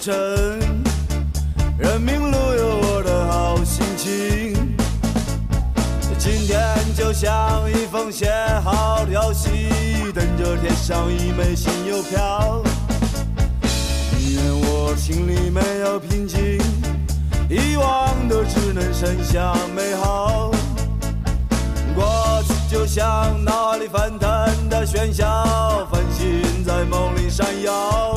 晨，人民路有我的好心情。今天就像一封写好的消息，等着贴上一枚新邮票。因为我心里没有平静，遗忘的只能剩下美好。过去就像脑海里翻腾的喧嚣，繁星在梦里闪耀。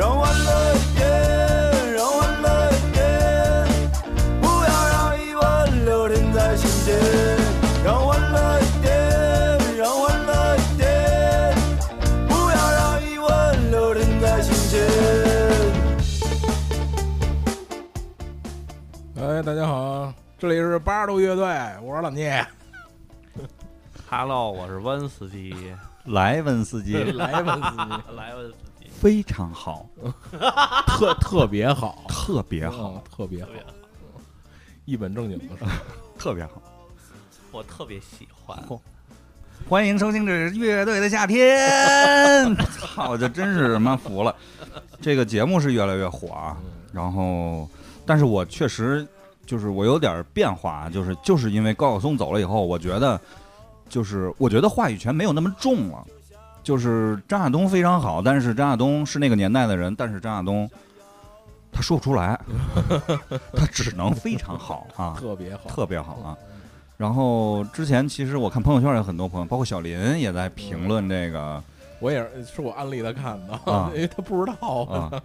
让欢乐一遍，让欢乐一遍，不要让疑问留停在心间。让欢乐一点，让欢乐一点，不要让疑问留停在心间。哎，大家好，这里是八十度乐队，我是老聂，哈喽，我是温司机，莱文斯基 来吧，来温司机，非常好，特特别好，特别特好，好，特别好特别好，一本正经的说，特别好。我特别喜欢。欢迎收听这是乐队的夏天，操，这真是他妈服了。这个节目是越来越火啊，然后，但是我确实就是我有点变化，啊就是就是因为高晓松走了以后，我觉得就是我觉得话语权没有那么重了。就是张亚东非常好，但是张亚东是那个年代的人，但是张亚东他说不出来，他只能非常好啊，特别好，特别好啊。嗯然后之前其实我看朋友圈有很多朋友，包括小林也在评论这个我也是是我安利他看的啊，因为他不知嗯道，啊，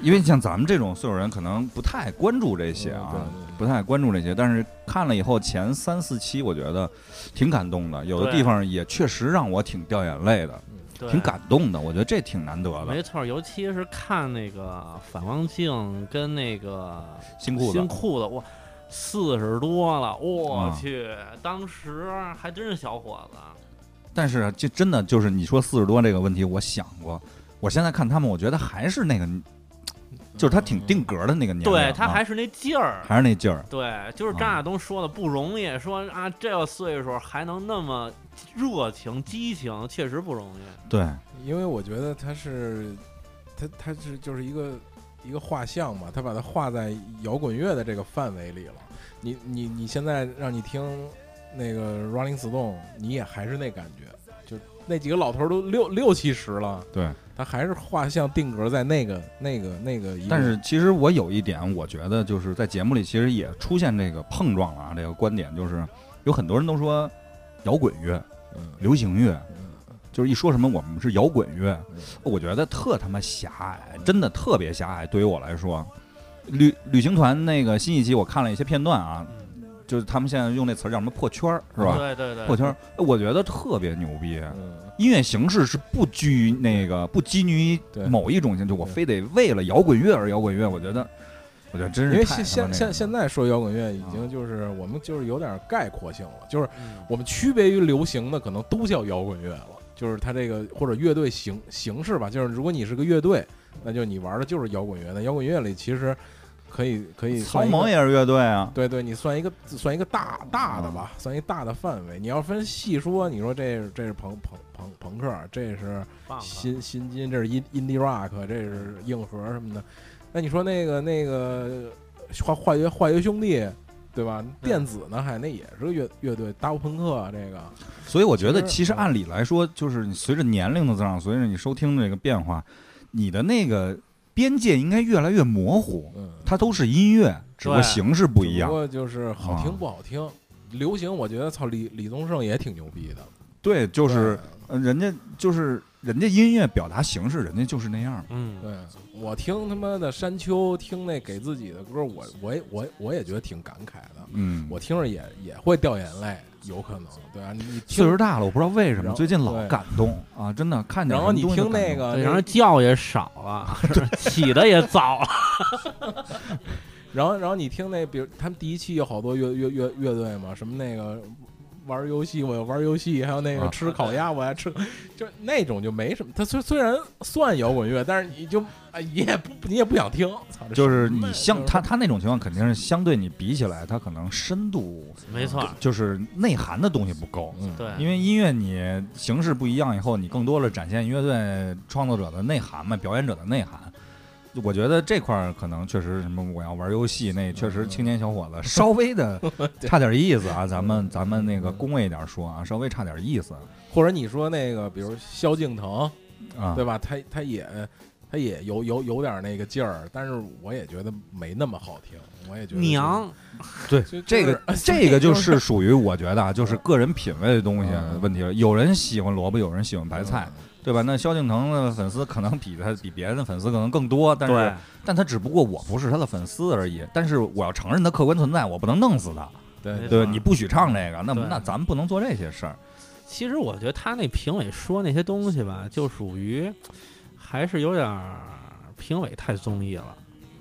因为像咱们这种岁数人可能不太关注这些嗯啊对对，不太关注这些，但是看了以后前三四期我觉得挺感动的，有的对地方也确实让我挺掉眼泪的，对挺感动的，我觉得这挺难得的。没错，尤其是看那个反光镜跟那个新裤新子，裤子，哇，四十多了，我啊去，当时还真是小伙子，但是就真的就是你说四十多这个问题，我想过，我现在看他们，我觉得还是那个，就是他挺定格的那个年龄啊，嗯对他还是那劲儿。还是那劲儿。对，就是张亚东说的不容易，说啊这个岁数还能那么热情激情，确实不容易。对，因为我觉得他是他他是就是一个一个画像嘛，他把它画在摇滚乐的这个范围里了。你你你现在让你听那个 Rolling Stone，你也还是那感觉，就那几个老头儿都六六七十了，对，他还是画像定格在那个那个那个一个。但是其实我有一点，我觉得就是在节目里其实也出现这个碰撞了啊，这个观点就是有很多人都说摇滚乐、嗯，流行乐嗯，就是一说什么我们是摇滚乐嗯，我觉得特他妈狭隘，真的特别狭隘。对于我来说，旅旅行团那个新一期我看了一些片段啊，就是他们现在用那词儿叫什么破圈儿是吧？对对对，破圈儿，我觉得特别牛逼。啊嗯音乐形式是不拘于那个不拘泥对于某一种形式，我对非得为了摇滚乐而摇滚乐，我觉得，我觉得真因是为太现他现妈啊那现个啊现在说摇滚乐已经就是我们就是有点概括性了，就是嗯我们区别于流行的，可能都叫摇滚乐了，就是它这个或者乐队形形式吧。就是如果你是个乐队，那就你玩的就是摇滚乐。那摇滚乐里其实可以可以曹算一个猛也是乐队啊，对对，你算一个算一个大大的吧，算一大的范围。你要分细说，你说这是这是朋朋朋朋克，这是棒啊新新金，这是 in indie rock，这是硬核什么的。那你说那个那个化化学化学兄弟，对吧？电子呢，还那也是乐乐队，大朋克这个。所以呃我觉得其实其实按理来说，就是你随着年龄的增长，随着你收听的这个变化，你的那个边界应该越来越模糊，嗯，它都是音乐，只不过对形式不一只样不。过就是好听啊不好听。流行，我觉得操李李宗盛也挺牛逼的，对，就是呃人家就是人家音乐表达形式，人家就是那样嘛。嗯，对我听他妈的山丘，听那给自己的歌，我我也我我也觉得挺感慨的，嗯，我听着也也会掉眼泪，有可能，对啊，你你岁数听，大了，我不知道为什然么后最近老对感动啊，真的看见然什后么你东西就听感那动个，对，然后觉也少了， 起的也早了。然后然后你听那，比如他们第一期有好多乐乐乐乐队嘛，什么那个玩游戏我要玩游戏，还有那个啊吃烤鸭我爱吃，就是那种就没什么。他虽虽然算摇滚乐，但是你就哎你也不你也不想听，操这就是什么你呀相就是他他那种情况肯定是相对你比起来，他可能深度 没错，就是内涵的东西不够，嗯对，因为音乐你形式不一样以后，你更多的展现乐队创作者的内涵嘛，表演者的内涵。我觉得这块儿可能确实什么，我要玩游戏，那确实青年小伙子稍微 的差点意思 啊。咱们咱们那个恭维一点说啊，稍微差点意思或者你说那个，比如萧敬腾，啊对。吧？他他也他也有有有点那个劲儿，但是我也觉得没那么好听，我也觉得娘，对就，这就个是这个就是属于我觉得啊，就是个人品味的东西嗯问题了。有人喜欢萝卜，有人喜欢白菜，，啊对吧？那萧敬腾的粉丝可能比他比别人的粉丝可能更多，但是对，但他只不过我不是他的粉丝而已。但是我要承认他客观存在，我不能弄死他，对没对错对吧？你不许唱这个，那对那咱们不能做这些事儿。其实我觉得他那评委说那些东西吧，就属于还是有点儿评委太综艺了。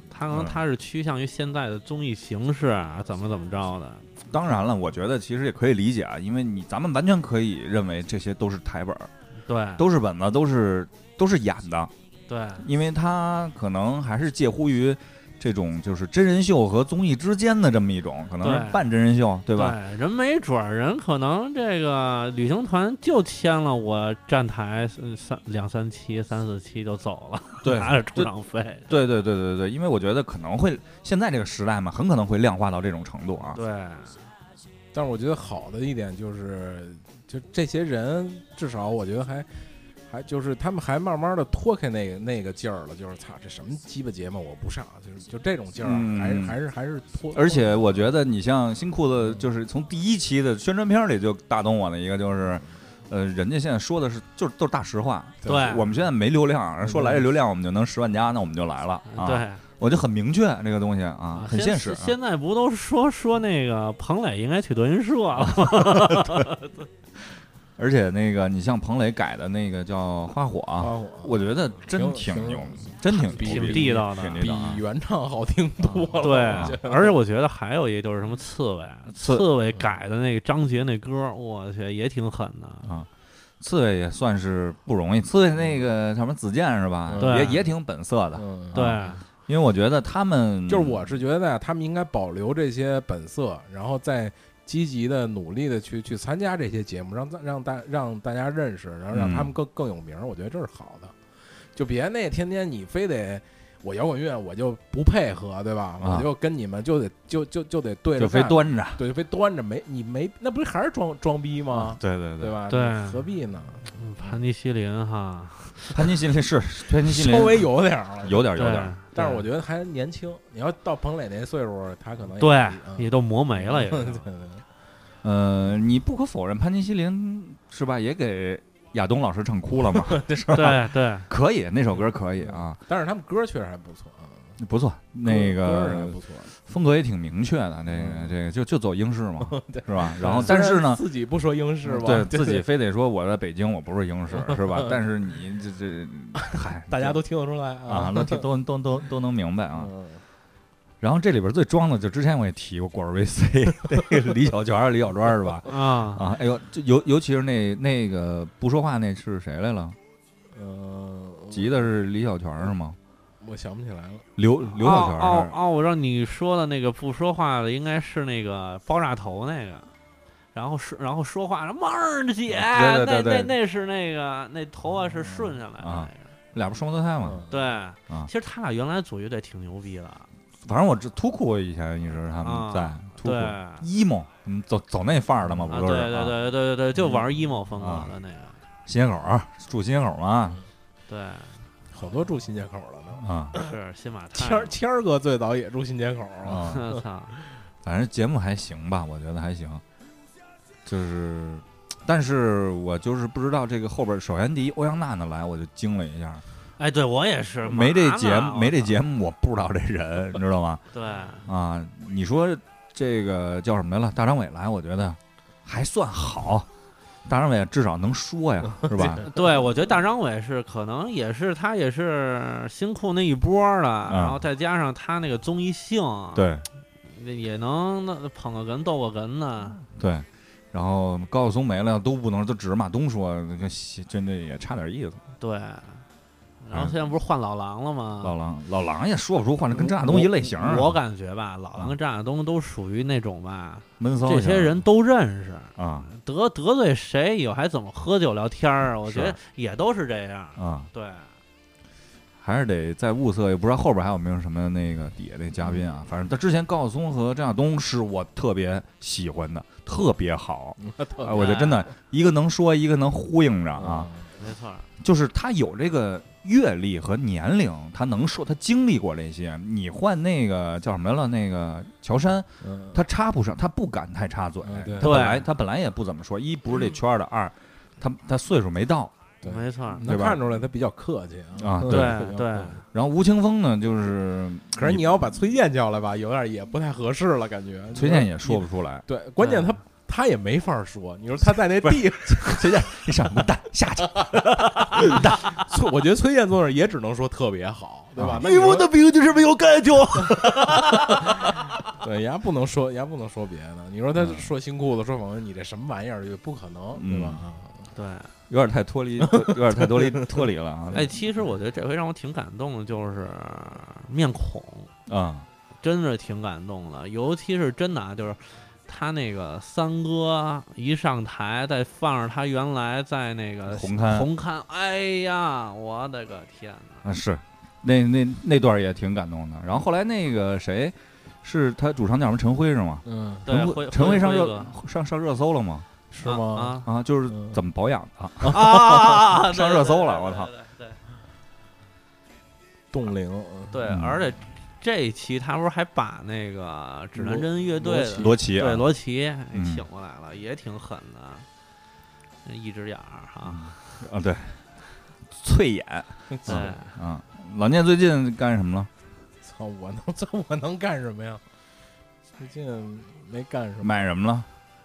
他可能嗯他是趋向于现在的综艺形式啊，怎么怎么着的。当然了，我觉得其实也可以理解啊，因为你咱们完全可以认为这些都是台本儿，对，都是本子，都是都是演的，对，因为它可能还是介乎于这种就是真人秀和综艺之间的这么一种，可能对是半真人秀，对吧？对，人没准儿，人可能这个旅行团就签了我站台嗯三两三期、三四期就走了，拿着出场费。对对对对对，因为我觉得可能会现在这个时代嘛，很可能会量化到这种程度啊。对，但是我觉得好的一点就是，就这些人至少我觉得还还就是他们还慢慢的脱开那个那个劲儿了，就是操这什么鸡巴节目我不上，就是就这种劲儿啊、嗯还是还是还是脱。而且我觉得你像新裤子，就是从第一期的宣传片里就打动我的一个就是，呃，人家现在说的是就是都是大实话，对对嗯我们现在没流量，说来这流量我们就能十万加，那我们就来了啊。对，，我就很明确这个东西啊，很现现实啊。现在不都说说那个彭磊应该去德云社了 吗？而且那个你像彭磊改的那个叫《花火》啊，啊，我觉得真挺挺牛，真挺挺牛逼地道的挺地比道啊。原唱好听多了。对我觉， 得而且我觉得还有一个就是什么刺猬，哦刺刺猬改的那个张杰那歌，我去也挺狠啊的。刺猬也算是不容易，刺猬那个什么子健是吧？对也也挺本色的，嗯，对，因为我觉得他们就是我是觉得啊他们应该保留这些本色，然后再积极的努力的去去参加这些节目，让大让大让大家认识，然后让嗯他们更更有名儿。我觉得这是好的，就别那天天你非得我摇滚乐我就不配合，对吧？啊我就跟你们就得就就就得对着就非干，端着，对，就非端着没你没那不是还是装装逼吗？对啊对啊对，吧？对你何必呢？嗯盘尼西林哈，潘金心里是潘金心里稍微有点儿了，有点儿有对点儿，，但是我觉觉得还年轻。你要到彭磊那岁数，他可能也哎对嗯 也都磨没 了也对是。对对呃，你不可否认，潘金西林是吧？也给亚东老师唱哭 了嘛？是吧？对 啊对，可以，那首歌可以啊，但是他们歌确实还不错，嗯不错。那歌儿还啊个不错。风格也挺明确的，这个嗯这个就就走英式嘛， 对是吧？然后虽但是然呢，自己不说英式吧，对自己非得说我在北京，我不是 ，英式，是吧？但是你这这，嗨大家都听得出来啊， 都听都都都都能明白啊。嗯然后这里边最装的，就之前我也提过果儿 VC 那个李小泉儿、李小庄是吧？啊，啊，哎呦，这尤尤其是那那个不说话那是谁来了？嗯，急的是李小泉儿是吗？我想不起来了。刘刘小哦泉儿哦哦，我让你说的那个不说话的应该是那个爆炸头那个，然后说然后说话，妹儿姐，啊对对对对那那那是那个那头发是顺下来的、啊俩不是双胞胎嗯吗？那个，对。啊其实他俩原来组乐队挺牛逼的，反正我知突库以前一直是他们啊在突对库。emo，嗯，走走那范儿的嘛，不啊，都对是？对对啊，对对对，就玩 emo 风格啊的那个，新街口儿住新街口儿嘛，对，好多住新街口了 呢。啊是新马泰谦儿谦儿哥最早也住新街口啊， 啊，我操，反正节目还行吧，我觉得还行，就是，但是我就是不知道这个后边儿，首先第一欧阳娜娜来我就惊了一下，哎，对我也是， 没这嘛节呢目没这，节我目我不知道这人，你知道吗？操对，啊，你说这个叫什么来了？大张伟来，我觉得还算好，大张伟至少能说呀，是吧？ 对，我觉得大张伟是可能也是他也是新裤那一波儿的，然后再加上他那个综艺性，，嗯对也能那捧个哏逗个哏呢。对。然后高晓松没了，都不能都指着马东说，那个真的也差点意思。对，然后现在不是换老狼了吗？嗯老狼，老狼也说不出，换成跟张亚东一类型啊啊，我感觉吧，老狼跟张亚东都属于那种吧，闷骚这型些人都认识，啊得得罪谁以后还怎么喝酒聊天儿啊？我觉得也都是这样。啊，对，还是得再物色，也不知道后边还有没有什么那个底下那嘉宾啊。反正他之前高晓松和张亚东是我特别喜欢的，特别好。啊，我觉得真的一个能说，一个能呼应着啊。没错儿，就是他有这个阅历和年龄，他能说，他经历过这些。你换那个叫什么了？那个乔杉，嗯，他插不上，他不敢太插嘴。嗯对他本来他本来也不怎么说，一不是这圈儿的，二他他岁数没到。对没错儿，能对吧看出来他比较客气啊嗯对比较对客气然后吴青峰呢，就是可是你要把崔健叫来吧，有点也不太合适了，感觉崔健也你说不嗯出来，对，关键他他也没法说，你说他在那地，崔健你什么蛋下去？崔 我觉得崔健坐那儿也只能说特别好，对吧啊？那你说病就是没有感觉。 对，人家不能说，人家不能说别的。你说他嗯说新裤子，说访问，你这什么玩意儿，也不可能，对嗯吧？啊对。 有点太脱离， 有点太脱离脱离了啊！ 哎，其实我觉得这回让我挺感动的，就是面孔，啊，真是挺感动的，尤其是真的啊，就是他那个三哥一上台，再放着他原来在那个红磡红勘，哎呀，我的个天哪！啊是，那那那段儿也挺感动的。然后后来那个谁，是他主唱叫什么？陈辉是吗？嗯，对，陈辉辉陈辉上辉热哥上上热搜了吗？是吗？啊啊，就是嗯怎么保养的？ 啊啊！啊上热搜了我操！对对对对对冻龄， 对，嗯而且这一期他不是还把那个指南针乐队的罗罗琦对啊，罗琦嗯给请过来了，也挺狠的，一只眼儿哈。啊对， 翠眼嗯对，啊。老聂最近干什么了？操，我能 这我能干什么呀？最近没干什么，买什么了？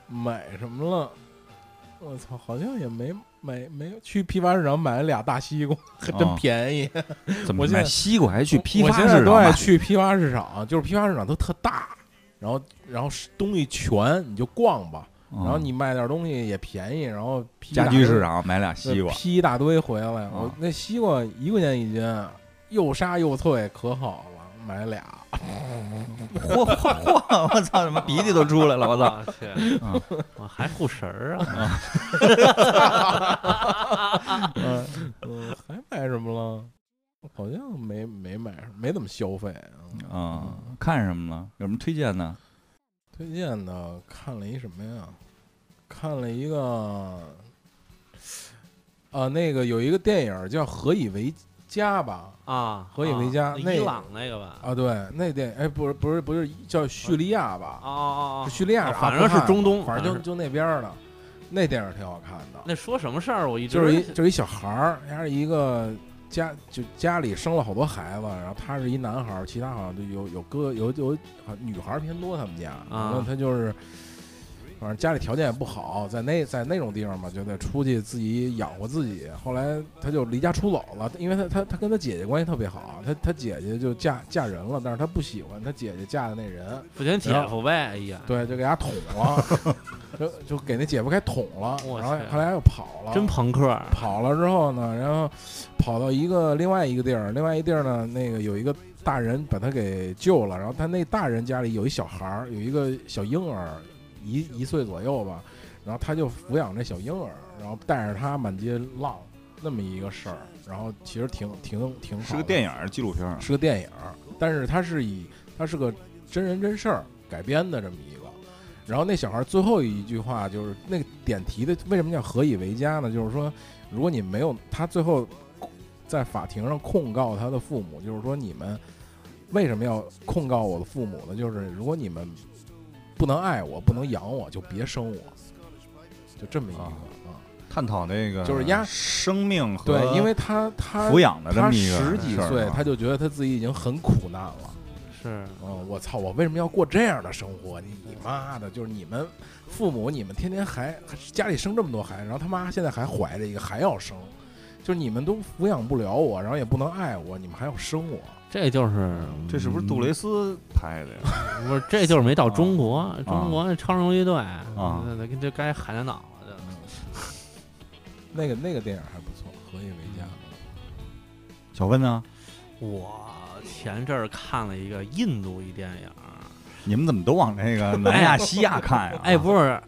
买什么了？我操，好像也没买，没有去批发市场买了俩大西瓜，还真啊哦便宜。怎么我现在买西瓜还去批我发现市在场都买爱？去批发市场，啊就是批发市场都特大，然后然后是东西全，你就逛吧。然后嗯你卖点东西也便宜，然后批家一大居堆市场买俩西瓜对，批一大堆回来。我啊那西瓜一块钱一斤，啊又沙又脆，可好了，买俩。 嚯嚯嚯！我操，什么鼻涕都出来了！我 我操，啊去嗯，我还护神儿啊！嗯，嗯还买什么了？好像没没买什么，没怎么消费啊。啊，看什么了？有什么推荐呢？推荐的看了一什么呀？看了一个，啊，那个有一个电影叫《何以为家》吧？啊，何以为家啊那伊朗那个吧？啊，对，那电影哎，不是不是不是叫叙利亚吧？哦哦哦，是叙利亚啊是阿反富正汗是嘛中东，反正就是就那边儿的，那电影挺好看的。那说什么事儿？我一直就是一就是一小孩儿，他是一个家就家里生了好多孩子，然后他是一男孩儿，其他好像就有有哥有有好女孩儿偏多，他们家，啊然后他就是。反正家里条件也不好，在那在那种地方嘛，就得出去自己养活自己。后来他就离家出走了，因为他他他跟他姐姐关系特别好，啊他他姐姐就嫁嫁人了，但是他不喜欢他姐姐嫁的那人，不行姐夫呗，哎呀，对，就给他捅了， 就就给那姐夫给捅了，我然后去后来又跑了，真朋克啊跑了之后呢，然后跑到一个另外一个地儿，另外一地儿呢，那个有一个大人把他给救了，然后他那大人家里有一小孩儿，有一个小婴儿，一一岁左右吧，然后他就抚养这小婴儿，然后带着他满街浪，那么一个事儿，然后其实挺挺挺好是个的电影，纪录片儿。是个电影儿，但是它是以它是个真人真事儿改编的这么一个。然后那小孩儿最后一句话就是那个点题的，为什么叫何以为家呢？就是说，如果你没有他最后在法庭上控告他的父母，就是说你们为什么要控告我的父母呢？就是如果你们不能爱我，不能养我，就别生我，就这么一个啊啊。探讨这个就是压生命和对，因为他他抚养的这他么一个十几事儿岁啊，他就觉得他自己已经很苦难了。是嗯，我操，我为什么要过这样的生活？你妈的，就是你们父母，你们天天还还家里生这么多孩子，然后他妈现在还怀着一个，还要生，就是你们都抚养不了我，然后也不能爱我，你们还要生我。这就是嗯这是不是杜蕾斯拍的呀？不是这就是没到中国，中国那超人乐队啊那那这该海南岛了，那个那个电影还不错，《何以为家》小温呢？这我前阵儿看了一个印度一电影儿，啊 你们怎么都往那个南亚、西亚看呀？哎哎，不是，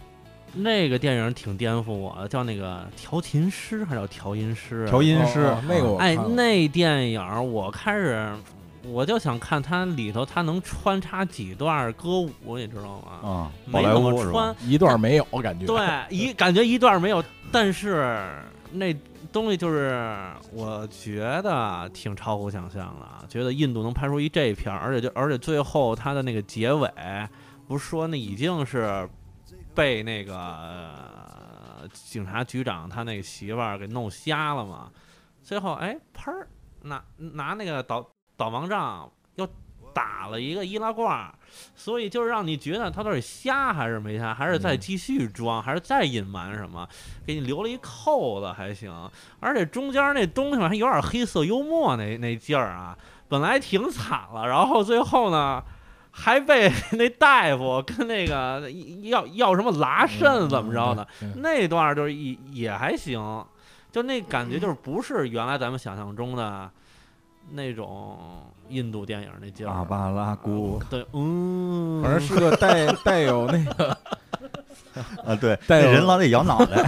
那个电影挺颠覆我的，叫那个调琴师还是叫调音师啊？调音师、哦哦那个我哎，看了那电影儿我开始我就想看它里头，它能穿插几段歌舞，你知道吗？哦啊，宝没莱怎坞么是吧穿？，一段没有感 觉，对，一感觉一段 没有，但是那东西就是我觉得挺超乎想象的，觉得印度能拍出一这片儿，而且就而且最后它的那个结尾，不是说那已经是被那个、呃警察局长他那个媳妇儿给弄瞎了嘛，最后哎喷儿拿拿那个导导盲杖又打了一个易拉罐儿。所以就是让你觉得他到底瞎还是没瞎，还嗯是在继续装，还是在隐瞒什么？给你留了一扣子还行，而且中间那东西吧还有点黑色幽默那那劲儿啊，本来挺惨了，然后最后呢。还被那大夫跟那个要要什么拉嗯肾怎么着的，？嗯嗯那段儿就是也也还行，就那感觉就是嗯不是原来咱们想象中的那种印度电影那劲儿啊阿巴拉古对，嗯，反正是个带带有那个啊，对，带有那人老得摇脑袋。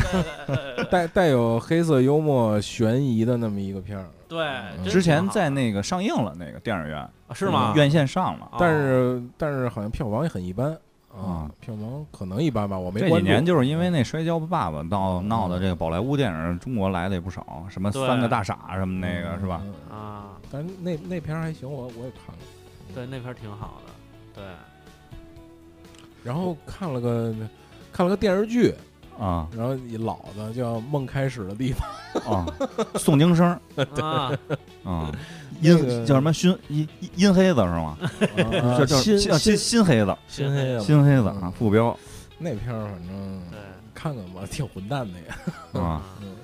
带带有黑色幽默悬疑的那么一个片儿，哦对，真之前挺好在那个上映了，那个电影院嗯啊是吗？院线上了。哦但是但是好像票房也很一般啊啊，票房可能一般吧，我没这关几注年就是因为那《摔跤吧爸爸》闹闹的，这个宝莱坞电影中国来的也不少，什么对三个大傻什么那个是吧？？嗯嗯啊，但是那那片儿还行，我我也看了，对，那片儿挺好的，对，然后看了个看了个电视剧，啊然后一老的叫《梦开始的地 方啊，宋京生 啊，啊，那阴个叫什么熏阴阴阴黑子是吗？》啊，叫叫新叫新新黑子，新黑的嘛新黑子啊，副标那片儿，反正对，看看吧，挺混蛋的 也。啊，嗯，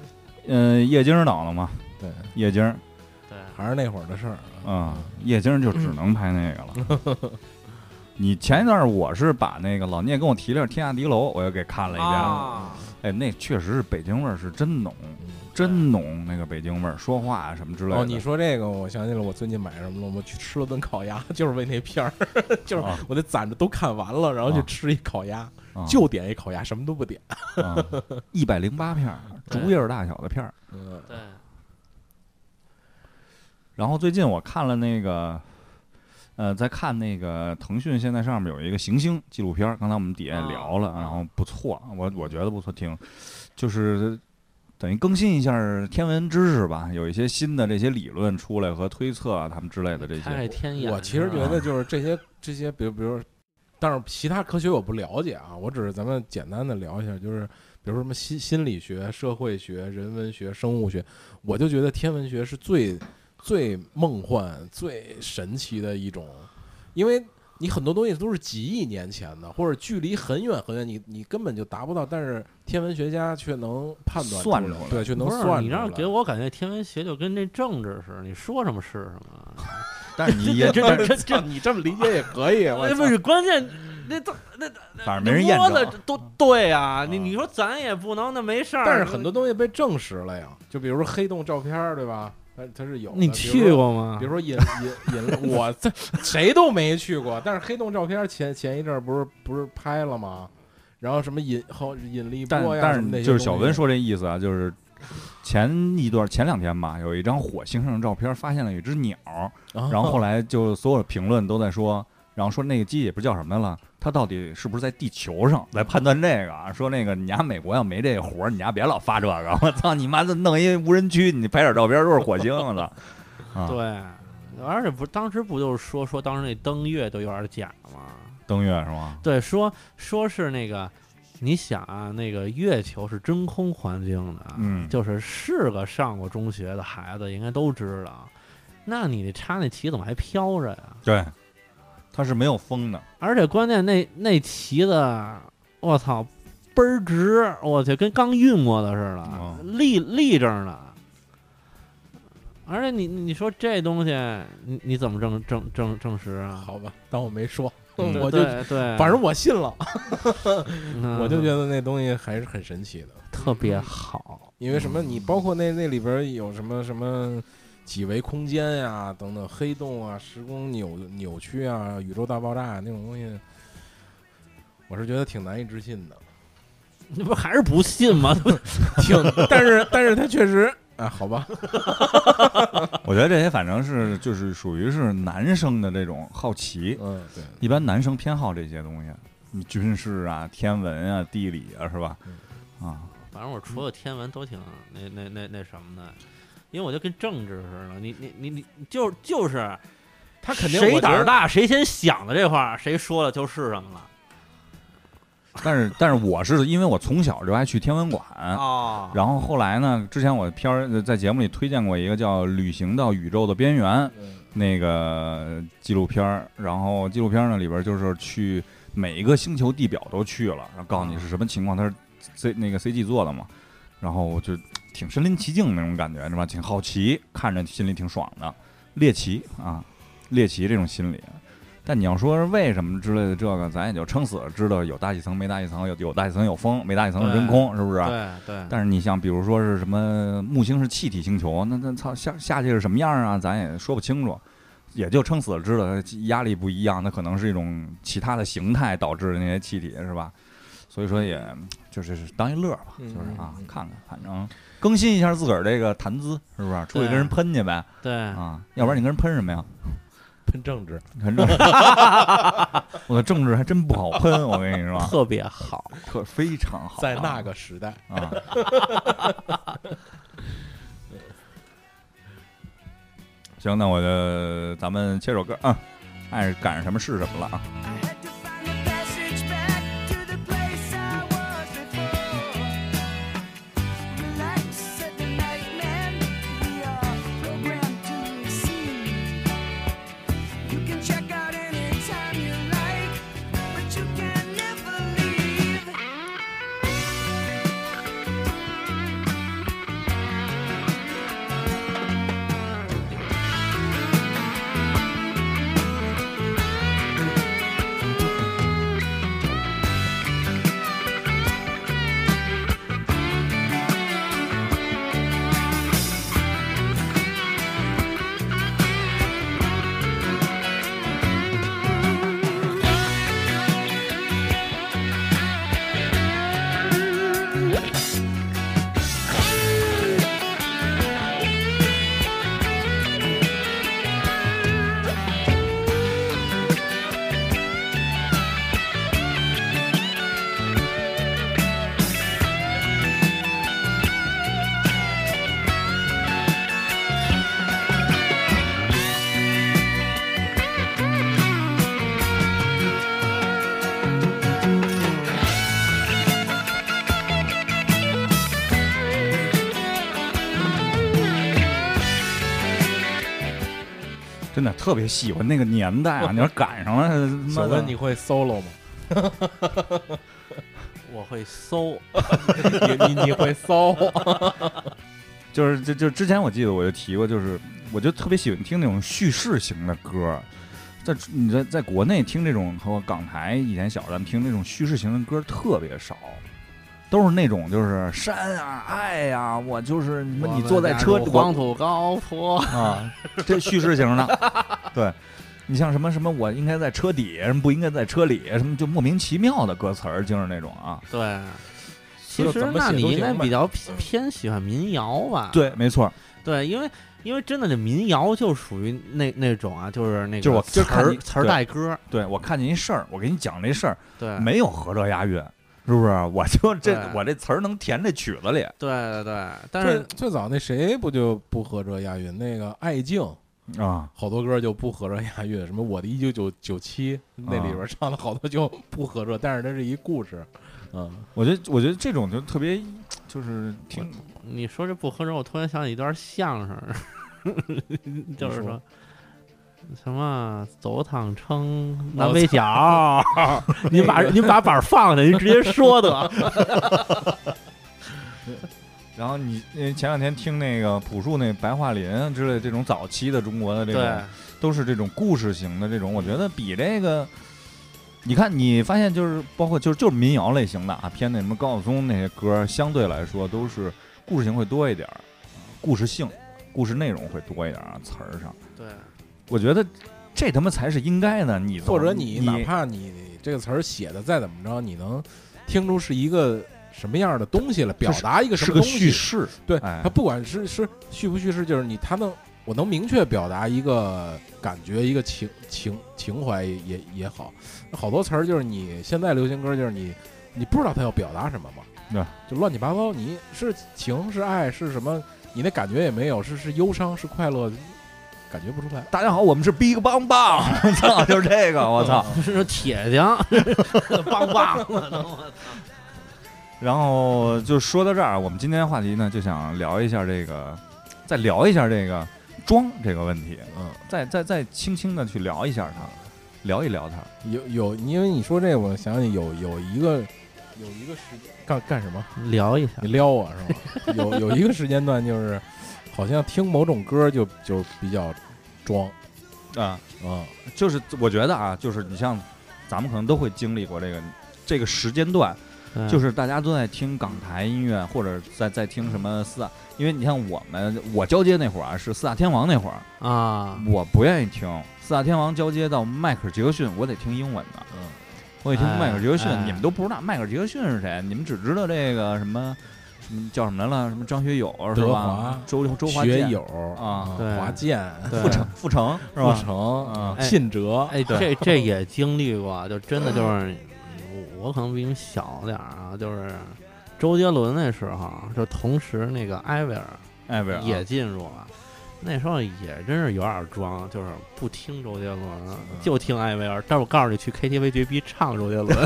嗯，叶京导的嘛，对，叶京对，还是那会儿的事儿啊，叶京就嗯只能拍那个了。 你前一段儿我是把那个老聂跟我提了《天下敌楼》，我又给看了一遍，啊，哎，那确实是北京味儿，是真浓，嗯真浓那个北京味儿，说话啊什么之类的。哦，你说这个，我想起来我最近买什么了，我去吃了顿烤鸭，就是为那片儿， 就是啊我得攒着都看完了，然后去啊吃一烤鸭，啊就点一烤鸭，什么都不点。一百零八片儿，对竹叶儿大小的片儿。 嗯，对，然后最近我看了那个，呃，在看那个腾讯现在上面有一个行星纪录片儿，刚才我们底下也聊了，啊然后不错，我我觉得不错，挺就是等于更新一下儿天文知识吧，有一些新的这些理论出来和推测啊，他们之类的这开开些。天眼，我其实觉得就是这些这些，比如比如，但是其他科学我不了解啊，我只是咱们简单的聊一下，就是比如说什么心心理学、社会学、人文学、生物学，我就觉得天文学是最最梦幻、最神奇的一种，因为你很多东西都是几亿年前的，或者距离很远很远，你你根本就达不到，但是天文学家却能判断算出出来对，却能不算出是你让来给我感觉天文学就跟这政治似的，你说什么是什么，但是你也这 这但这是这这，你这么理解也可 以，我哎操不是关键，那都那嗯反正没那人验摸的证。都对啊，你啊你说咱也不能那没事儿，但是很多东西被证实了呀，就比如说黑洞照片儿，对吧？它它是有的你去？过吗比如？说比如说引引 引，我这谁都没去过。但是黑洞照片儿前前一阵儿不是不是拍了吗？然后什么引后引力但波呀，什么但那是些就是东小西温，说这意思啊，就是前一段前两天吧，有一张火星上的照片，发现了有一只鸟，然然后后来就所有的评论都在说，然后说那个机器也不知叫什么了，它到底是不是在地球上来判断这个啊？说那个你家美国要没这活儿，你家别老发这个，我操你妈的弄一无人区，你拍点照片都是火星子的。啊，对，而且不当时不就是说说当时那登月都有点假吗？ 登月是吗？对，说说是那个，你想啊，那个月球是真空环境的， 嗯就是是个上过中学的孩子应该都知道。那你那插那旗怎么还飘着呀？对，它是没有风的。而且关键那那旗子，我操，倍儿直，我去，跟刚运过的似哦的，立立正的。而且你你说这东西，你你怎么证证证证实啊？好吧，当我没说，嗯我就对对，反正我信了，嗯我就觉得那东西还是很神奇的。特别好。因为什么？你包括那那里边儿有什么什么几维空间呀、等等黑洞啊、时空扭扭曲啊、宇宙大爆炸、啊、那种东西，我是觉得挺难以置信的。那嗯不还是不信 吗？挺，但是但是他确实啊，好吧，我觉得这些反正是就是属于是男生的这种好奇，嗯，对，一般男生偏好这些东西，你军事啊、天文啊、地理啊，是吧？啊，反正我除了天文都挺那那那那什么的，因为我就跟政治似的，你你你你就就是他肯定谁我觉胆得儿，大谁先想的这话，谁说了就是什么了但是但是我是因为我从小就爱去天文馆，啊哦然后后来呢，之前我片儿呃在节目里推荐过一个叫《旅行到宇宙的边缘》嗯那个纪录片儿，然后纪录片儿呢里边就是去每一个星球地表都去了，然后告诉你是什么情况，它是 C 那个 CG 做的嘛，然后我就挺身临其境那种感觉，是吧？挺好奇，看着心里挺爽的，猎奇啊，猎奇这种心理。但你要说是为什么之类的，这个咱也就撑死了知道有大气层没大气层，有有大气层有风，没大气层是真空，是不是？啊对对，但是你像比如说是什么木星是气体星球，那那操下下去是什么样啊？咱也说不清楚，也就撑死了知道它压力不一样，那可能是一种其他的形态导致的那些气体是吧？所以说也就是当一乐儿吧，就嗯是啊嗯，看看，反正更新一下自个儿这个谈资是不是？出去跟人喷去呗对嗯啊，要不然你跟人喷什么呀？喷政治，反正我的政治还真不好喷，我跟你说，特别好，特非常好啊，在那个时代，啊。 行，那我就咱们切首歌啊，爱赶上什么是什么了啊。 I had to find a passage back to the place I was before. Relax, said the nightman. We are programmed to receive. You can check out anytime you like, but you can never leave. 真的特别喜欢那个年代 啊！你要赶上了，他小妈的温你会 solo 吗？我会搜，你你你会骚？就是就就之前我记得我就提过，就是我就特别喜欢听那种叙事型的歌，在你在在国内听这种和港台以前小时候咱们听那种叙事型的歌特别少，都是那种就是山啊爱呀、我就是什么你坐在车里，我黄土高坡，啊，这叙事型的， 对。你像什么什么，我应该在车底，什么不应该在车里，什么就莫名其妙的歌词儿，就是那种啊。对。其就实怎，么那写你都应行该吧比较偏偏喜欢民谣吧？嗯对，没错，对，因为因为真的，这民谣就属于那那种啊，就是那个就是我词就是看儿你词儿对带歌儿，对我看见一事儿，我给你讲这事儿，对，没有合辙押韵，是不是？我就这对我这词儿能填这曲子里对对对，但最是最早那谁不就不合辙押韵？那个艾敬。啊。好多歌就不合辙押韵，什么我的一九九九啊七那里边唱的好多就不合辙，但是它是一故事，嗯，我觉得我觉得这种就特别，就是听你说这不合辙，我突然想起一段相 声， 就是说你说什么走趟称 南北角，你把你把板儿放下，您直接说 得。然后你呃前两天听那个朴树那白桦林之类这种早期的中国的这对种，都是这种故事型的这种，我觉得比这个，你看你发现就是包括就是就是民谣类型的啊，偏那什么高晓松那些歌，相对来说都是故事性会多一点儿，故事性、故事内容会多一点儿啊，词儿上，对 我觉得这他妈才是应该的。你或者你你哪怕你这个词儿写的再怎么着，你能听出是一个什么样的东西了，表是达一个什是么个东西叙。事，对，哎它不管是是叙不叙事，就是你他能，我能明确表达一个感觉，一个情情情怀也也好。好多词儿就是你现在流行歌，就是你你不知道他要表达什么嘛，对，就乱七八糟。你是情是爱是什么，你那感觉也没有，是是忧伤是快乐，感觉不出来。大家好，我们是 Big Bang Bang，我 操，就是这个，我操。不是铁 匠，棒棒的，然后就说到这儿，我们今天的话题呢，就想聊一下这个，再聊一下这个装这个问题，嗯，再再再轻轻的去聊一下它，聊一聊它。有有，因为你说这个，我想起有有一个有一个时干干什么？ 聊一下你撩我是吧？有有一个时间段就是，好像听某种歌就就比较装啊，啊，就是我觉得啊，就是你像咱们可能都会经历过这个这个时间段，嗯就是是大家都在听港台音乐，或者在在听什么四大，因为你像我们我交接那会儿啊，是四大天王那会儿，啊，我不愿意听四大天王交接到迈克尔杰克逊，我得听英文的。嗯，我得听迈克尔杰克逊哎，哎你们都不知道迈克尔杰克逊是谁，你们只知道这个什么什么叫什么来了，什么张学友是德吧华？周周华学健、友啊对华健、对傅成、傅成是傅吧？成啊哎信哲，哎， 这这也经历过，就真的就是，我我可能比你们小点儿啊，就是周杰伦那时候，就同时那个艾薇儿艾薇儿啊也进入了。那时候也真是有点儿装，就是不听周杰伦，就听艾薇儿。但是我告诉你，去 KTV 绝逼唱周杰 伦，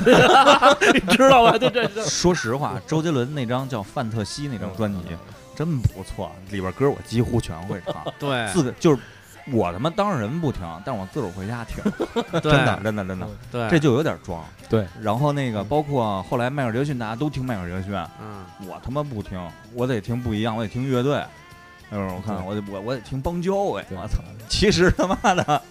你知道吧？就这这说实话，周杰伦那张叫《范特西》那张专辑真不错，里边歌我几乎全会唱， 对哎自个就是我他妈当事人不听，但我自个儿回家听，对真的真的真的，对，这就有点装。哎对，嗯然后那个包括后来迈克尔杰克逊，大家都听迈克尔杰克逊，嗯我他妈不听，我得听不一样，我得听乐队。那会儿我看我得我我得听邦交哎，对我操！其实他妈的，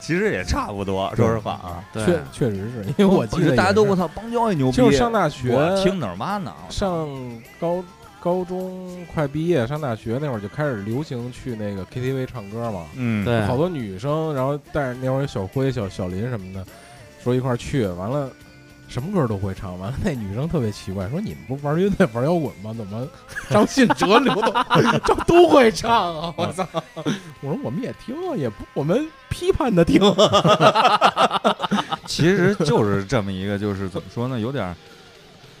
其实也差不多，说实话啊。对确确实是因为我记不得是大家都也我是操邦交也牛逼，就是上大学我听哪儿嘛 呢？我操上高高中快毕业上大学那会儿就开始流行去那个 KTV 唱歌嘛，嗯对好多女生，然后带着那会儿有小辉、小小林什么的，说一块儿去，完了什么歌都会唱。完了那女生特别奇怪，说你们不是玩乐队、玩摇滚吗？怎么张信哲、刘 德华这都会唱啊？我操！我说我们也听啊，也不我们批判的听啊。其实就是这么一个，就是怎么说呢，有点儿，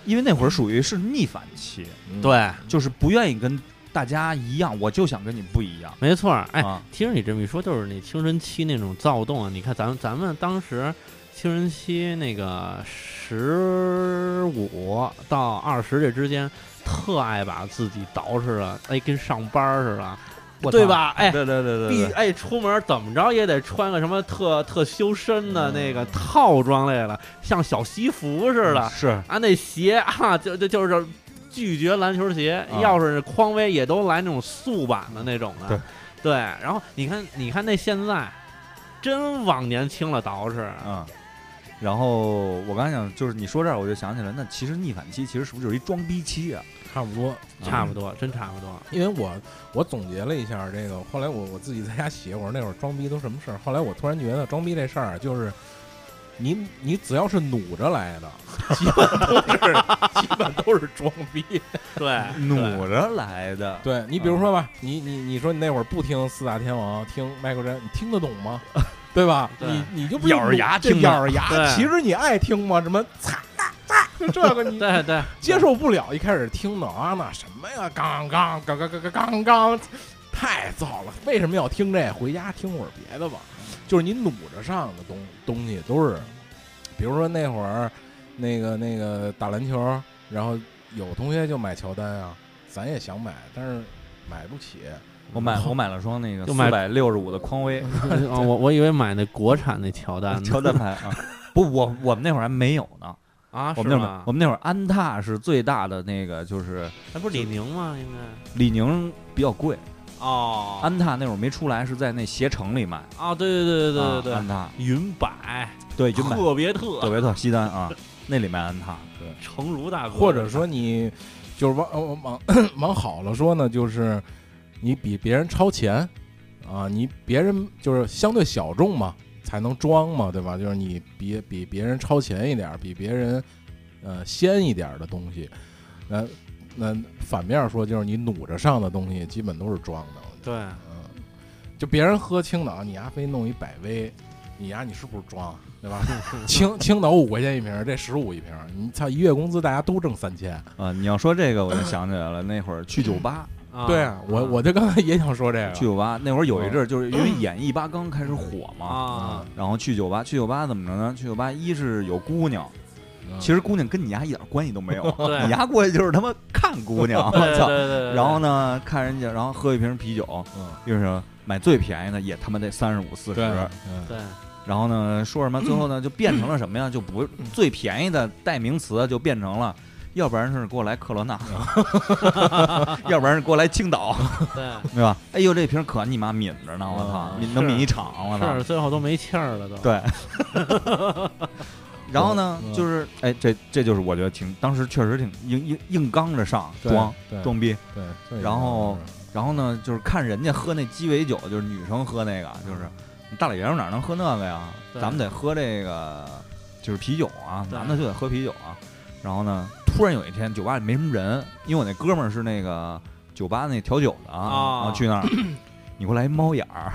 因为那会儿属于是逆反期，对，就是不愿意跟大家一样，我就想跟你不一样。没错儿。哎，啊，听着你这么一说，就是你青春期那种躁动啊！你看咱们咱们当时青春期那个十五到二十这之间，特爱把自己捯饬的，哎，跟上班儿似的，我对操吧？哎，对对对必对对，哎，出门怎么着也得穿个什么特特修身嗯的那个套装类的，像小西服似的是啊，那鞋啊，就就就是拒绝篮球鞋，啊要是匡威也都来那种素版的那种的，对对然后你看，你看那现在。真往年轻了捯饬，嗯，然后我刚才想，就是你说这儿，我就想起来，那其实逆反期其实是不是就是一装逼期啊？差不多，差嗯不多，真差不多。因为我我总结了一下这个，后来我我自己在家写，我说那会儿装逼都什么事儿。后来我突然觉得装逼这事儿啊就是，你你只要是努着来的， 基本都是基本都是装逼。对， 嗯努着来的。对你比如说吧，你你你说你那会儿不听四大天王，听迈克尔詹，你听得懂吗？对吧？ 对你你就不咬着牙这听的咬着牙对。其实你爱听吗？什么擦擦，就这个你对 对，接受不了。一开始听的啊，那什么呀，刚刚刚刚刚刚刚刚，太燥了。为什么要听这？回家听会儿别的吧。就是你努着上的东东西都是，比如说那会儿那个那个打篮球，然后有同学就买乔丹啊，咱也想买，但是买不起。我买我买了双那个就四买百六十五的匡威 啊我我以为买那国产那乔丹呢乔丹牌啊，不，我我们那会儿还没有呢。 啊，我是们那会儿吗我？们那会儿安踏是最大的那个，就是啊那不是李宁吗？应该李宁比较贵，哦，安踏那会儿没出来，是在那携程里买。啊，对对对对对对啊安踏云柏，对就买特别德特，维特西单 啊，那里面安踏。诚如大哥，或者说你就是往呃往 往好了说呢，就是你比别人超前啊，你别人就是相对小众嘛，才能装嘛，对吧？就是你比比别人超前一点儿，比别人呃先一点儿的东西。那那反面说就是你努着上的东西基本都是装的，我觉对，得嗯，就别人喝青岛，你丫非弄一百威，你丫你是不是装，对吧？ 青 青岛五块钱一瓶，这十五一瓶，你操一月工资大家都挣三千，啊！你要说这个，我就想起来了，那会儿去酒吧，啊对啊，我我就刚才也想说这去个，酒吧那会儿有嗯一阵儿，就是因为演艺吧刚开始火嘛，啊然后去酒吧，去酒吧怎么着呢？去酒吧一是有姑娘，嗯其实姑娘跟你丫一点关系都没有， 对你丫过去就是他妈看姑娘，我对对操！对对，然后呢，看人家，然后喝一瓶啤酒，嗯，就是买最便宜的也他妈得三十五四十，对，嗯对然后呢，说 什么？最后呢，就变成了什么呀？就不嗯最便宜的代名词就变成了，要不然是给我来克 罗纳，要不然是给我来青岛， 对，对吧？哎呦，这瓶可你妈抿着呢，我操，嗯抿能抿一场，我操是。最后都没气儿了都。 对。然后呢嗯，就是哎，这这就是我觉得挺，当时确实挺硬硬硬刚着上对装对装逼。对，这个然后是然后呢，就是看人家喝那鸡尾酒，就是女生喝那个，就是你大老爷们哪能喝那个呀？嗯对咱们得喝这个，就是啤酒啊，对男的就得喝啤酒啊。然后呢，突然有一天酒吧里没什么人，因为我那哥们儿是那个酒吧那调酒的啊然后 去那儿，你给我来一猫眼儿，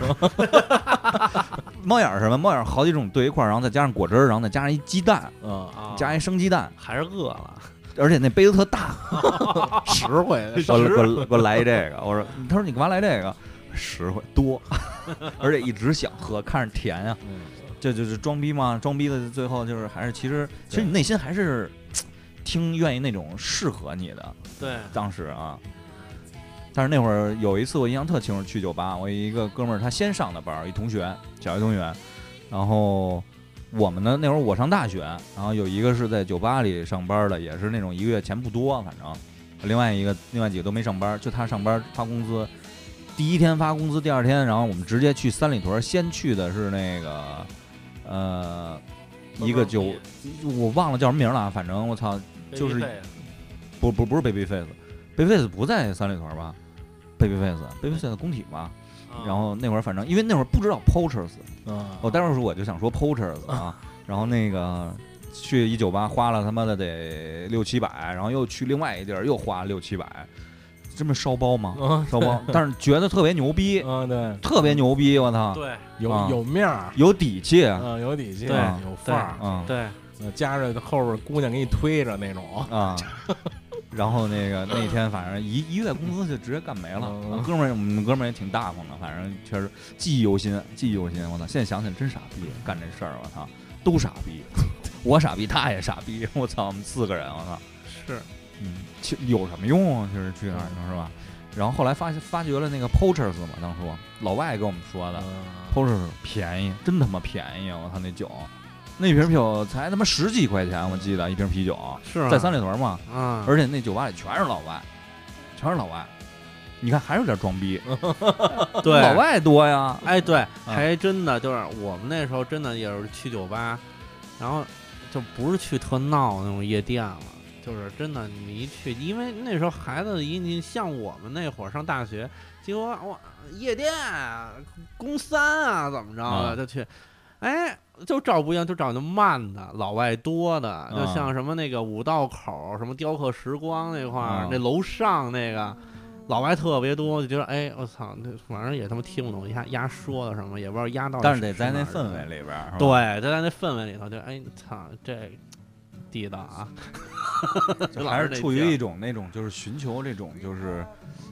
猫眼儿是什么？猫眼儿好几种兑一块儿，然后再加上果汁儿，然后再加上一鸡蛋，嗯啊，加一生鸡蛋，还是饿了。而且那杯子特大，实惠， 我给我给我来一这个，我说，他说你干嘛来这个？实惠多， 而且一直想喝，看着甜呀、嗯这就是装逼嘛，装逼的最后就是还是其实其实对你内心还是嘖听愿意那种适合你的，对，当时啊。但是那会儿有一次我印象特清楚，去酒吧，我一个哥们儿他先上的班儿，一同学，小学同学，然后我们呢那会儿我上大学，然后有一个是在酒吧里上班的，也是那种一个月钱不多，反正另外一个另外几个都没上班，就他上班发工资，第一天发工资，第二天然后我们直接去三里屯，先去的是那个呃一个酒，我忘了叫什么名了啊，反正我操，就是不不不是 Babyface，Babyface 不在三里屯吧？Babyface，Babyface 工体吧？嗯然后那会儿反正因为那会儿不知道 Poachers，啊，我待会儿说我就想说 Poachers 啊， 然后那个去一酒吧花了他妈的得六七百，然后又去另外一地儿又花六七百，这不是烧包吗？嗯烧包，但是觉得特别牛逼，嗯对，特别牛逼，我操，对有啊有面儿，有底气，啊嗯有底气，对有范儿，嗯对，呃加着后边姑娘给你推着那种，啊。 然后那个那天反正一一月工资就直接干没了，嗯哥们儿我们哥们儿也挺大方的，反正确实记忆犹新，记忆犹新。我操，现在想起来真傻逼，干这事儿我操，都傻逼， 我傻逼，他也傻逼，我操，我们四个人我操，是嗯，其有什么用啊？就是去那儿是吧？然后后来发现发掘了那个 Poachers 嘛，当初老外跟我们说的，嗯 Poachers 便宜，真他妈便宜！我操，那酒，那瓶酒才他妈十几块钱，我记得一瓶啤酒，是啊在三里屯嘛，啊，而且那酒吧里全是老外，全是老外。你看，还是有点装逼，对老外多呀。哎，对，还真的就是我们那时候真的也是去酒吧，然后就不是去特闹那种夜店了，就是真的你一去，因为那时候孩子一你像我们那会儿上大学，结果哇夜店啊，公三啊怎么着啊的就去，哎。就找不一样，就找那慢的，老外多的，就啊像什么那个五道口、什么雕刻时光那块儿啊，那楼上那个，老外特别多，就觉得哎，我操，那反正也他妈听不懂，丫丫说的什么，也不知道丫到底。但是得在那氛围。里边儿，是吧对，，得在那氛围里头，就哎，操，这地道 啊！就还是处于一种那种就是寻求这种就是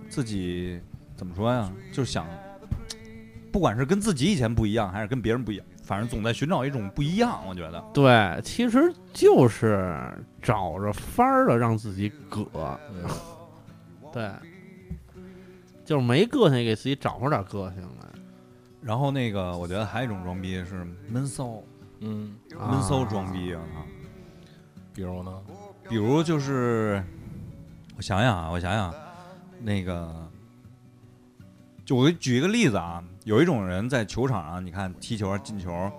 自己怎么说呀，就是想，不管是跟自己以前不一样，还是跟别人不一样，反正总在寻找一种不一样。我觉得，对，其实就是找着法儿的让自己葛，嗯 对，就是没个性也给自己找出点个性来。然后那个我觉得还有一种装逼是闷骚，嗯，闷骚装逼啊。比如呢，比如就是，我想想啊，我想想，那个，就我举一个例子啊，有一种人在球场上，你看踢球啊进球，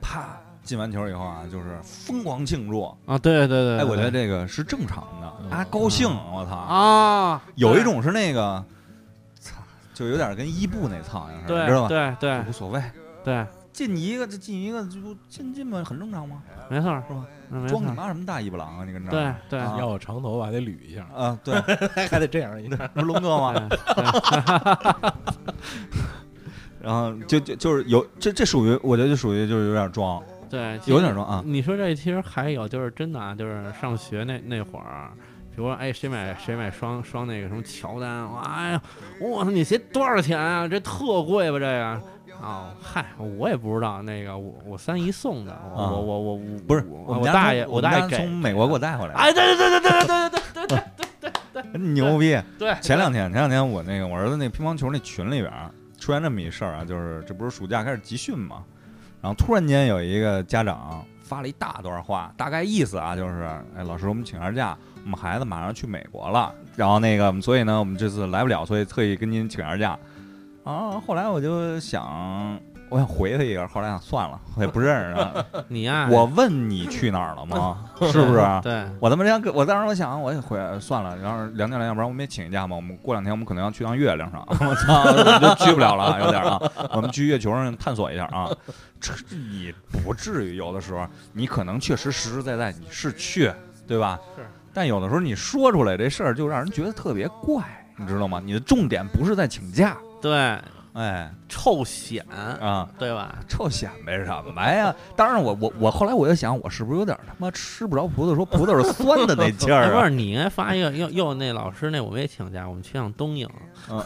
啪进完球以后啊，就是疯狂庆祝。啊！对对对，哎，我觉得对这个是正常嗯的啊，高兴，我操！啊，有一对种是那个，操，就有点跟伊布那操样似的，对你知道吧？对对无所谓，对进一个就进一个，这不进进嘛，很正常吗？没错儿是吧？嗯没错装你儿，妈什么大尾巴狼啊？你跟这对儿对。啊要我长头发还得捋一 下，啊，对，还得这样一下。不是龙哥吗？对然后就就就是有这这属于，我觉得就属于就是有点装， 对，其有实点装啊。你说这其实还有就是真的啊，就是上学那那会儿，比如说哎谁买谁买双双那个什么乔丹，哇哎呀，我操你鞋多少钱啊？这特贵吧这个？哦，嗨，我也不知道，那个我我三姨送的，我、啊我我我我不是，我们家大爷从我们大家爷给从，美国给我带回来的，哎对对对对对对对对对牛逼！对，前两天，前两天我那个我儿子那乒乓球那群里边儿出现这么一事儿啊，就是这不是暑假开始集训嘛，然后突然间有一个家长发了一大段话，大概意思啊就是，哎，老师，我们请下假，我们孩子马上去美国了，然后那个，所以呢，我们这次来不了，所以特意跟您请下假。啊，后来我就想，我想回他一个，后来想算了，我也不认识他。你呀、我问你去哪儿了吗？是不是？啊对我他妈想，我当时我想，我也回来算了，然后梁教练，要不然我们也请一假嘛，我们过两天我们可能要去趟月亮上，啊 我操，我们就去不了了，有点啊，我们去月球上探索一下啊，这你不至于，有的时候你可能确实实实在在你是去，对吧？是，但有的时候你说出来这事儿就让人觉得特别怪，你知道吗？你的重点不是在请假，对，哎臭显，啊。对吧？臭显摆什么呀？当然我，我我后来我就想，我是不是有点他妈吃不着葡萄说葡萄是酸 的那劲哎儿不啊是，？你应该发一个，又又那老师那，我们也请假，我们去趟东 营。嗯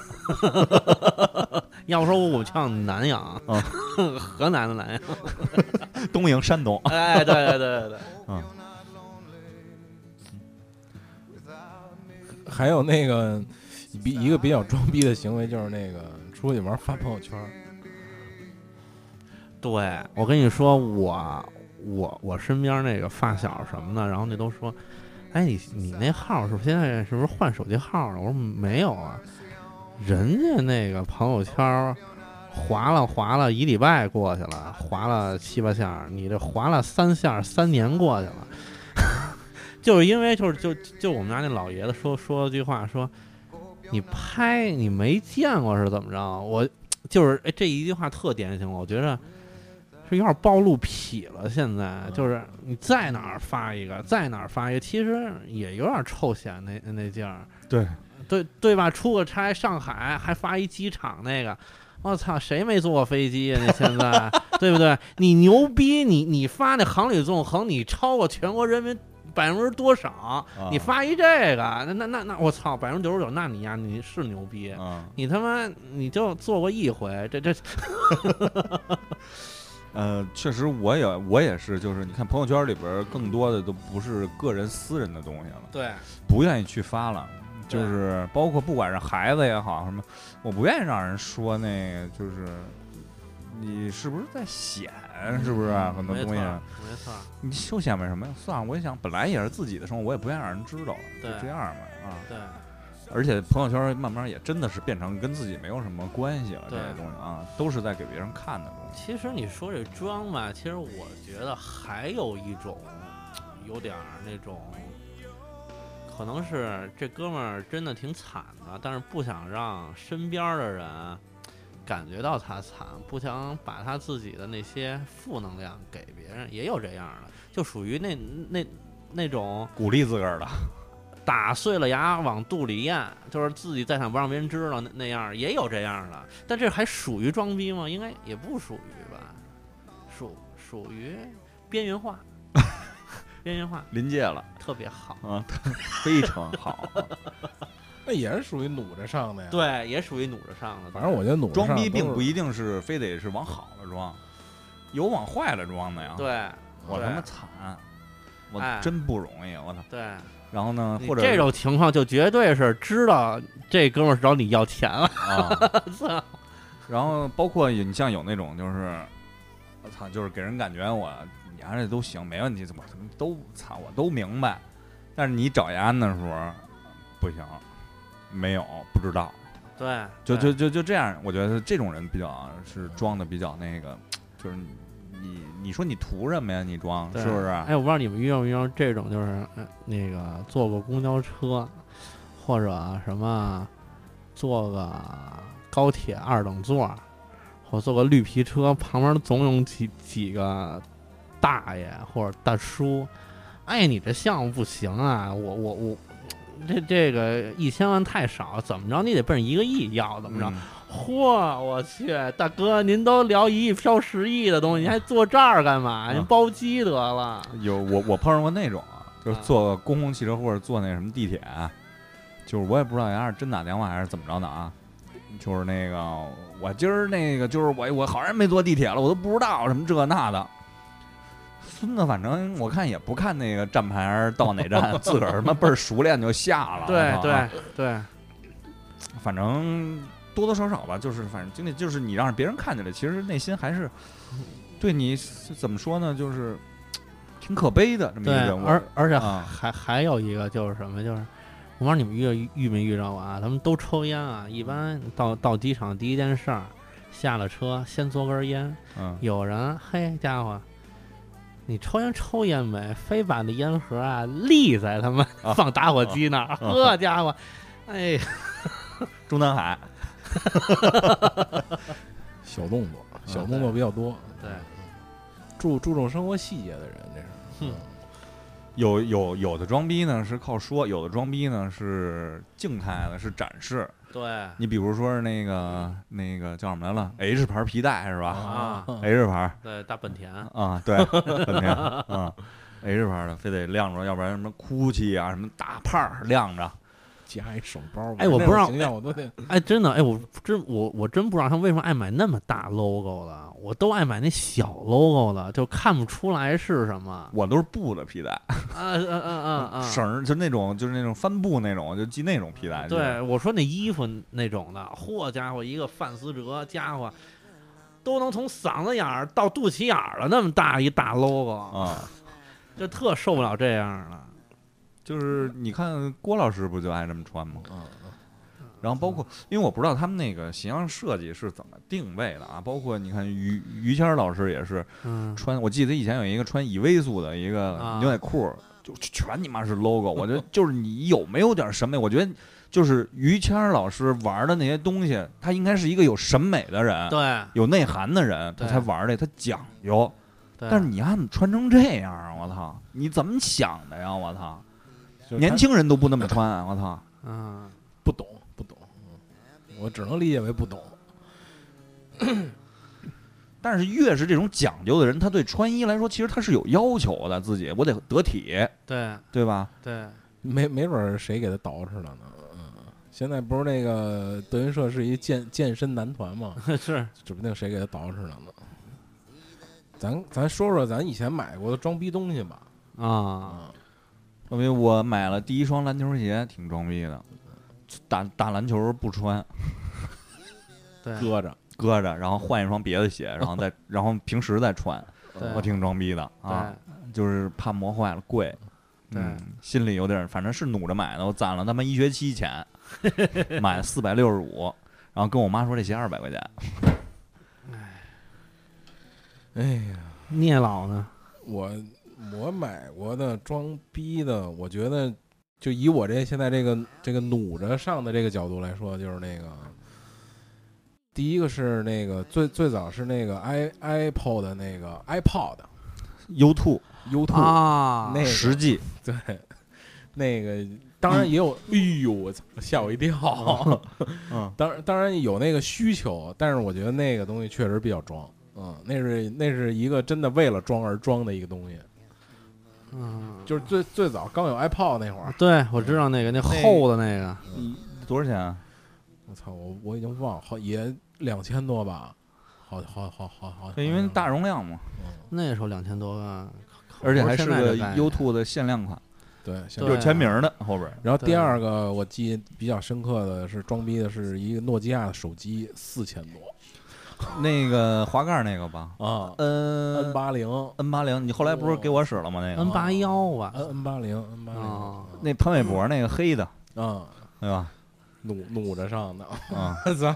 要不说我们去趟南阳，嗯 河南的南阳。东营山东， 哎，对对对对还有那个比一个比较装逼的行为就是那个出去玩发朋友圈，对，对我跟你说，我我我身边那个发小什么的，然后那都说，哎，你你那号是不是现在是不是换手机号了？我说没有啊，人家那个朋友圈儿划了划了一礼拜过去了，划了七八下儿，你这划了三下儿，三年过去了， 就是因为就是就就我们家那老爷子说说句话说，你拍你没见过是怎么着？我就是哎这一句话特典型，我觉着。是有点暴露痞了，现在就是你在哪儿发一个，在哪儿发一个，其实也有点臭显那那劲儿。对对对吧？出个差上海还发一机场那个，我操，谁没坐过飞机呀、你现在对不对？你牛逼，你你发那航旅纵横，你超过全国人民百分之多少？你发一这个，那那那那我操，百分之九十九，那你呀、你是牛逼。啊，你他妈你就做过一回，这这呃，确实，我也我也是，就是你看朋友圈里边儿更多的都不是个人私人的东西了，对不愿意去发了。就对是包括不管是孩子也好什么，我不愿意让人说那个，就是你是不是在显，是不是啊、很多嗯没错东西？没错，你休显摆什么呀？算了，我也想，本来也是自己的生活，我也不愿意让人知道，就对嗯这样吧啊。对而且朋友圈慢慢也真的是变成跟自己没有什么关系了，这对些东西啊，都是在给别人看的东西。其实你说这装吧，其实我觉得还有一种，有点儿那种，可能是这哥们儿真的挺惨的，但是不想让身边儿的人感觉到他惨，不想把他自己的那些负能量给别人，也有这样的，就属于那那那种鼓励自个儿的，打碎了牙往肚里咽，就是自己再想不让别人知道那那样儿，也有这样儿的。但这还属于装逼吗？应该也不属于吧，属属于边缘化， 边缘化临界了特别好。啊，非常好。啊 那也是属于努着上的呀。，对，也属于努着上的。反正我觉得努着上装逼都是并不一定是非得是往好了装，有往坏了装的呀。，对我对他妈惨，我哎真不容易，我操。对，然后呢，你或者这种情况就绝对是知道这哥们儿找你要钱了。 啊，然后包括你像有那种就是，我操，就是给人感觉我你丫这都行，没问题，怎么怎么都操，我都明白。但是你找丫的时候，不行，没有不知道，对，就对就就就这样。我觉得这种人比较是装的比较那个，就是你你你说你图什么呀？你装对是不是？哎，我不知道你们遇到没遇到这种，就是呃那个坐个公交车，或者什么坐个高铁二等座，我坐个绿皮车，旁边总有几几个大爷或者大叔，哎，你这项目不行啊，我我我，这这个一千万太少，怎么着你得奔一个亿要，怎么嗯着？嚯、我去，大哥，您都聊一亿飘十亿的东西，您还坐这儿干嘛？您嗯包机得了。有我我碰上过那种啊，就是啊坐公共汽车或者坐那什么地铁，就是我也不知道人家是真打电话还是怎么着的啊，就是那个我今儿那个就是我我好长时间没坐地铁了，我都不知道什么这那的。孙子，反正我看也不看那个站牌儿到哪站，自个儿他妈倍儿熟练就下了。我对操啊对对，反正多多少少吧，就是反正经历就是你让别人看起来，其实内心还是嗯对你怎么说呢，就是挺可悲的这么一个人物。而而且啊还、还有一个就是什么，就是我不知道你们遇遇没遇着过啊？他们都抽烟啊，一般到到机场第一件事儿，下了车先嘬根烟。嗯，有人，嘿家伙，你抽烟抽烟没？非把那烟盒啊立在他们啊放打火机那儿，呵家伙，哎，中南海，小动作，小对动作比较多，对，注注重生活细节的人，这是。有有有的装逼呢是靠说，有的装逼呢是静态的，是展示。对你比如说是那个那个叫什么来了，H 牌皮带是吧、啊， h 牌对大本田，啊，对，本田啊，H 牌的非得亮着，要不然什么 GUCCI 啊，什么大牌儿亮着。加一手包吧，哎我那不种让形象我都得嗯 哎，真的，哎，我真我我真不知道他为什么爱买那么大 logo 的，我都爱买那小 logo 的，就看不出来是什么。我都是布的皮带，啊啊啊啊啊！绳儿就那种就是那种帆布那种，就系那种皮带。就 是对，我说那衣服那种的，嚯家伙，一个范思哲，家伙都能从嗓子眼儿到肚脐眼儿了，那么大一大 logo，啊，就特受不了这样的。就是你看郭老师不就爱这么穿吗？嗯然后包括，因为我不知道他们那个形象设计是怎么定位的啊。包括你看于于谦儿老师也是嗯，穿，我记得以前有一个穿以微素的一个啊牛仔裤，就全你妈 是 logo。我觉得就是你有没有点审美？我觉得就是于谦儿老师玩的那些东西，他应该是一个有审美的人，对，有内涵的人，他对才玩儿这，他讲究。对但是你丫怎么穿成这样啊！我操，你怎么想的呀！我操，就年他轻人都不那么穿啊！ 我操，嗯，不懂不懂，嗯我只能理解为不懂。但是越是这种讲究的人，他对穿衣来说，其实他是有要求的，自己我得得体，对对吧？对， 没没准儿谁给他捯饬了呢。嗯，现在不是那个德云社是一健健身男团吗？是指不定谁给他捯饬了呢。咱咱说说咱以前买过的装逼东西吧。啊，啊，因为我买了第一双篮球鞋，挺装逼的，打打篮球不穿，对嗯搁着搁着，然后换一双别的鞋，然后再 然后平时再穿，对我挺装逼的啊，对就是怕磨坏了贵。对嗯，心里有点儿，反正是努着买的，我攒了他妈一学期钱，买四百六十五，然后跟我妈说这鞋二百块钱，哎呀，聂老呢？我我买过的装逼的，我觉得就以我这现在这个这个努着上的这个角度来说，就是那个。第一个是那个最最早是那个 i iPod 的那个 iPod 优兔 U t 啊那个实际对，那个当然也有，哎呦我操，吓我一跳。嗯， 当然当然有那个需求，但是我觉得那个东西确实比较装，嗯，那是那是一个真的为了装而装的一个东西，嗯，就是最最早刚有 iPod 那会儿，啊对，我知道那个那厚的那个，多少钱啊？我操，我我已经忘了，好也两千多吧，好好好好好，对，因为大容量嘛，那时候两千多万，而且还是不个现在的优兔的限量款，对，现对在有签名的后边儿。然后第对二个我记得比较深刻的是装逼的是一个诺基亚的手机四千多那个滑盖儿那个吧啊，N ，N 八零 N 八零，你后来不是给我使了吗？那个 N 八幺吧，呃 N N 八零 N 八零啊，那潘玮柏那个黑的，啊，对吧？努努着上的。啊，我操！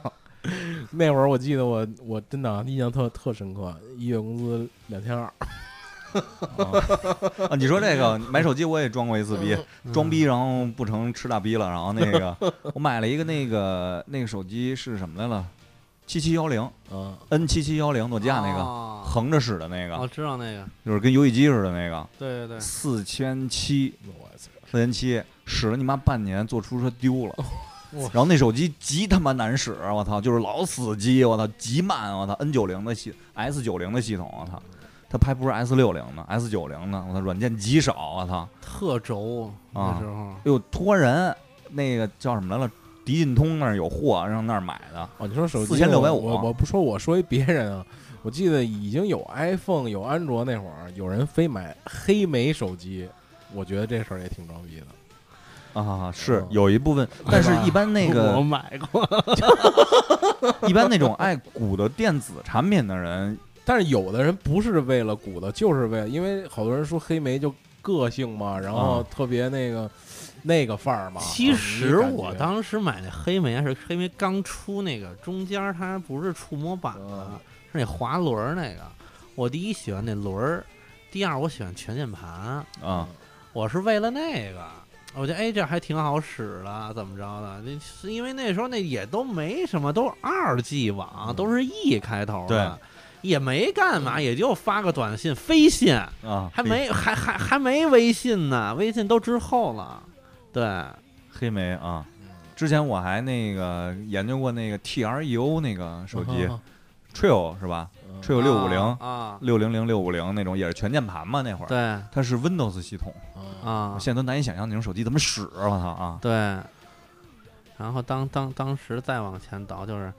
那会儿我记得我我真的啊印象特特深刻，一月工资两千二，啊你说这个买手机我也装过一次逼，嗯装逼然后不成吃大逼了，然后那个我买了一个那个那个手机是什么来了？七七幺零嗯 N 七七幺零诺基亚那个个，横着使的那我个，哦知道那个，就是跟游戏机似的那个，对对对，四千七那我操，四千七，使了你妈半年，坐出租车丢了哇。然后那手机极他妈难使，我操，就是老死机，我操，极慢，我操，N 九零的系 S 九零的系统，我操，它拍不是 S 六零的，S 九零的，我操，软件极少，我操，特轴啊那时候，哎呦，托人那个叫什么来了？迪进通那儿有货，让那儿买的。哦，你说手机我4650我我不说，我说一别人啊。我记得已经有 iPhone 有安卓那会儿，有人非买黑莓手机，我觉得这事儿也挺装逼的。啊，是嗯有一部分，但是一般那哦哎我个买过，一般那种爱鼓捣电子产品的人，但是有的人不是为了鼓捣，就是为了，因为好多人说黑莓就个性嘛，然后啊特别那个、那个范儿嘛。其实嗯我啊当时买那黑莓是黑莓刚出那个，中间儿它不是触摸板嗯的，是那滑轮儿那个。我第一喜欢那轮儿，第二我喜欢全键盘，啊，我是为了那个。我觉得哎，这还挺好使的，怎么着的？那是因为那时候那也都没什么，都是二 G 网，嗯都是 E 开头的，也没干嗯嘛，也就发个短信、飞信，啊，还没还还还没微信呢，微信都之后了。对，黑黑莓啊。嗯之前我还那个研究过那个 T R E O 那个手机啊 Trio 是吧嗯？Trio 六五零嗯啊、啊六零零六五零那种也是全键盘嘛，那会儿对它是 Windows 系统，啊啊我，现在都难以想象那种手机怎么使，我操啊！对。然后当当当时再往前倒，就是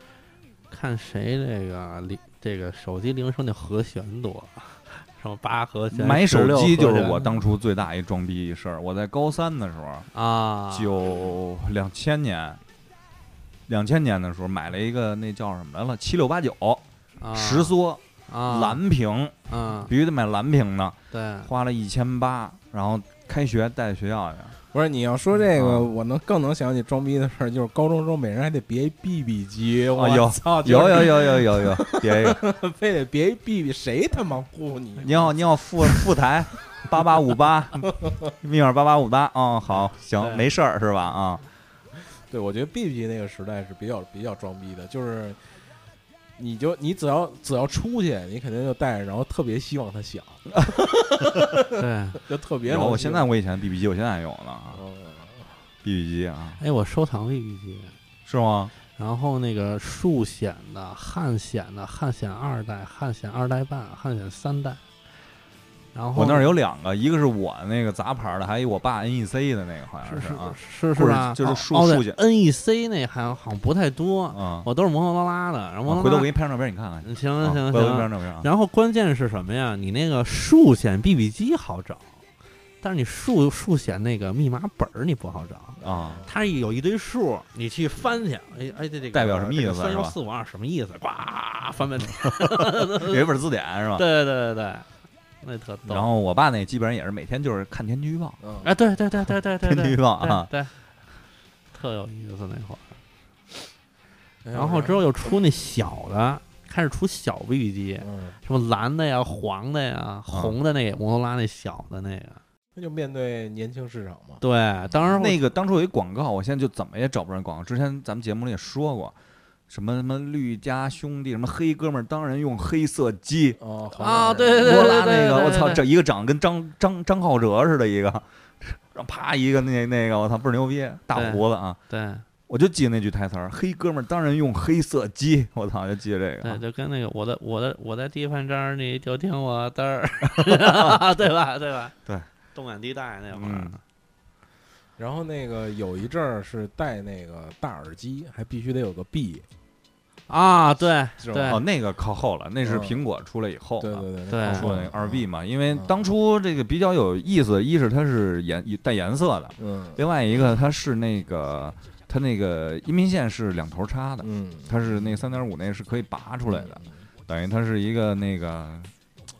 看谁这个铃这个手机铃声的和弦多，什么八和弦、买手16机就是和我当初最大一装逼一事儿，我在高三的时候。弦啊，九两千年，两千年的时候买了一个那叫什么来了，七六八九啊十缩啊蓝屏，嗯必须得买蓝屏的，对花了一千八，然后开学带学校去，不是你要说这个，啊我能更能想起装逼的事儿，就是高中时候每人还得别一 BB 机，我啊有操，有有有有有有，别一个，有， 非得别一 BB，谁他妈护你？啊你好你好副副台八八五八，密码八八五八，嗯，好行，对没事儿是吧？啊、对，我觉得 BB 那个时代是比较比较装逼的，就是你就你只要只要出去，你肯定就带着，然后特别希望它响，对。 就特别然能后用。我现在我以前 BB 机我现在还有呢啊哦嗯，BB 机啊，哎，我收藏 BB 机，是吗？然后那个数显的、汉显的、汉显二代、汉显二代半、汉显三代，然后我那儿有两个，一个是我那个杂牌的，还有我爸 NEC 的那个，好像是啊，是是或是者吧？就是哦数哦数对显 NEC 那还好像不太多，嗯，哦我都是摩托罗拉的。然后摩啊托回头罗我拉给你拍张照片，你看看。嗯，行啊行回头我给行。你拍张照片啊。然后关键是什么呀？你那个数显 BB 机好找，但是你数数显那个密码本儿你不好找。 啊，它有一堆数，你去翻去，哎哎，这这个代表什么意思啊三是幺吧啊四五二什么意思？呱，翻翻。有一本字典是吧？对对对对，那特逗。然后我爸那基本上也是每天就是看天气预报，嗯哎，对对对对对对，天气预对报啊，对，对特有意思那会儿。哎然后之后又出那小的，开始出小 BB 机，嗯，什么蓝的呀、黄的呀、红的那个摩托罗拉那小的那个。那就面对年轻市场嘛。对，当时我那个当初有一广告，我现在就怎么也找不着广告。之前咱们节目里也说过，什么什么绿家兄弟，什么黑哥们儿，当然用黑色机。哦啊 对对对罗拉那个，对对我操，对这一个长得跟张张张浩哲似的，一个，然后啪一个那那个，我操，倍儿牛逼，大对胡子啊！对我就记那句台词儿：“黑哥们儿当然用黑色机。”我操，就记这对，个。就跟那个我的我的我在地盘这儿，你就听我的儿，对吧？对吧？对，动感地带那会儿嗯，然后那个有一阵儿是戴那个大耳机，还必须得有个 B。啊，对是吧对哦，那个靠后了，那是嗯苹果出来以后对了。对对对那个说那个二 B 嗯嘛，因为当初这个比较有意思，一是它是颜带颜色的，嗯另外一个它是那个它那个音频线是两头插的，嗯，它是那三点五那是可以拔出来的，等于它是一个那个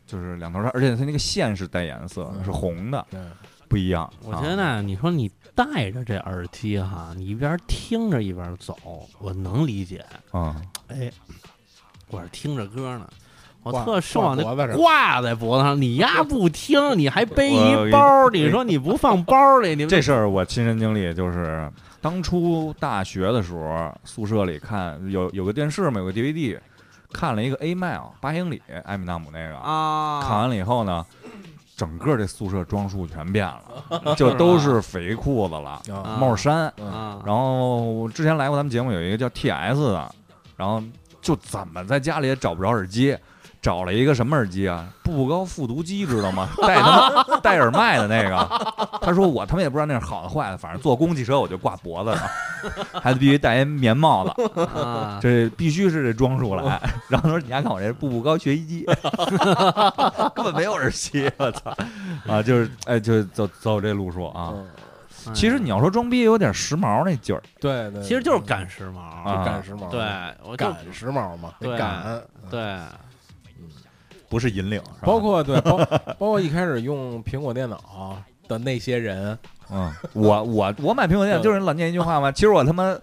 就是两头插，而且它那个线是带颜色的，嗯是红的，嗯。不一样。我觉得啊你说你戴着这耳机哈，你一边听着一边走，我能理解。啊，哎，我是听着歌呢，我挂特受往挂脖子那上挂在脖子上，你丫不听，你还背我一包，你说你不放包里，你这事儿我亲身经历，就是当初大学的时候，宿舍里看有有个电视嘛，有个 DVD，看了一个 A Mile 八英里艾米纳姆那个，啊，看完了以后呢，整个这宿舍装束全 变了，就都是肥裤子了，啊啊帽衫。啊，嗯然后我之前来过咱们节目有一个叫 TS 的，然后就怎么在家里也找不着耳机。找了一个什么耳机啊？步步高复读机知道吗？带他妈带耳麦的那个。他说我他妈也不知道那是好的坏的，反正坐公汽车我就挂脖子上，还得必须戴一棉帽子，啊 这必须是这装束来。然后他说：“你还看我这步步高学习机， 根本没有耳机，我操！”啊，就是哎，就是走走这路数啊。嗯，哎其实你要说装逼有点时髦那劲儿，对对，其实就是对赶时啊髦，赶时髦，对，我就赶时髦嘛，得对赶。对，不是引领，是吧包括对，包 包括一开始用苹果电脑的那些人，嗯，我我我买苹果电脑就是老念一句话嘛。 其实我他妈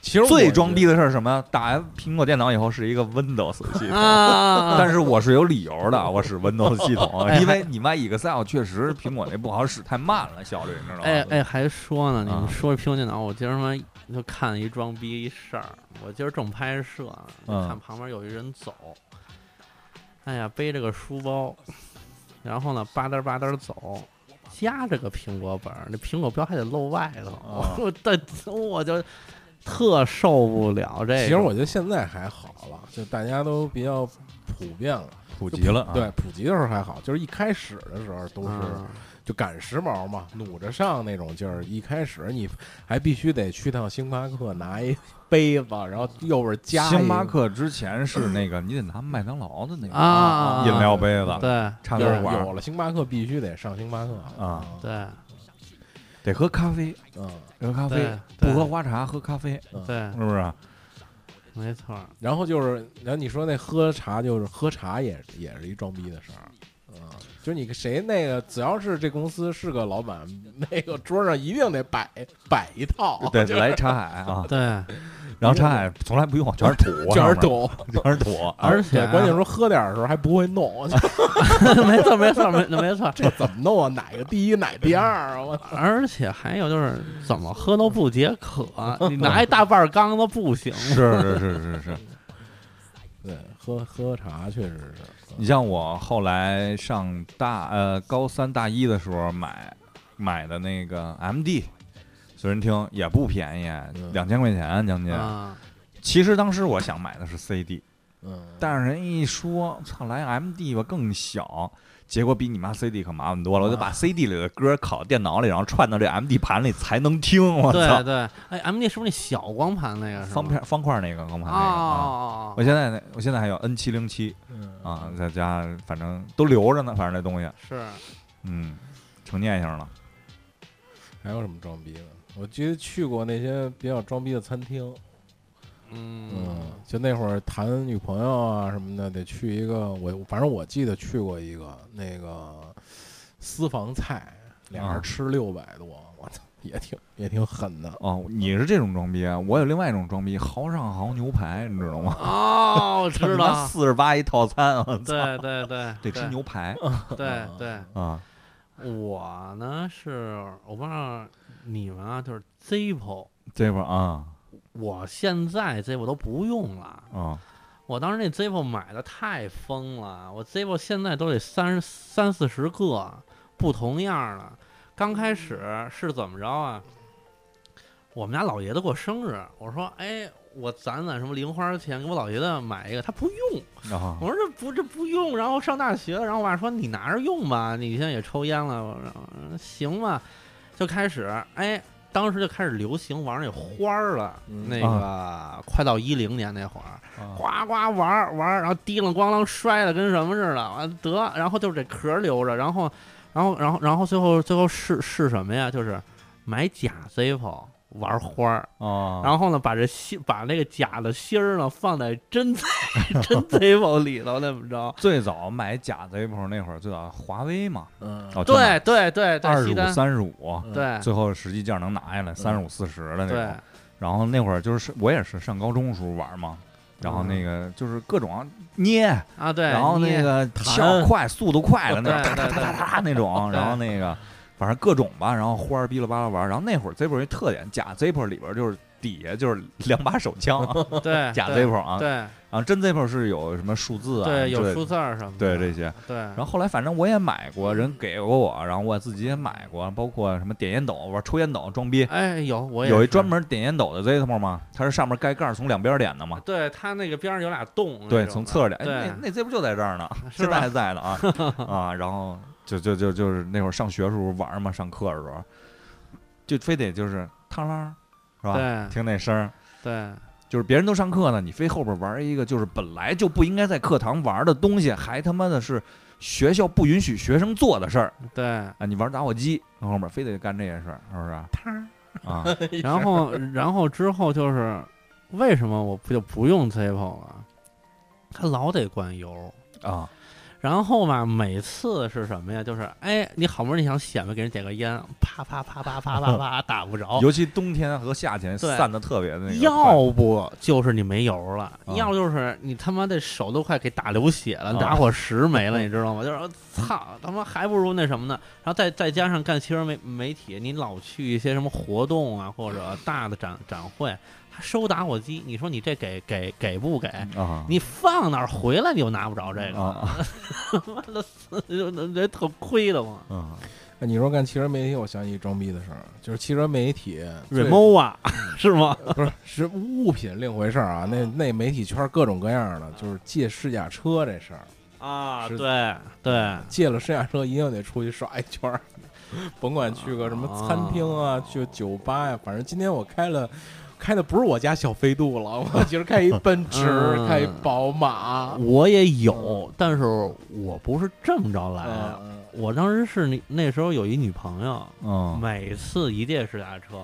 其实我最装逼觉的事儿是什么？打开苹果电脑以后是一个 Windows 系统。 啊，嗯但是我是有理由的，我使 Windows 系统，因为你妈 Excel 确实苹果那不好使，太慢了效率，你知道吗？哎哎，还说呢，你啊们说苹果电脑，我今儿他妈就看了一装逼一事儿。我今儿正拍摄呢，就嗯看旁边有一人走，哎呀，背着个书包，然后呢吧嗒吧嗒走，夹着个苹果本儿，那苹果标还得露外头，啊我的我就特受不了这得哎个。其实我觉得现在还好了，就大家都比较普遍了。普及了啊，对，普及的时候还好，就是一开始的时候都是啊就赶时髦嘛，努着上那种劲儿。一开始你还必须得去趟星巴克拿一杯子，然后右边加一星巴克之前是那个，你得拿麦当劳的那个啊饮料杯子，对插有根管有儿，了星巴克必须得上星巴克啊，对得喝咖啡，嗯，喝咖啡对，不喝花茶，喝咖啡，对是，啊不是？没错儿。然后就是，然后你说那喝茶，就是喝茶也也是一装逼的事儿，嗯，就是你谁那个，只要是这公司是个老板，那个桌上一定得摆摆一套，对， 来茶海啊，对， 然后茶海从来不用，全是土，啊全是上面，懂，全是土。而且对，啊关键说喝点儿的时候还不会弄， 没错没错没没错，这怎么弄啊？哪个第一，哪第二啊？我操！而且还有就是怎么喝都不解 渴，你拿一大半缸子不 行吗。 是是是是是，对，喝喝茶确实是，你像我后来上大呃高三大一的时候买买的那个 MD 随身听也不便宜，嗯两千块钱将近。啊，其实当时我想买的是 CD，嗯，但是人一说，操，来 M D 吧更小，结果比你妈 C D 可麻烦多了。啊我就把 C D 里的歌拷电脑里，然后串到这 M D 盘里才能听。我对操，对，哎，M D 是不是那小光盘那个是吗方片方块那个光盘那个啊。哦哦我现在那我现在还有 N 七零七嗯啊，在家反正都留着呢，反正这东西，哦是嗯，成念想了。还有什么装逼的？我记得去过那些比较装逼的餐厅，嗯嗯，就那会儿谈女朋友啊什么的，得去一个我，反正我记得去过一个那个私房菜，俩啊人吃六百多，我操，也挺也挺狠的。哦，你是这种装逼，啊，我有另外一种装逼，豪上豪牛排，你知道吗？哦， 知 道，四十八一套餐，我操，对对对，得吃对牛排对对，啊我呢是我不知道你们啊，就是 Zippo，这边啊我现在 Zippo 都不用了。啊我当时那 Zippo 买的太疯了，我 Zippo 现在都得三三四十个不同样儿的。刚开始是怎么着啊？我们家老爷子过生日，我说，哎，我攒攒什么零花钱，给我老爷子买一个，他不用。啊我说这不这不用，然后上大学了，然后我爸说你拿着用吧，你现在也抽烟了，我说嗯行吧，就开始哎，当时就开始流行玩那花儿了，嗯那个快到一零年那会儿，啊呱呱玩儿玩儿，然后滴楞咣啷摔的跟什么似的，完得，然后就是这壳儿留着，然后然后然后然后最后最后是是什么呀？就是买假 Zippo 玩花儿，啊！然后呢，把这芯把那个假的芯儿呢放在真真 Zippo 里头，怎么着？最早买假 Zippo 那会儿，最早华为嘛，嗯，哦，对对对二对，十西五、单三十五，嗯，对最后实际价能拿下来三十五、四十的那对种。然后那会儿就是我也是上高中时候玩嘛，然嗯后那个就是各种捏，啊对，然后你那也啊个弹效快、速度快的那种，对哒哒对哒哒哒那种，对然后那个。反正各种吧，然后花儿哔啦吧啦玩儿。然后那会儿 Zippo 有一特点，假 Zippo 里边儿就是底下就是两把手枪啊，对，假对 Zippo 啊，对然后真 Zippo 是有什么数字啊，对，之有类的数字儿什么对的，这些。对，然然后后来反正我也买过，人给过我，然后我自己也买过，包括什么点烟斗玩抽烟斗装逼，哎有我也有一是专门点烟斗的 Zippo 嘛，它是上面盖盖儿从两边儿点的嘛。对它那个边上有俩洞，对，从侧着点，对哎，那那 Zippo 就在这儿呢， 是现在吧还在呢 啊啊，然后就就就就是那会儿上学的时候玩儿嘛，上课的时候，就非得就是嘡啷，是吧？对听那声儿，对就是别人都上课呢，你非后边玩一个就是本来就不应该在课堂玩的东西，还他妈的是学校不允许学生做的事儿 对，啊！你玩打火机，后面非得干这些事儿，是不是？ 啊，然后然后之后就是为什么我不就不用 Zippo 了？它老得灌油。啊，然后吧，每次是什么呀？就是哎，你好不容易想显摆给人点个烟，啪啪啪啪啪啪啪打不着，尤其冬天和夏天哦对散的特别那个快要不就是你没油了，啊要不就是你他妈的手都快给打流血了，啊打火石没 了，你知道吗？就是操他妈还不如那什么呢。然后再再加上干新闻媒媒体，你老去一些什么活动啊，或者大的展展会，他收打火机，你说你这给给给不给？啊，你放那儿回来你又拿不着这个，啊妈的，嗯这特亏的慌。啊哎你说干汽车媒体，我想起一装逼的事儿，就是汽车媒体最 Remova 啊嗯 是吗？不是是物品另回事儿啊，那那媒体圈各种各样的，就是借试驾车这事儿，啊，是对对，借了试驾车一定得出去刷一圈儿， 甭管去个什么餐厅啊，去酒吧呀、反正今天我开了。开的不是我家小飞度了， 我就是开一奔驰，嗯开一宝马，我也有，但是我不是这么着来的。嗯我当时是那那时候有一女朋友，啊每次一借试驾车，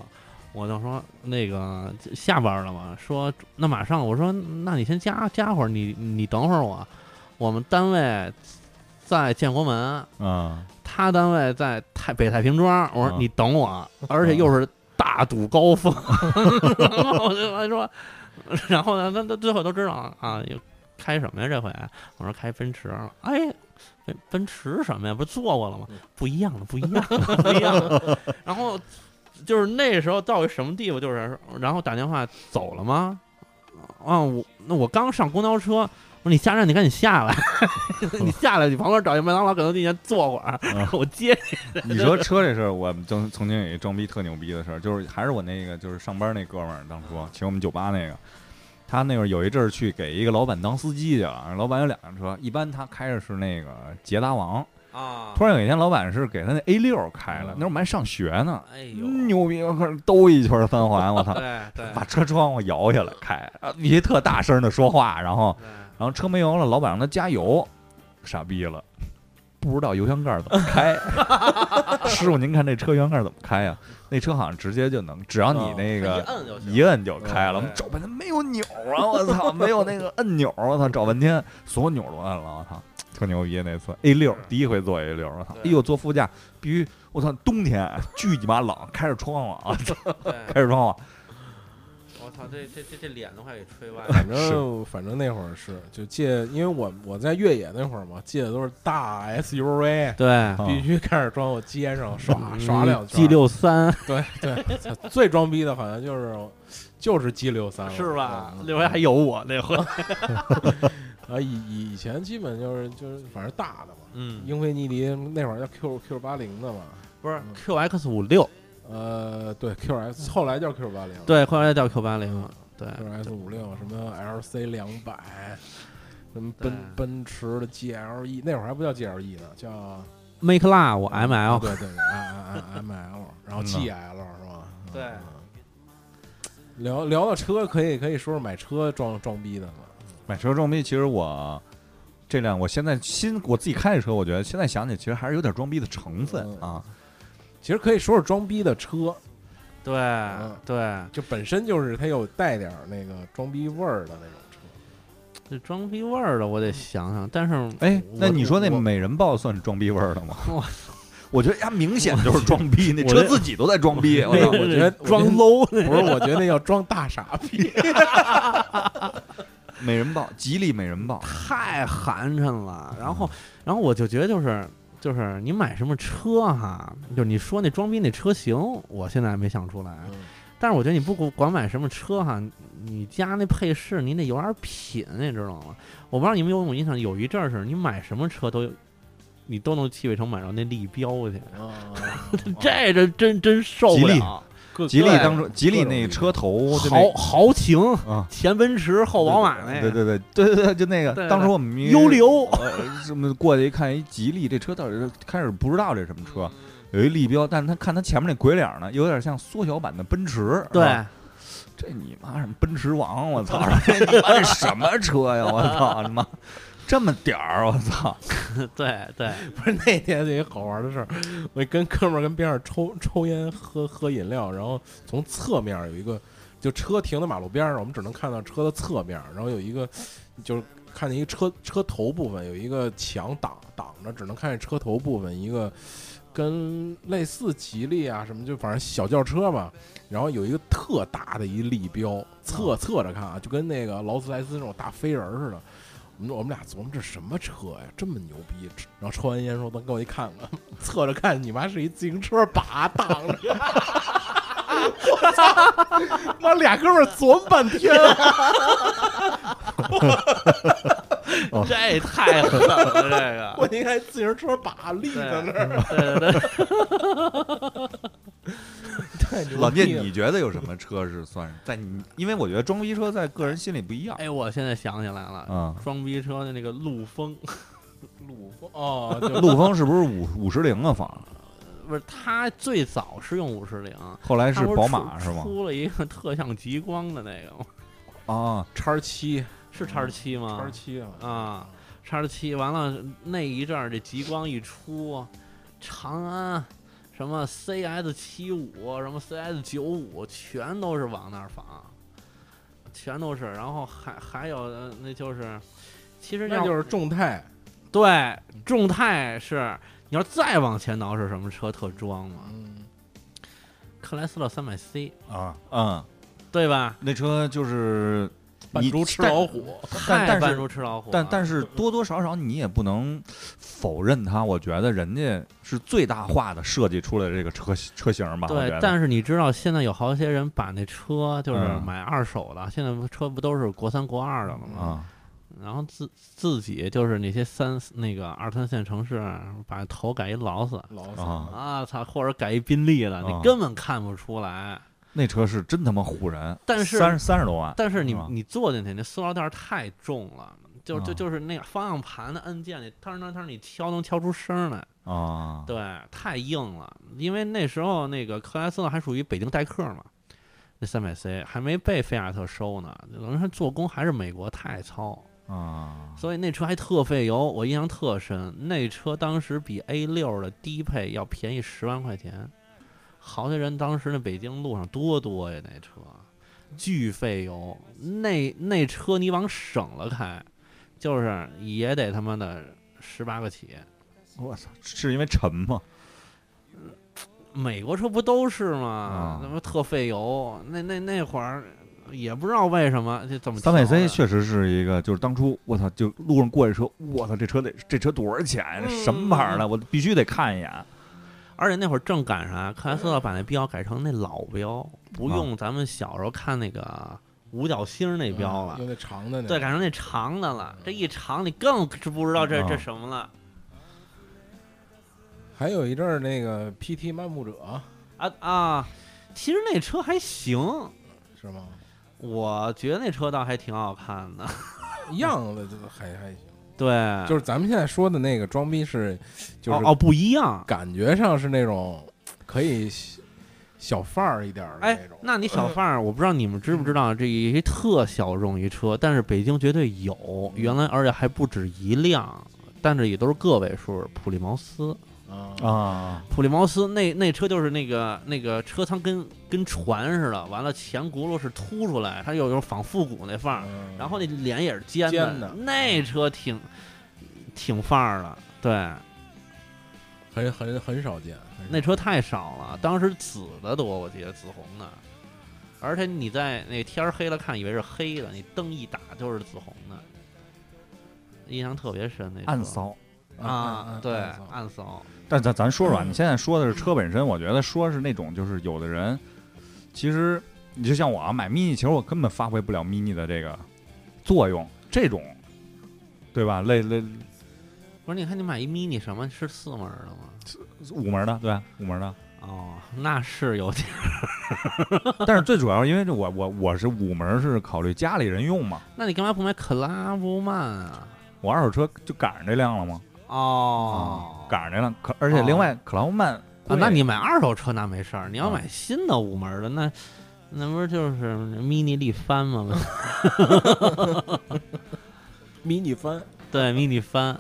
我就说那个下班了嘛，说那马上，我说那你先加加会儿，你你等会儿我，我们单位在建国门，啊他单位在太北太平庄，我啊说你等我，而且又是大堵高峰，哦 然后我就我说，然后呢，那那最后都知道了啊，有开什么呀这回？我说开奔驰，哎。奔奔驰什么呀？不是坐过了吗？不一样的，不一样的，不一样的。 然后就是那时候到一什么地步，就是然后打电话走了吗？啊，我那我刚上公交车，我说你下站，你赶紧下来， 你下来，你旁边找一麦当劳、肯德基，你先坐会儿，我接 你说车这事儿，我们曾曾经有一装逼特牛逼的事儿，就是还是我那个就是上班那哥们儿，当初嗯请我们酒吧那个，他那会儿有一阵儿去给一个老板当司机去了，老板有两辆车，一般他开着是那个捷达王，啊突然有一天老板是给他那 A 六开了嗯，那会儿我们还上学呢，哎呦，牛逼，我靠，兜一圈三环，我操， 对对把车窗户摇下来开，啊必须特大声的说话，然后对然后车没油了，老板让他加油，傻逼了，不知道油箱盖儿怎么开。师傅，您看这车油箱盖儿怎么开呀、那车好像直接就能，只要你那一个摁就一行。摁就开了。我嗯们找半天没有钮儿啊！我操，没有那个按钮儿，我操，找半天所有钮儿都摁了，我操，特牛逼那次 A 六是第一回坐 A 六，我操，哎对呦坐副驾必须，我操，冬天巨鸡巴冷，开着窗户啊， 对，开着窗户，啊我操，这这这这脸都快给吹歪了。反正反正那会儿是就借，因为我我在越野那会儿嘛，借的都是大 SUV， 对，啊必须开着装我街上耍耍两圈。 G 嗯六三对对，操最装逼的好像就是就是 G 六三 是吧？嗯那回还有我那回，啊，以以以前基本就是就是反正大的嘛，嗯，英菲尼迪那会儿叫 Q Q 八零的嘛，不是嗯 QX 五六，呃，对 QS 后来叫 Q 八零，对，后来叫 Q 八零，对， ，QS 五六什么 LC 两百。什么奔对奔驰的 GLE，那会儿还不叫 GLE 呢，叫 Make Love 啊 ML，对对对啊啊啊 ML，然后嗯 GL 是吧？对嗯。聊聊到车，可以可以说说买车装装逼的嘛。买车装逼，其实我这辆我现在新我自己开的车，我觉得现在想起其实还是有点装逼的成分嗯啊。其实可以说说装逼的车，对对，就本身就是它有带点儿那个装逼味儿的那种车。这装逼味儿的我得想想，但是哎，我那你说那我美人豹算是装逼味儿的吗我？ 我觉得它明显就是装逼，那我车这自己都在装逼。我我操哦我觉得装 low，不是，我觉得那叫装大傻 逼。美人豹，吉利美人豹嗯太寒碜了。然后，然后我就觉得就是就是你买什么车哈，就是你说那装逼那车型，我现在还没想出来。嗯但是我觉得你不管管买什么车哈，你家那配饰你得有点品，你知道吗？我不知道你们有没有印象，有一阵儿是你买什么车都有，你都能去魏城买着那立标去，啊， 这这真真受不哦吉利了。吉利对当初吉利各种那车头就豪那豪情，啊，前奔驰后宝马那对对对对对对，就那哎对个对当时我们幽流，呃什么过去一看，一吉利这车到底是开始不知道这什么车，有一立标，但是他看他前面那鬼脸儿呢，有点像缩小版的奔驰，是吧对， 这你妈什么奔驰王，我操！ 这你妈这什么车呀，我操你妈！这么点儿，我操！对对， 不是那天有一好玩的事儿，我跟哥们儿跟边上抽抽烟喝喝饮料，然后从侧面有一个就车停在马路边上，我们只能看到车的侧面，然后有一个就是看见一个车车头部分有一个墙挡挡着，只能看见车头部分一个跟类似吉利啊什么就反正小轿车吧，然后有一个特大的一立标，侧侧着看啊，就跟那个劳斯莱斯那种大飞人儿似的。我们我们俩琢磨这什么车呀，这么牛逼！然后抽完烟说：“咱给我一看看， 侧着看，你妈是一自行车把挡着。” 我操！妈俩哥们儿琢磨半天，啊哦 这也太狠了，这个。我应该自行车把立对在那儿，对对对， 太牛逼了老聂，你觉得有什么车是算是在你？因为我觉得装逼车在个人心里不一样 哎，我现在想起来了，啊。装逼车的那个 陆风，鲁风哦，就陆风是不是五五十铃啊？仿不是他最早是用五十铃，后来他是不宝出马是吗？出了一个特像极光的那个，啊，叉七是叉七吗？叉七啊啊，叉七完了那一阵儿，这极光一出，长安什么 CS 七五，什么 CS 九五，全都是往那儿仿，全都是。然后还还有呃那就是，其实那要就是众泰啊对众泰是，你要再往前倒是什么车特装嘛？嗯克莱斯勒三百 C，啊，嗯，对吧？那车就是扮你猪吃老虎，但啊太但扮是猪吃老虎了，嗯但但是多多少少你也不能否认它，我觉得人家是最大化的设计出来这个车车型吧。我觉对得，但是你知道现在有好些人把那车就是嗯买二手的，现在不车不都是国三国二的了吗？啊，然后自自己就是那些三那个二三线城市把头改一劳斯老啊啊操，或者改一宾利的，啊你根本看不出来。那车是真他妈唬人，但是三三十多万，但是你是吧你坐进去那塑料袋儿太重了。就就啊就是那个方向盘的按键，你当当当，你敲能敲出声儿来，啊，对，太硬了。因为那时候那个克莱斯勒还属于北京代客嘛，那三百 C 还没被菲亚特收呢，等于它做工还是美国太糙，啊，所以那车还特费油，我印象特深。那车当时比 A 六的低配要便宜十万块钱，好些人当时那北京路上多多呀，那车巨费油。那那车你往省了开，就是也得他妈的十八个起。我操，是因为沉吗？美国车不都是吗啊？那么特费油，那那那会儿也不知道为什么这怎么三百 C 调的确实是一个，就是当初我操，就路上过这车，我操，这车得这车多少钱呀？嗯这什么牌儿的？我必须得看一眼。而且那会儿正赶上啊克莱斯勒把那标改成那老标，不啊用咱们小时候看那个五角星那标了啊嗯有，那长的那对，改成那长的了。这一长你更不知道这这啊什么了还有一阵儿那个 PT 漫步者啊啊！其实那车还行，是吗？我觉得那车倒还挺好看的。一样的，就是还还行。对， 就是咱们现在说的那个装逼是，就是啊哦哦不一样，感觉上是那种可以小小范儿一点儿的嗯哎种，。那你小贩儿，我不知道你们知不知道，这一特小众一车，但是北京绝对有，嗯原来而且还不止一辆，但是也都是个位数。普利茅斯，嗯啊啊普利茅斯那那车就是那个那个车舱跟跟船似的，完了前轱辘是凸出来，它有有仿复古那范儿，嗯然后那脸也是尖尖的嗯那车挺挺范儿的，对，很很很少见，那车太少了，当时紫的多，我记得紫红的，而且你在那天儿黑了看以为是黑的，你灯一打就是紫红的，印象特别深。那车暗，骚啊，对，啊，暗骚，但咱咱说说啊，嗯你现在说的是车本身，我觉得说是那种就是有的人，其实你就像我啊，买 mini 其实我根本发挥不了 mini 的这个作用，这种，对吧？类类不是？你看你买一 mini 什么是四门儿的吗？五门的，对吧，五门的。哦，那是有点儿。但是最主要，因为这我我我是五门是考虑家里人用嘛，那你干嘛不买克拉布曼啊？我二手车就赶上这辆了嘛，啊哦，赶上这辆，可而且另外克劳曼啊贵，那你买二手车那没事儿，你要嗯买新的五门儿的那。那不是就是 mini 力帆吗？ 迷你嗯翻， 对，mini 帆，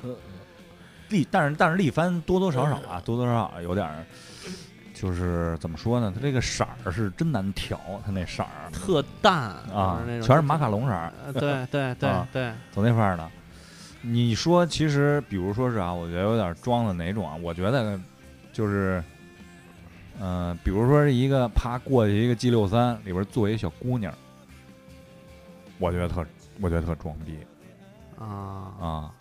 力，但是但是力帆多多少少啊，多多少少有点儿，就是怎么说呢？它这个色儿是真难调，它那色儿特淡啊就是那，种全是马卡龙色儿，呃对对对啊对，走那范儿的。你说，其实比如说是啊，我觉得有点装的哪种啊？我觉得就是，嗯、比如说是一个啪过去一个 G 六三里边坐一小姑娘，我觉得特，我觉得特装逼啊啊！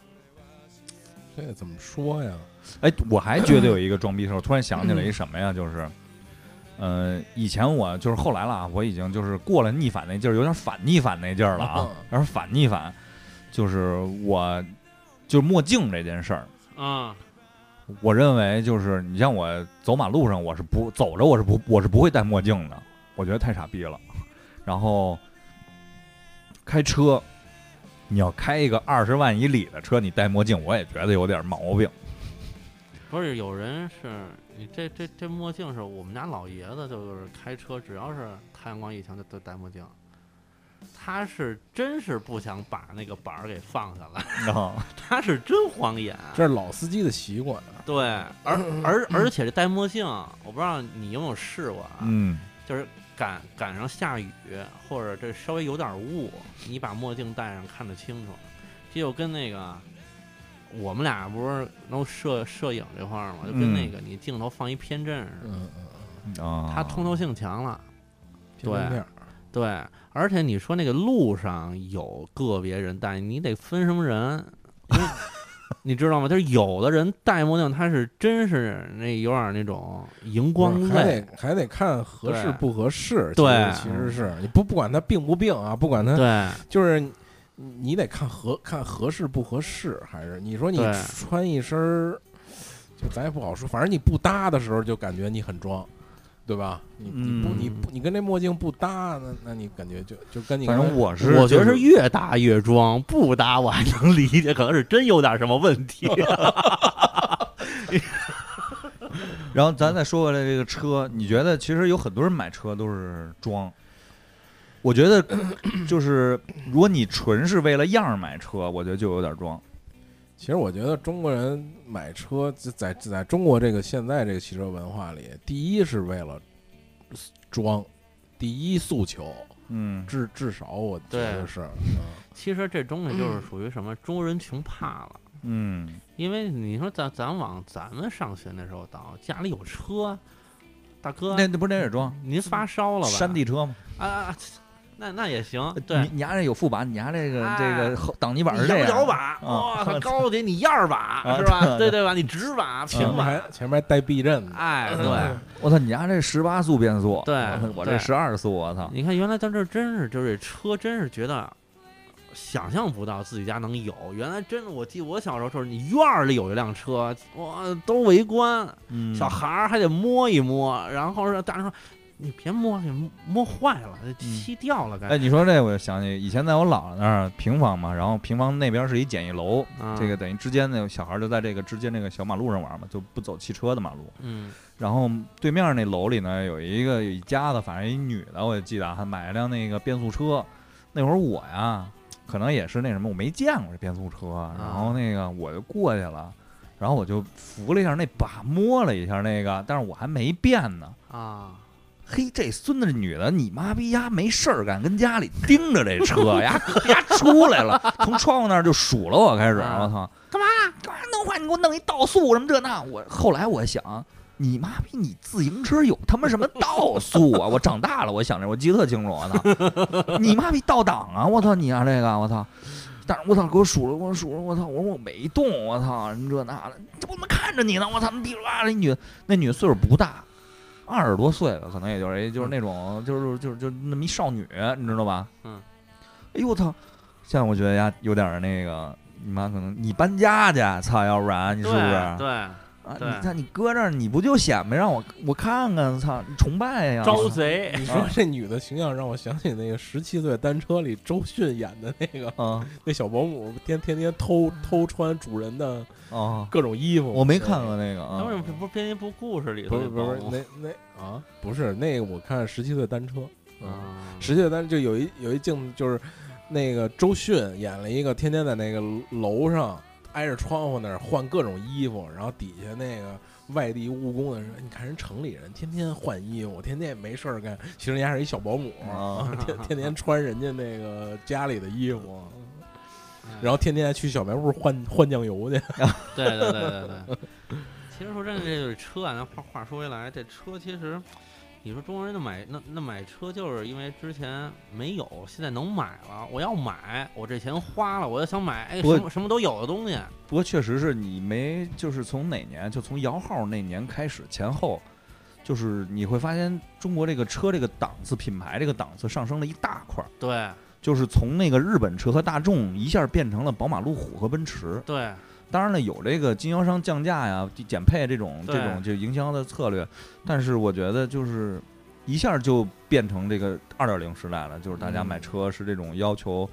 这个怎么说呀？哎，我还觉得有一个装逼事儿，我突然想起来一什么呀？就是，呃，以前我就是后来了啊，我已经就是过了逆反那劲儿，有点反逆反那劲儿了啊，有点反逆反，就是我就是墨镜这件事儿，啊我认为就是你像我走马路上，我是不走着我是不我是不会戴墨镜的，我觉得太傻逼了。然后开车，你要开一个二十万以里的车，你戴墨镜，我也觉得有点毛 病。不是有人是你这这这墨镜是我们家老爷子，就是开车只要是太阳光一强就都戴墨镜。他是真是不想把那个板儿给放下来， 然后他是真晃眼。这是老司机的习惯啊。对，而而而且这戴墨镜，我不知道你有没有试过啊， 嗯，就是赶赶上下雨或者这稍微有点雾，你把墨镜戴上看得清楚。这就跟那个我们俩不是弄摄摄影这块儿嘛，就跟嗯那个你镜头放一偏振似的，嗯嗯，啊，它通透性强了。偏方面儿对，而且你说那个路上有个别人戴，你得分什么人， 因为你知道吗？就是有的人戴墨镜，他是真是那有点那种荧光还类，得还得看合适对不合适。其对嗯实其实是你不不管他病不病啊，不管他对就是你你得看合看合适不合适，还是你说你对穿一身儿，就咱也不好说，反正你不搭的时候就感觉你很装，对吧？你你不嗯你不你跟这墨镜不搭，那那你感觉就就跟你反刚正才我是，我觉得就是越搭越装，不搭我还能理解，可能是真有点什么问 题。然后咱再说回来这个车，你觉得其实有很多人买车都是装。我觉 得就是，如果你纯是为了样儿买车，我觉得就有点装。其实我觉得中国人买车，就在在中国这个现在这个汽车文化里，第一是为了装，第一诉求，嗯，至至少我觉得对是，嗯其实这东西就是属于什么，中国人穷怕了。嗯，因为你说咱咱往咱们上学那时候倒，家里有车，大哥，那那不是那也装您发烧嗯了吧？山地车吗？啊啊，啊那那也行，对呃你，你家这有副把，你家这个哎这个后挡泥板是这摇样，摇把，啊哇，它高得你样把啊是吧？对啊嗯对对吧？你直把前平面把，还前面还带避震呢，哎，对，我操，你家这十八速变速，对我操我这对十二速，我操，你看原来咱这真是就是这车，真是觉得。想象不到自己家能有，原来真的，我记我小时候就是你院儿里有一辆车，哇，都围观，嗯小孩儿还得摸一摸，然后让大人说：“你别摸，给摸摸坏了，嗯漆掉了，该。哎，你说这我就想起以前在我姥姥那儿平房嘛，然后平房那边是一简易楼，啊哎这个，等于之间那小孩儿就在这个之间这个小马路上玩嘛，就不走汽车的马路。嗯然后对面那楼里呢有一个有一家子，反正一女的，我记得啊，她买了辆那个变速车。那会儿我呀，可能也是那什么，我没见过这变速车，然后那个我就过去了，然后我就扶了一下那把，摸了一下那个，但是我还没变呢。啊，嘿，这孙子女的，你妈逼丫没事儿干，跟家里盯着这车， 丫丫出来了，从窗户那儿就数了我开始，啊我操，干嘛呀干嘛弄坏？你给我弄一倒速什么这那？我后来我想，你妈逼你自行车有他妈什么倒速啊？我长大了，我想着我记得特清楚，我操，你妈逼倒档啊！我操你啊这个，我操，但是我操，给我数了，给我数了，我操，我说我没动，我操，什么这那的，这不他妈看着你呢，我操，那地里哇，那女那女岁数不大，二十多岁吧，可能也就是也就是那种就是就是就是那么一少女，你知道吧？嗯，哎呦我操，现在我觉得呀有点儿那个，你妈可能你搬家去，啊操，要不然你是对不是？对，啊，对你看你搁这儿，你不就显摆让我我看看？操，你崇拜呀！招贼， 你说这女的形象让我想起那个《十七岁单车》里周迅演的那个啊那小保姆，天天天偷偷穿主人的啊！各种衣服。嗯我没看过那个他为什啊么不是编辑部故事里头不是不是那不是那那啊，不是那个，我看《十七岁单车》帮啊，啊《十七岁单》就有一有一镜子，就是那个周迅演了一个天天在那个楼上挨着窗户那儿换各种衣服，然后底下那个外地务工的人，你看人城里人天天换衣服，天天也没事儿干，其实人家是一小保姆，嗯啊！ 天天天穿人家那个家里的衣服。然后天天还去小卖部换换酱油去，哎对对对对对。其实说真的，这就是车啊。那话话说回来，这车其实，你说中国人的买那那买车，就是因为之前没有，现在能买了。我要买，我这钱花了，我要想买，哎，不什么什么都有的东西。不过确实是你没，就是从哪年，就从摇号那年开始前后，就是你会发现中国这个车这个档次、品牌这个档次上升了一大块儿，对就是从那个日本车和大众一下变成了宝马、路虎和奔驰。对，当然了，有这个经销商降价呀、减配这种对这种就营销的策略，但是我觉得就是一下就变成这个二点零时代了，就是大家嗯买车是这种要求，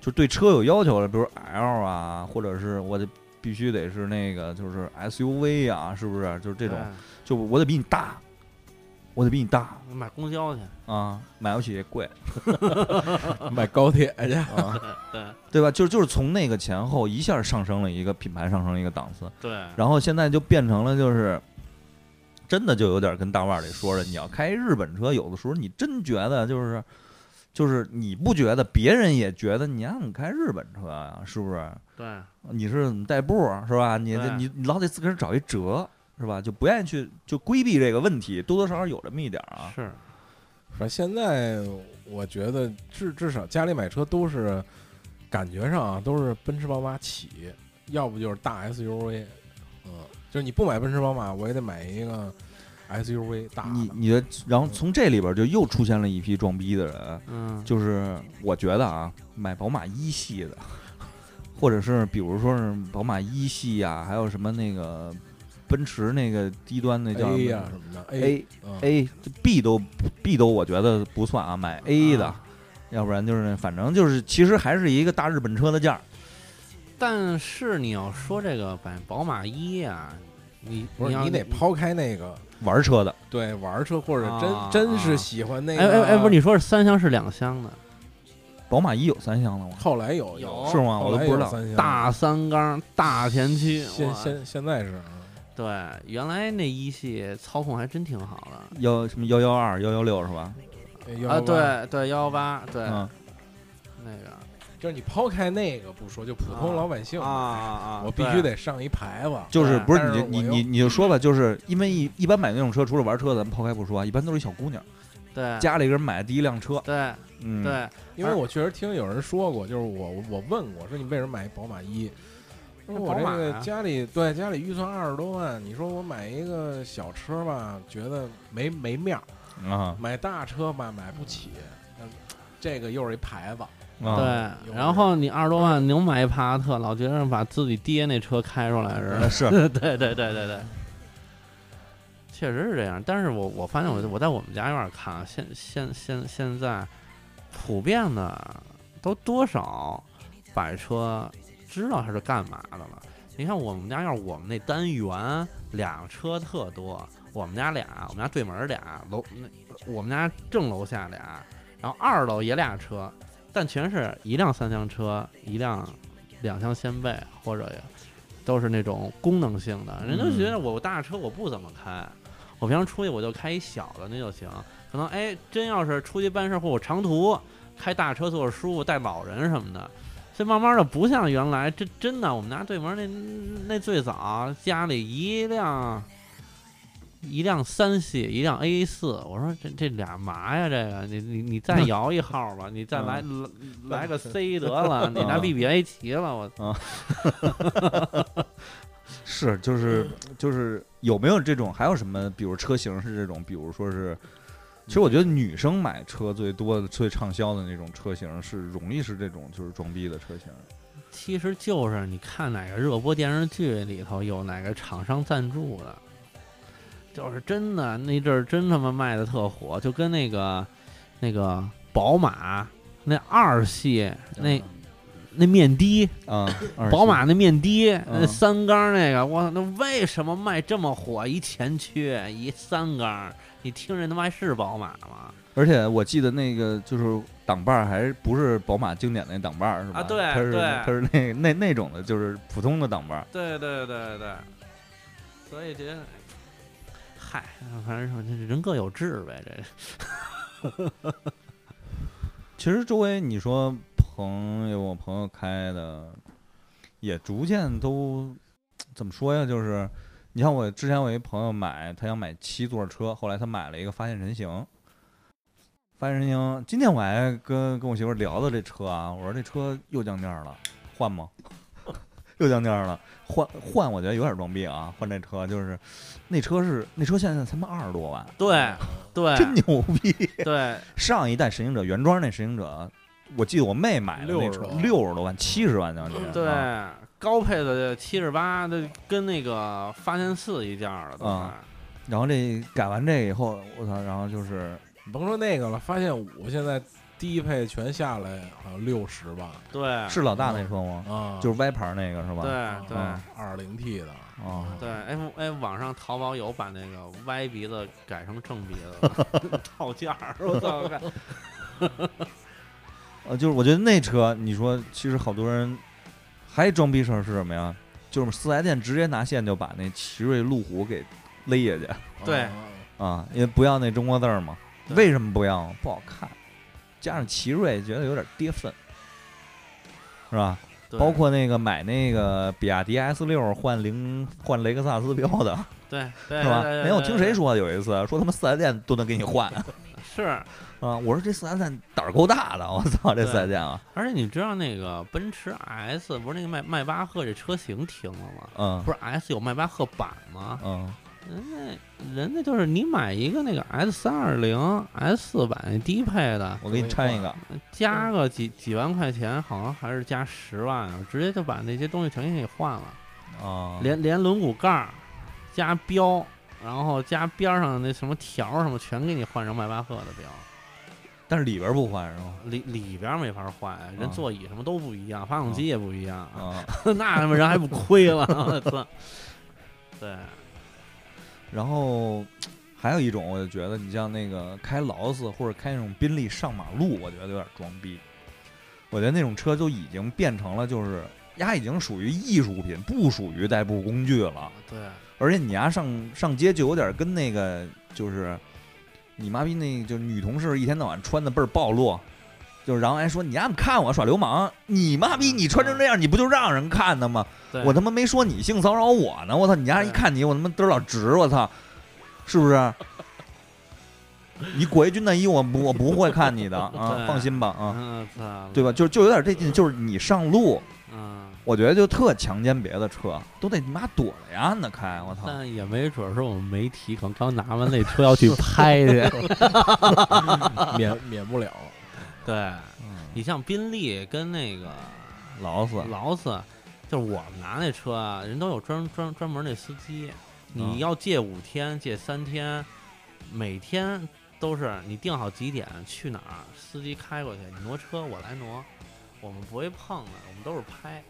就对车有要求了，比如 L 啊，或者是我得必须得是那个就是 SUV 啊，是不是？就是这种，就我得比你大，我得比你大对买公交去。啊，买不起也贵。买高铁去。对对吧？就就是从那个前后一下上升了一个品牌，上升了一个档次，对然后现在就变成了就是，真的就有点跟大腕儿里说的，你要开日本车，有的时候你真觉得就是，就是你不觉得，别人也觉得你让你开日本车呀、是不是？对你是怎么代步儿是吧？你对你你老得自个儿找一辙是吧？就不愿意去就规避这个问题，多多少少有这么一点儿啊。是，反正现在我觉得至至少家里买车都是感觉上啊，都是奔驰、宝马起，要不就是大 SUV，嗯，就是你不买奔驰、宝马，我也得买一个 SUV 啊大你的。你的，然后从这里边儿就又出现了一批装逼的人，嗯，就是我觉得啊，买宝马一系的， 或者是比如说是宝马一系呀、还有什么那个奔驰那个低端那叫 A 哎什呀、么哎什么的嗯 A A A B 都 B 都我觉得不算啊，买 A 的啊，要不然就是反正就是其实还是一个大日本车的价儿。但是你要说这个买宝马一啊，你不是要你得抛开那个玩车的，对玩车或者真、啊真是喜欢那个，哎哎哎，不是你说是三厢是两厢的，宝马一有三厢的吗？后来有有是哦吗？后啊我都来不有知道。三厢大三缸大前驱，现哇现现在是啊对，原来那一系操控还真挺好的幺什么幺幺二幺幺六是吧？呃啊，，对对幺幺八，对哎嗯，那个就是你抛开那个不说，就普通啊老百姓啊啊啊，我必须对得上一牌子。就是对不是哎但是你就你我又你你就说吧，就是因为一一般买那种车，除了玩车，咱们抛开不说啊，一般都是一小姑娘，对家里人买的第一辆车，对嗯，对，因为我确实听有人说过，就是我我问过，说你为什么买宝马一？因为我这宝马个呀家里对家里预算二十多万，你说我买一个小车吧，觉得没没面儿；啊买大车吧，买不起。那这个又是一牌子，啊，对，有然后你二十多万，你能买一帕萨特，老觉得把自己爹那车开出来似的。是 对对对对对，确实是这样。但是我我发现我我在我们家院儿看啊，现现现现在普遍的都多少摆车知道它是干嘛的了。你看我们家院儿，我们那单元俩车特多，我们家俩，我们家对门儿俩楼，那我们家正楼下俩，然后二楼也俩车，但全是一辆三厢车，一辆两厢掀背或者都是那种功能性的，人都觉得我大车我不怎么开，我平常出去我就开一小的那就行。可能哎，真要是出去办事儿或我长途开大车坐着舒服，带老人什么的，所以慢慢的不像原来，这真的我们家对门那那最早家里一辆一辆三系，一辆 A 四，我说这这俩嘛呀？这个你你你再摇一号吧，你再来、来来个 C 得了，你拿啊 BBA 骑了，我是，就是就是有没有这种？还有什么？比如车型是这种，比如说是，其实我觉得女生买车最多的、最畅销的那种车型是容易是这种，就是装逼的车型。其实就是你看哪个热播电视剧里头有哪个厂商赞助的，就是真的那阵儿真他妈卖的特火，就跟那个那个宝马那二系那那面的，啊，二宝系马那面的那嗯三缸那个，我操，那为什么卖这么火？一前驱一三缸，你听着他妈还是宝马吗？而且我记得那个就是挡把儿，还是不是宝马经典那挡把儿是吧？啊对它是对它是那那那种的，就是普通的挡把儿。对对对对，所以觉得，嗨，反正说这人各有志呗，这。其实周围你说朋友，我朋友开的，也逐渐都怎么说呀？就是你像我之前我一朋友买，他想买七座车，后来他买了一个发现神行。发现神行，今天我还跟跟我媳妇儿聊到这车啊，我说这车又降价了，换吗？ 又降价了，换换我觉得有点装逼啊，换这车就是那车是那车现在才卖二十多万，对对，真牛逼。 对上一代神行者原装那神行者，我记得我妹买的那车60六十多万、七十万将近。嗯对啊，高配的七十八，那跟那个发现四一价了，都啊快然后这改完这以后，我操，然后就是你甭说那个了，发现五现在低配全下来好像六十吧，对是老大那车吗？啊，就是歪牌那个是吧？哎嗯对对啊二零 T 的，啊，对，哎哎，网上淘宝有把那个歪鼻子改成正鼻子的 套件儿，我操！ 看呃，就是我觉得那车，你说其实好多人还装逼事儿是什么呀？就是四 S 店直接拿线就把那奇瑞路虎给勒下去对啊啊，因为不要那中国字儿嘛。对为什么不要？不好看，加上奇瑞觉得有点跌份，是吧？对包括那个买那个比亚迪 S 六换零换雷克萨斯标的对对是吧？对对没有对听对谁说的有一次说他妈四 S 店都能给你 换啊！是？我说这四 S 店胆儿够大的，我操这对四 S 店啊，而且你知道那个奔驰 S 不是那个迈迈巴赫这车型停了吗？嗯不是 S 有迈巴赫版吗？嗯人家人家就是你买一个那个 S 三二零 S 四版低配的，我给你掺一个，加个几嗯几万块钱，好像还是加十万啊，直接就把那些东西全给你换了，啊，连连轮毂盖儿，加标，然后加边儿上的那什么条儿什么，全给你换成迈巴赫的标，但是里边不换是吧？里里边儿没法换，人啊座椅什么都不一样，发动机也不一样，啊， 那他妈人还不亏 了，我操！对，然后还有一种，我就觉得你像那个开劳斯或者开那种宾利上马路，我觉得有点装逼。我觉得那种车就已经变成了就是。它已经属于艺术品，不属于代步工具了。对，而且你丫上上街就有点跟那个就是你妈逼那就是女同事一天到晚穿的倍儿暴露，就是然后还说你丫看我耍流氓，你妈逼你穿成这样你不就让人看的吗？对我他妈没说你性骚扰我呢，我操你丫一看你我他妈嘚儿老直，我操，是不是？ 你裹一军大衣，我不我不会看你的啊， 对放心吧啊，嗯，操，对吧？就就有点这劲，就是你上路，嗯。我觉得就特强奸别的车，都得你妈躲着呀那开，我操！但也没准儿是我们媒体可能刚拿完那车要去拍去， 免免不了， 啊对嗯你像宾利跟那个劳斯，劳斯，就是我们拿那车啊，人都有专专专门那司机，你嗯要借五天，借三天，每天都是你定好几点去哪儿，司机开过去，你挪车我来挪，我们不会碰的，我们都是拍。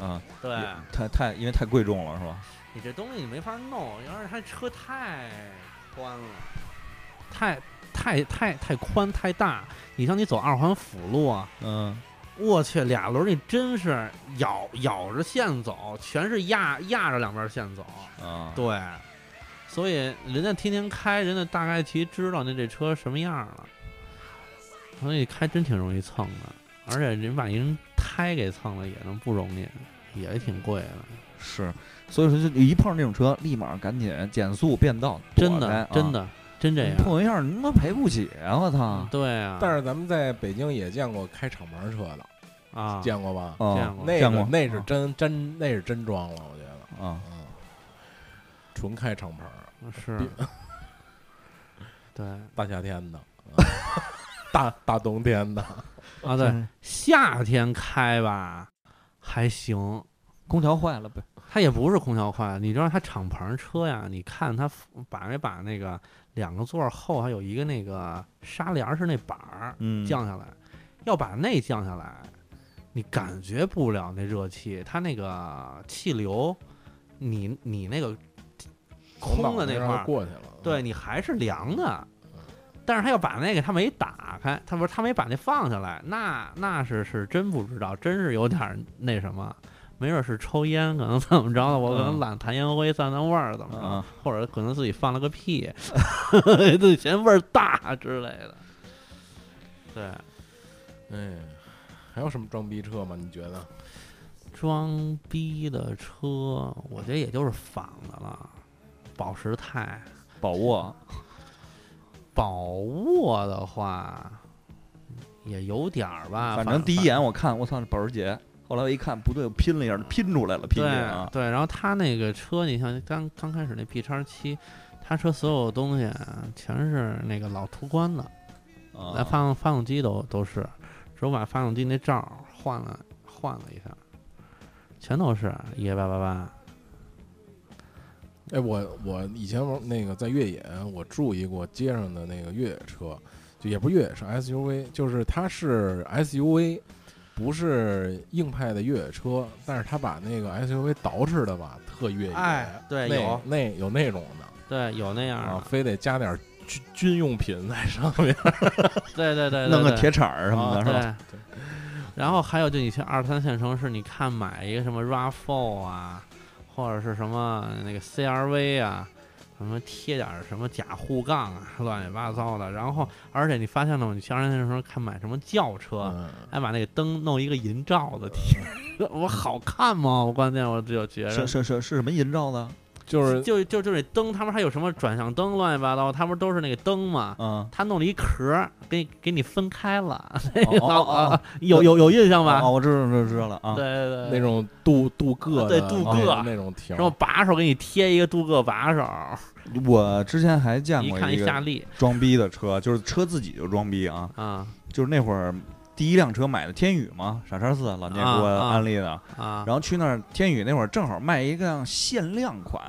啊，对太太因为太贵重了是吧？你这东西你没法弄，要是它车太宽了，太太太太宽太大，你像你走二环辅路啊。嗯，我去，俩轮儿你真是咬咬着线走，全是压压着两边儿线走。啊，对，所以人家天天开，人家大概其知道那这车什么样儿了，所以开真挺容易蹭的，而且人把一人胎给蹭了也能不容易，也挺贵的。是，所以说就一碰这种车，立马赶紧减速变道，真躲开的啊真的真这样。碰一下你他妈赔不起啊！我操！对啊，但是咱们在北京也见过开敞篷车的，啊，见过吧？啊见过那见个过那是啊真真那是真装了，我觉得，啊，嗯，纯开敞篷，啊是比， 对大夏天 的，嗯大大冬天的，啊，嗯对，夏天开吧还行，空调坏了呗，它也不是空调快，你知道它敞篷车呀？你看它把那把那个两个座儿后还有一个那个纱帘儿是那板儿嗯，降下来，要把那降下来，你感觉不了那热气，它那个气流，你你那个从脑空的袋那上块就儿，过去了，对你还是凉的。但是他要把那个他没打开，他不是他没把那放下来，那那是是真不知道，真是有点儿那什么，没准是抽烟，可能怎么着的，我可能嗯懒弹烟灰散散味儿怎么着，啊或者可能自己放了个屁， 自己嫌味儿大之类的。对，嗯，哎，还有什么装逼车吗？你觉得？装逼的车，我觉得也就是仿的了，保时泰、宝沃啊宝沃的话也有点儿吧，嗯反反正第一眼我看，我操，这保时捷。后来我一看不对，我拼了一下，拼出来了，拼对出来啊！对，然后他那个车，你像刚刚开始那 B 叉七，他车所有东西啊全是那个老途观的，连啊，发动发动机都都是，只有把发动机那罩儿换了换了一下，全都是一八八八。哎，我我以前玩那个在越野，我注意过街上的那个越野车，就也不是越野，是 SUV，就是它是 SUV，不是硬派的越野车，但是它把那个 SUV 捯饬的吧，特越野，哎对那有那有那种的对，有那样啊，儿非得加点军军用品在上面，的，对对对，对弄个对铁铲儿什么的，是吧？哦对。然后还有就你去二三线城市，你看买一个什么 RAV4 啊，或者是什么那个 CRV 啊，什么贴点儿什么假护杠啊，乱七八糟的。然后而且你发现了吗？你去二三线城市看买什么轿车，嗯，还把那个灯弄一个银罩子贴， 我好看吗？我关键我只有觉是得。是是是什么银罩的？ 就是就就就那灯，他们还有什么转向灯，乱七八糟，他们都是那个灯嘛， 啊，他弄了一壳儿，给给你分开了，哦哦哦 有有有印象吧？哦，我知道知道知道了啊对，对对，那种镀镀铬啊对的镀那铬那种条什么儿，把手给你贴一个镀铬把手，我之前还见一过看一一夏个利装逼的车，就是车自己就装逼啊，啊就是那会儿第一辆车买的天宇嘛，傻叉四老聂给我啊啊安利的，啊，然后去那儿天宇那会儿正好卖一辆限量款，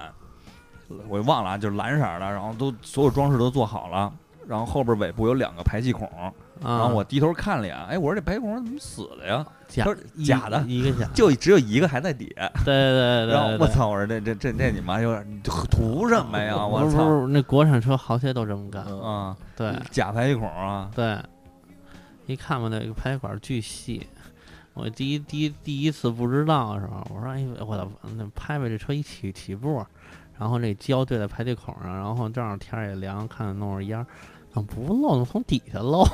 我忘了啊，就是蓝色儿的，然后都所有装饰都做好了。然后后边尾部有两个排气孔，啊然后我低头看了一眼，哎，我说这排气孔怎么死的呀？假他说假的，一一个假，就只有一个还在底下。对对对对， 然后我对，操，我说这这这这你妈有点你 图什么呀？我不是 操！不是，那国产车好些都这么干，嗯，啊，对假排气孔啊，对，一看吧，那个排管巨细。我第一第一第一次不知道的时候，我说哎我操，那拍拍这车一起起步，然后这胶对在排气孔上，然后正好天儿也凉，看着弄着烟儿，怎么不漏？怎么从底下漏？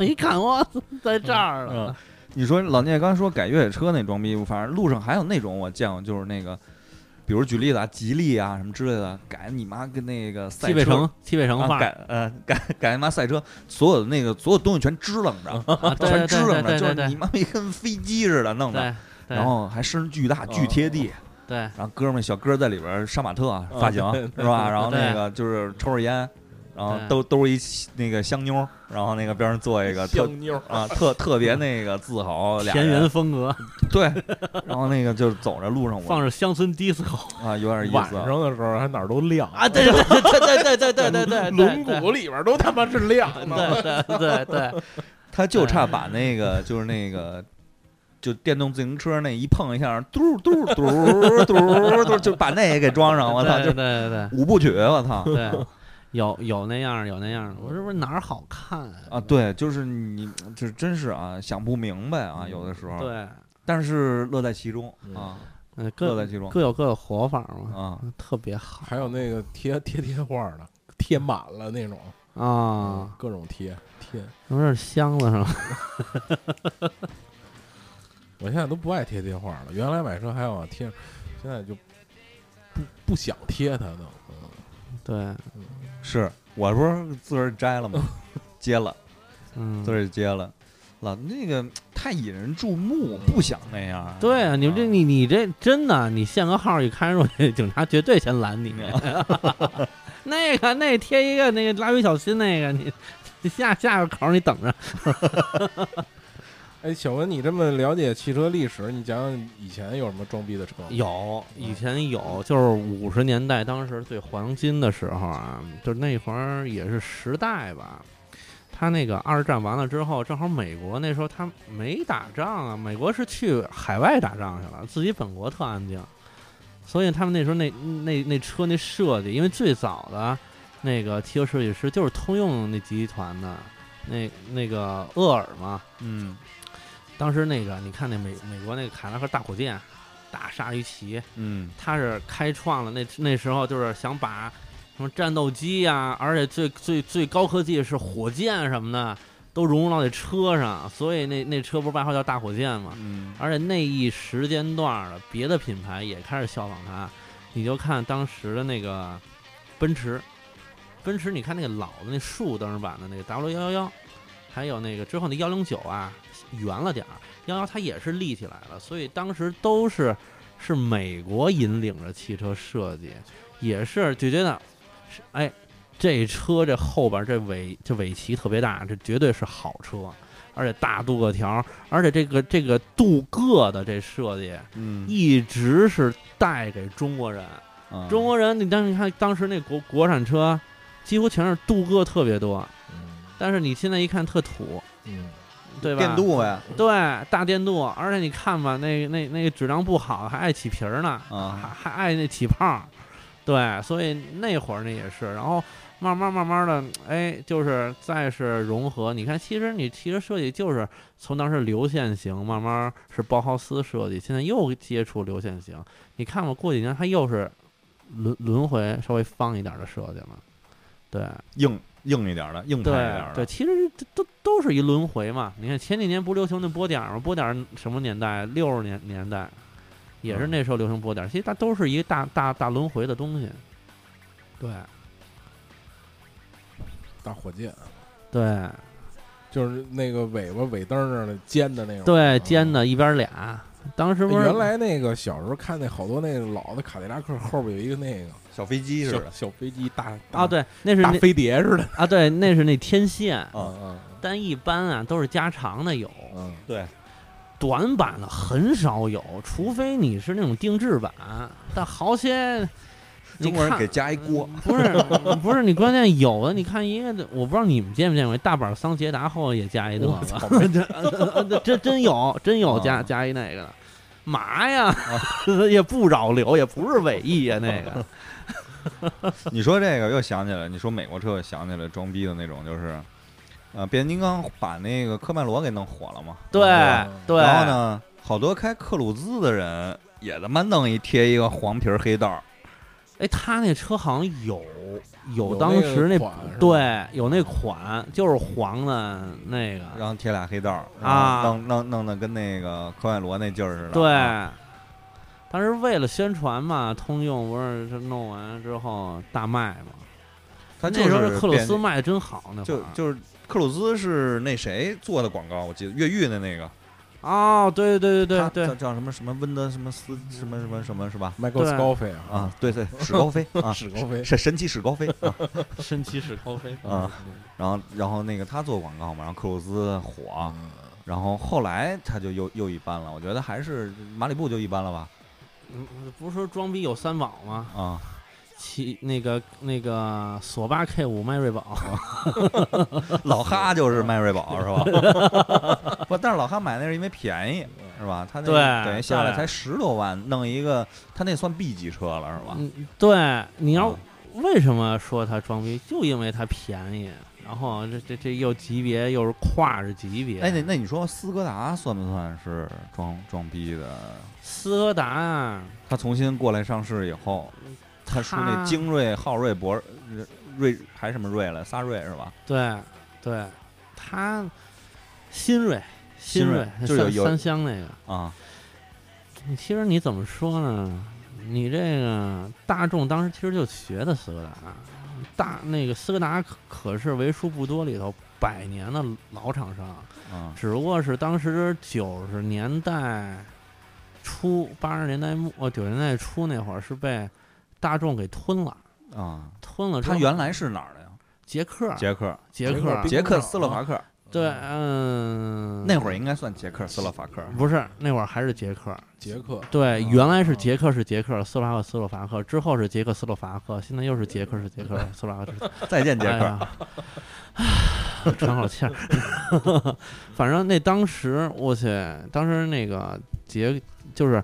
一看我操在这儿了。嗯，你说老聂刚才说改越野车那装逼，反正路上还有那种我见过，就是那个，比如举例子啊，吉利啊什么之类的，改你妈跟那个赛西北车城，西北城啊范儿，改呃改改他妈赛车，所有的那个所有东西全支棱着，啊对 对全支对棱着，对就是对你对妈逼跟飞机似的弄的，对，对哦然后还声巨大，巨贴地。对然后哥们儿小哥在里边儿杀马特啊发型对是吧？然后哦对那个就是抽着烟，然后对兜兜一那个香妞儿，然后那个边上坐一个特香妞儿，啊特特别那个自豪俩田园人风格，对，然后那个就是走着路上我放着乡村 disco 啊有点意晚思上的时候还哪儿都亮啊，对对对对对对对对 对，轮毂里边都他妈是亮对，的。对对对对，他就差把那个就是那个。就电动自行车那一碰一下，嘟嘟嘟嘟嘟嘟，就把那也给装啊上。我操，就对对对五部曲，我操对对，有有那样儿有那样儿的，我这不是哪儿好看啊！对，就是你，就是真是啊，想不明白啊，有的时候。嗯对，但是乐在其中嗯啊，嗯乐各在其中各有各的活法嘛，啊。特别好还有那个贴贴贴画儿的，贴满了那种啊，，各种贴贴。有点箱子上 我现在都不爱贴贴画儿了，原来买车还要往贴，现现在就不不想贴他呢。嗯对，是我不是自个儿摘 了吗？接了，嗯自，个儿接了，老那个太引人注目，不想那样。嗯对啊，你们这你你这真的，你限个号一开出去， 警察绝对先拦你。啊 那个那贴一个那个蜡笔小新那个，你你 下下个口你等着。哎，小文，你这么了解汽车历史，你讲讲以前有什么装逼的车吗？有以前有，就是五十年代当时最黄金的时候啊，就是那会儿也是时代吧。他那个二战完了之后，正好美国那时候他没打仗啊，美国是去海外打仗去了，自己本国特安静。所以他们那时候那那那车那设计，因为最早的那个汽车设计师就是通用那集团的，那那个厄尔嘛，嗯当时那个你看那美美国那个凯拉克大火箭，大鲨鱼鳍，嗯他是开创了那那时候就是想把什么战斗机呀、而且最最最高科技是火箭什么的，都融入到那车上，所以那那车不是外号叫大火箭嘛。嗯，而且那一时间段儿的别的品牌也开始效仿它，你就看当时的那个奔驰，奔驰你看那个老的那竖灯版的那个 W 幺幺幺，还有那个之后那幺零九啊圆了点儿，幺幺它也是立起来了，所以当时都是是美国引领着汽车设计，也是就觉得是哎。这车这后边这尾这尾鳍特别大，这绝对是好车，而且大镀铬条，而且这个这个镀铬的这设计嗯一直是带给中国人。啊中国人，你当你看当时那国国产车，几乎全是镀铬特别多，嗯但是你现在一看特土，嗯，对吧？电镀呀，对大电镀，而且你看吧，那那那个质量不好，还爱起皮儿呢，啊还还爱那起泡儿，对，所以那会儿那也是，然后慢慢慢慢的，哎，就是再是融合。你看，其实你汽车设计就是从当时流线型，慢慢是包豪斯设计，现在又接触流线型。你看吧，过几年它又是轮轮回稍微方一点的设计了，对。硬硬一点的，硬派一点的。对，其实这都都是一轮回嘛。你看前几年不流行那波点儿吗？波点儿什么年代？六十年年代，也是那时候流行波点儿。其实它都是一个大大大轮回的东西。对大火箭对就是那个尾巴尾灯上的尖的那种。对，尖啊。的一边俩。当时哎不是原来那个小时候看那好多那个老的卡迪拉克后边有一个那个小飞机似小的。小飞机大大啊，对，那是大那飞碟似的。啊，对，那是那天线。啊啊但一般啊都是加长的有，啊！短版的很少有，除非你是那种定制版。但好些中国人你看嗯给加一锅，不是 不是，你关键有的，你看一个，我不知道你们见没见过，大板桑杰达后也加一嗯那 个，这 真真有真有加加一那个的，嘛呀，哦 也不扰流，也不是尾翼呀，那 个你说这个又想起来，你说美国车又想起来装逼的那种，就是，呃，变形金刚把那个科曼罗给弄火了嘛。对对，然后呢，好多开克鲁兹的人也他妈弄一贴一个黄皮儿黑道儿，哎，他那车好像有有有当那个时那款是吧对有那款就是黄的那个，然后贴俩黑道儿然后啊弄弄弄得跟那个科曼罗那劲儿似的。对啊，当时为了宣传嘛，通用不是是弄完之后大卖嘛。他就那时候是这克鲁变斯啊卖的真好，那会就儿就是克鲁兹是那谁做的广告，我记得越狱的那个，哦，对对对他对叫对，叫什么什么温德什么斯什么什么什么是吧？迈克对斯高飞啊嗯啊，对对，史 高飞啊，史高飞是神奇史高飞啊，神奇是高飞啊然后然后那个他做广告嘛，然后克鲁兹啊火，嗯然后后来他就又又一般了，我觉得还是马里布就一般了吧，嗯不是说装逼有三宝吗？啊，其那个那个索八 K 五迈锐 宝，老哈就是迈锐宝是吧？ 不，但是老哈买那是因为便宜是吧？他那对等于下来对才十多万，弄一个他那算 B 级车了是吧？嗯，对，你要啊为什么说它装逼？就因为它便宜，然后这这这又级别又是跨着级别。哎，那那你说斯柯达算不算是装装逼的？斯柯达啊，他重新过来上市以后，他出那他精锐、昊锐、博锐还什么锐了，仨锐是吧？对对，它新锐新锐锐就是有三有三厢那个，啊，其实你怎么说呢？你这个大众当时其实就学的斯柯达，啊大那个斯柯达可可是为数不多里头百年的老厂商，啊，只不过是当时九十年代初、八十年代末、哦九十年代初那会儿是被大众给吞了，啊，吞了之后。他原来是哪儿的呀？捷克，捷克，捷捷克克，捷克斯洛伐克，对，嗯，那会儿应该算捷克斯洛伐克。不是那会儿还是捷克，嗯捷克对，啊原来是啊捷克是捷克，斯洛伐克斯洛伐克，之后是捷克斯洛伐克，现在又是捷克是捷 克，斯洛伐克是再见，捷 哎克。呀，唉喘口气儿。 反正那当时我去，当时那个捷就是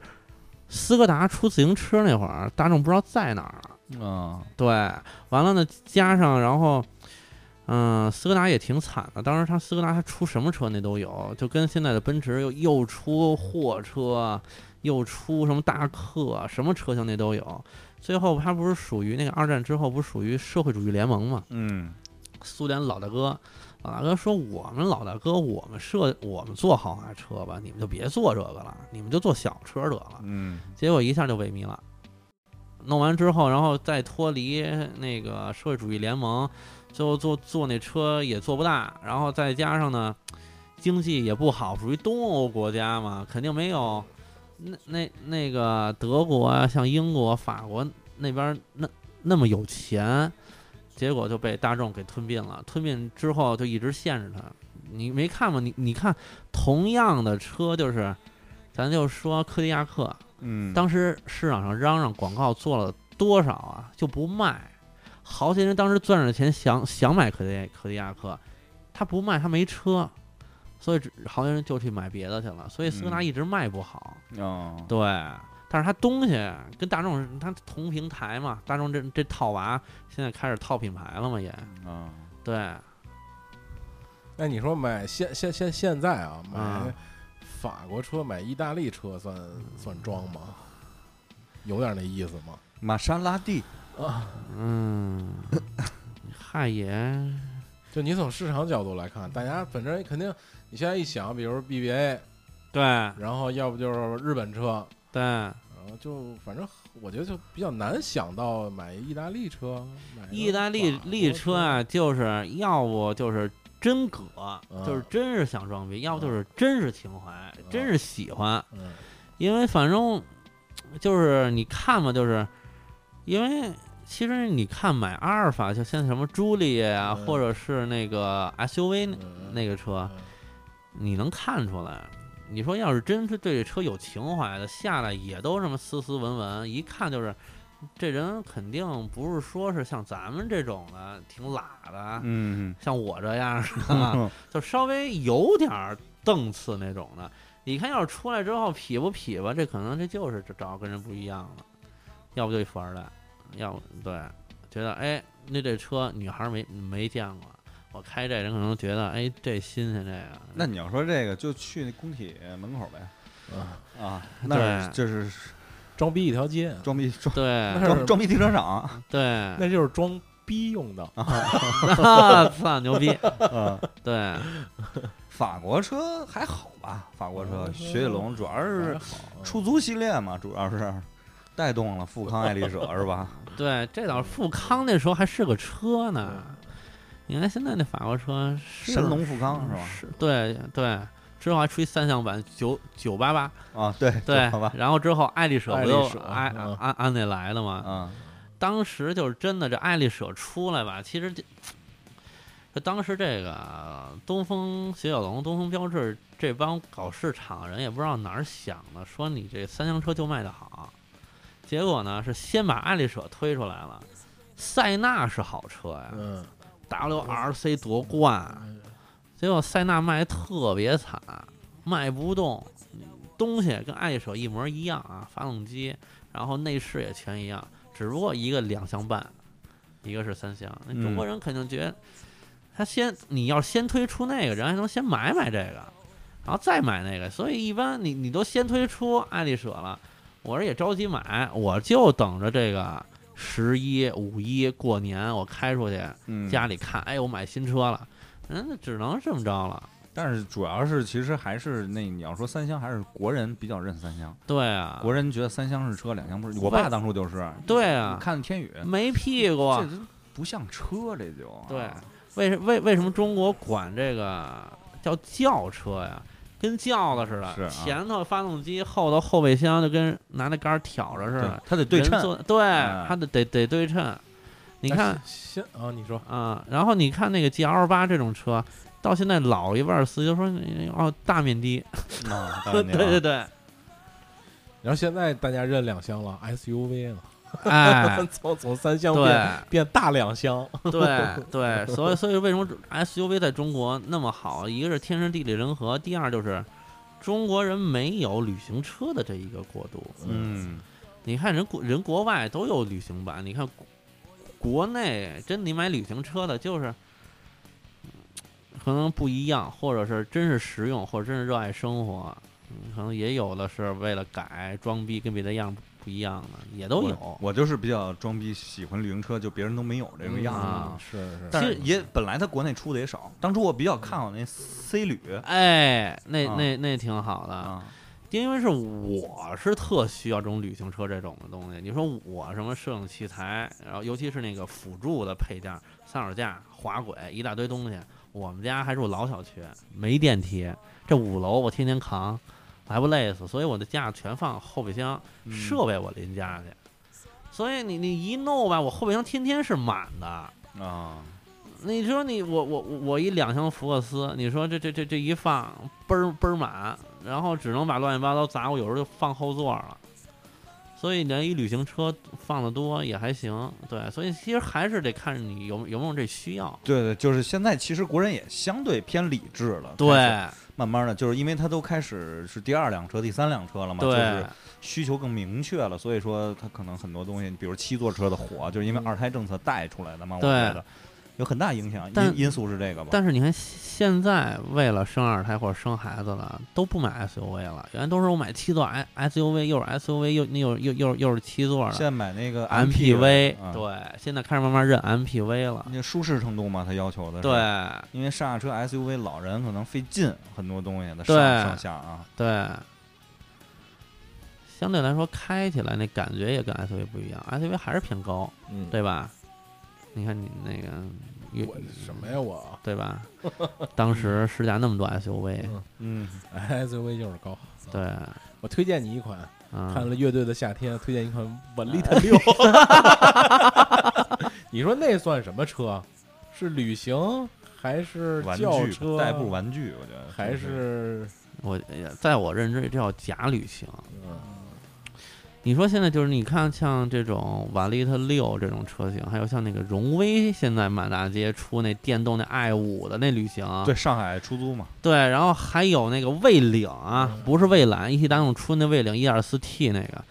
斯柯达出自行车那会儿，大众不知道在哪儿啊了。嗯对，完了呢，加上然后，嗯、斯柯达也挺惨的。当时他斯柯达他出什么车那都有，就跟现在的奔驰又又出货车，又出什么大客，什么车型那都有。最后他不是属于那个二战之后不是属于社会主义联盟嘛？嗯苏联老大哥，老大哥说我们老大哥，我们设我们做豪华车吧，你们就别做这个了，你们就做小车得了。嗯结果一下就萎靡了。弄完之后，然后再脱离那个社会主义联盟，最后坐坐那车也坐不大，然后再加上呢，经济也不好，属于东欧国家嘛，肯定没有那那那个德国啊，像英国、法国那边那那么有钱，结果就被大众给吞并了。吞并之后就一直限制它。你没看吗？你你看，同样的车就是，咱就说柯迪亚克，嗯，当时市场上嚷嚷广告做了多少啊，就不卖。好些人当时攥着钱想想买柯迪柯迪亚克，他不卖，他没车，所以只好些人就去买别的去了。所以斯柯达嗯一直卖不好，哦，对。但是它东西跟大众是它同平台嘛，大众这这套娃现在开始套品牌了嘛也，啊，对，那你说买现现现现在啊，买啊法国车、买意大利车算算装吗？有点那意思吗？玛莎拉蒂，嗯，嗨也就你从市场角度来看，大家反正肯定，你现在一想，比如 BBA，对然后要不就是日本车，对。然后就反正我觉得就比较难想到买意大利车，买意大哎利利车车，啊，就是要不就是真葛，就是真是想装逼；要不就是真是情怀，真是喜欢。嗯，因为反正就是你看嘛，就是因为其实你看买阿尔法，就像什么朱丽叶啊，嗯或者是那个 SUV 那嗯那个车，嗯你能看出来。你说要是真是对这车有情怀的，下来也都这么斯斯文文，一看就是这人肯定不是说是像咱们这种的挺懒的，嗯，像我这样的，就稍微有点儿档次那种的。你看，要是出来之后痞不痞吧，这可能这就是这找跟人不一样了，要不就一富二代，要不对，觉得哎，那这车女孩儿没没见过，我开这人可能觉得哎这新鲜这个，那你要说这个，就去那工体门口呗。啊啊，那儿就是装逼一条街啊，装逼装对那是装装逼停车场。对，那就是装逼用的，啊那操牛逼，嗯，对 法国车还好吧？法国车，雪铁龙主要是还好出租系列嘛，主要是带动了富康、爱丽舍是吧？对，这倒是富康那时候还是个车呢，你看现在那法国车是神龙富康 是吧？是对对，之后还出一三厢版九九八八，啊，对对，好吧，然后之后爱丽舍爱不丽就舍爱嗯按按那来了吗？啊，当时就是真的，这爱丽舍出来吧，其实这这当时这个东风雪铁龙、东风标致这帮搞市场人也不知道哪儿想的，说你这三厢车就卖得好，结果呢是先把爱丽舍推出来了，塞纳是好车呀，嗯 WRC 夺冠，结果塞纳卖特别惨，卖不动，东西跟爱丽舍一模一样啊，发动机，然后内饰也全一样，只不过一个两厢半，一个是三厢。那中国人肯定觉得，他先你要先推出那个，人还能先买买这个，然后再买那个，所以一般你你都先推出爱丽舍了，我这也着急买，我就等着这个十一五一过年我开出去。嗯，家里看，哎，我买新车了，嗯，那只能这么着了。但是主要是其实还是那你要说三厢，还是国人比较认三厢，对啊，国人觉得三厢是车，两厢不是。外我爸当初就是，对你啊，嗯看天宇，没屁股。啊这真不像车，这就啊对为什为为什么中国管这个叫轿车呀？跟轿子似的，是啊前头发动机，后头后备箱就跟拿那杆儿挑着似对的，，它得对人称 坐，对，哎它得得得对称。你但看是先啊，你说啊，然后你看那个 G L 八这种车，到现在老一辈儿司机都说哦大面的，啊对 对 对，然后现在大家认两厢了，SUV 了， 哎，从从三厢变对嗯变大两厢， 对对，所以所以为什么 SUV 在中国那么好？一个是天时地利人和，第二就是中国人没有旅行车的这一个过渡。嗯，你看人国人国外都有旅行版，你看国国内真你买旅行车的，就是嗯可能不一样，或者是真是实用，或者真是热爱生活，嗯可能也有的是为了改装逼跟别的样不一样的，也都有我。我就是比较装逼，喜欢旅行车，就别人都没有这个样嗯啊子。是是，但是其实也本来它国内出的也少，当初我比较看好那 C 旅哎，那啊那那挺好的，啊，因为是我是特需要这种旅行车这种的东西。你说我什么摄影器材，然后尤其是那个辅助的配件儿，三脚架、滑轨一大堆东西。我们家还住老小区，没电梯，这五楼我天天扛，我还不累死？所以我的架全放后备箱，嗯设备我拎家去。所以你你一弄吧，我后备箱天天是满的。啊，你说你我我我我一两箱福克斯，你说这这这这一放倍儿倍儿满，然后只能把乱七八糟杂物有时候就放后座了，所以连一旅行车放的多也还行，对，所以其实还是得看你有有没有这需要，对对，就是现在其实国人也相对偏理智了，开始对慢慢的就是因为它都开始是第二辆车、第三辆车了嘛，就是对需求更明确了，所以说它可能很多东西，比如七座车的火，就是因为二胎政策带出来的嘛，我觉嗯对得有很大影响，但因因素是这个吧？但是你看现在为了生二胎或者生孩子了，都不买 SUV 了，原来都是我买七座 S SUV，又是 SUV 又又又又又是七座现的在买那个 MPV，啊对，现在开始慢慢认 MPV 了。嗯那舒适程度嘛，它要求的是对因为上下车 SUV 老人可能费劲很多东西的对上上下啊，对，相对来说开起来那感觉也跟 SUV 不一样，SUV 还是偏高，嗯，对吧？你看你那个越，我什么呀我对吧？当时试驾那么多 SUV，嗯嗯， SUV 就是高，对，我推荐你一款，看嗯，了乐队的夏天，推荐一款 Valita 六， 你说那算什么车？是旅行还是玩轿具车？啊代步玩具，我觉得还是我也在我认知里这叫假旅行。嗯你说现在就是你看像这种瓦力特六这种车型，还有像那个荣威，现在满大街出那电动那 i 五的那旅行，对上海出租嘛，对，然后还有那个蔚领啊，不是蔚蓝，一汽大众出那蔚领一点四 T 那个，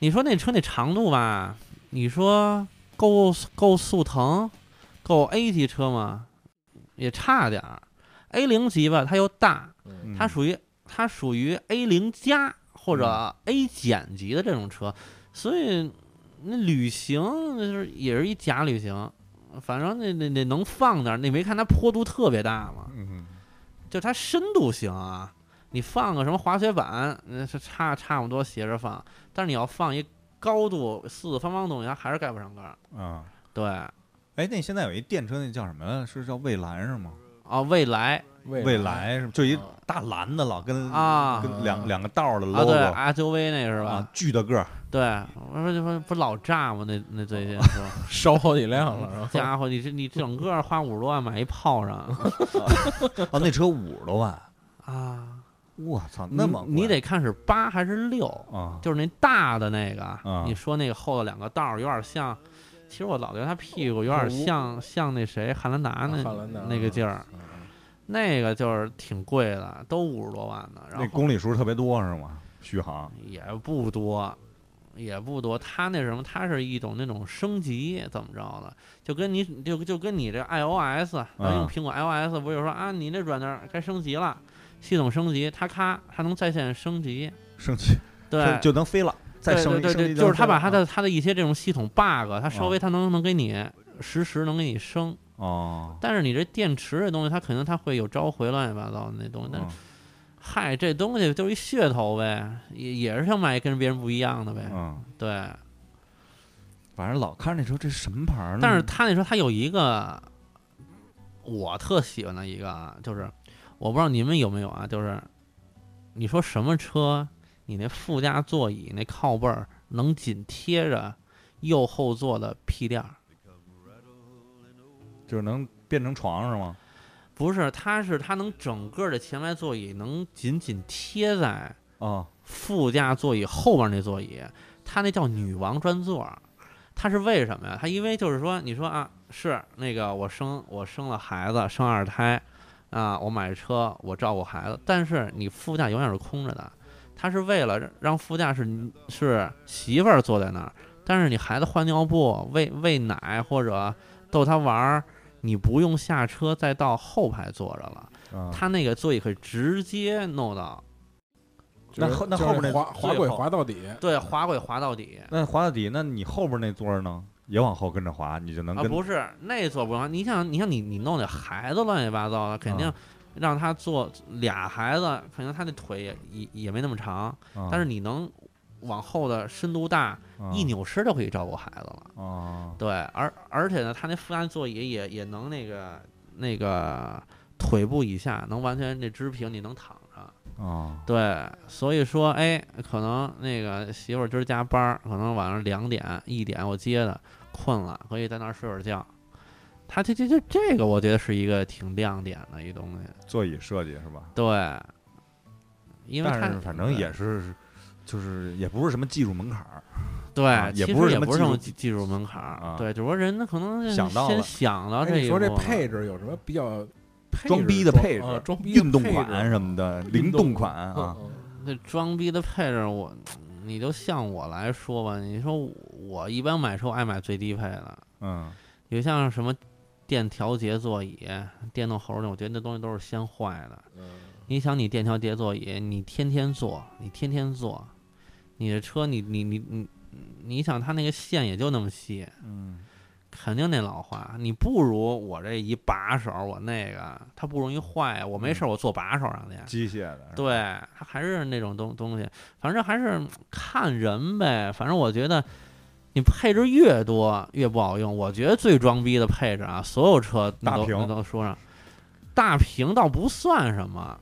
你说那车那长度吧，你说够够速腾，够 A 级车吗？也差点儿。A 零级吧，它又大，嗯它嗯属于它属于 A 零加或者 A 减级的这种车，所以那旅行就是也是一假旅行，反正那那那能放那儿，你没看它坡度特别大吗？嗯，就它深度行啊，你放个什么滑雪板，那是差差不多斜着放，但是你要放一高度四四方方的东西，它还是盖不上杆儿。嗯啊，对，哎，那现在有一电车，那叫什么来着？是叫蔚蓝是吗？啊，未来蔚未蓝是吗就一大蓝的，老跟嗯啊跟两啊两个道儿的啊，对嗯 logo 啊，SUV 那是吧？，巨大个儿，对，我说这不不老炸吗？那那最近是 吧？烧好几辆了，然后家伙，你这你整个花五十多万买一炮 仗哦，那车五十多万，啊，我操，那么你你贵得看是八还是六。啊，就是那大的那个，嗯你说那个后头两个道儿有点像，其实我老觉得他屁股有点像像那谁汉兰达那、啊汉兰达那个劲儿，嗯那个就是挺贵的，都五十多万呢，然那后公里数特别多是吗？续航也不多。也不多，它那什么，它是一种那种升级，怎么着的，就跟你就就跟你这 iOS，咱啊用嗯苹果 iOS 不是说啊，你那软件儿该升级了，系统升级，它咔，它能在线升级，升 级对，就能飞了，再对对升级对升对，级就是他把它他的他的一些这种系统 bug，他稍啊微他能能给你实时能给你升，哦，但是你这电池这东西，它肯定它会有召回乱七八糟的那嗯东西。但啊是，嗨，这东西就是一噱头呗，也也是想买跟别人不一样的呗。嗯，对，反正老看那时候这什么牌儿呢？但是他那时候他有一个我特喜欢的一个，啊，就是我不知道你们有没有啊，就是你说什么车，你那副驾座椅那靠背儿能紧贴着右后座的屁垫儿。就是能变成床是吗？不是，它是它能整个的前排座椅能紧紧贴在啊，副驾座椅后边那座椅，它那叫女王专座。它是为什么呀？它因为就是说，你说啊，是那个我生我生了孩子，生二胎，啊，我买车，我照顾孩子，但是你副驾永远是空着的。它是为了让副驾是是媳妇儿坐在那儿，但是你孩子换尿布、喂喂奶或者逗他玩儿，你不用下车再到后排坐着了。啊它那个座椅可以直接弄到，就是那后那就是后边那滑最滑轨后滑到底，对，滑轨滑到底。那滑到底，那你后边那座儿呢，也往后跟着滑，你就能啊，跟不是那座不行，你想，你想你你弄那孩子乱七八糟的，肯定啊让他坐俩孩子，肯定他那腿也也也没那么长，啊但是你能往后的深度大，嗯一扭身就可以照顾孩子了。啊对，而而且呢，他那副驾座椅也也能那个那个腿部以下能完全那支平，你能躺着。啊对，所以说，哎，可能那个媳妇儿今儿加班儿，可能晚上两点一点我接的，困了，可以在那儿睡会儿觉。他这这这这个，我觉得是一个挺亮点的一东西。座椅设计是吧？对，因为他但是反正也是，就是也不是什么技术门槛儿，对，啊也其不是实什也么不是什技么术技技术门槛儿、啊对，只不过人呢可能是想到先了想到哎这一你说这步了配置有什么比较配置装逼的配啊置装逼的运动配置款什么的，运灵动动款啊，嗯嗯那装逼的配置我，你就像我来说吧，你说我一般买车我爱买最低配的，嗯有像什么电调节座椅、电动猴儿那，我觉得那东西都是先坏的。嗯你想，你电调节座椅，你天天坐，你天天坐，你的车你，你你你你想它那个线也就那么细，嗯肯定得老化。你不如我这一把手，我那个它不容易坏，啊我没事儿我坐把手上去。机械的，对，它还是那种东东西，反正还是看人呗。反正我觉得，你配置越多越不好用。我觉得最装逼的配置啊，所有车那大都那屏都说上，大屏倒不算什么。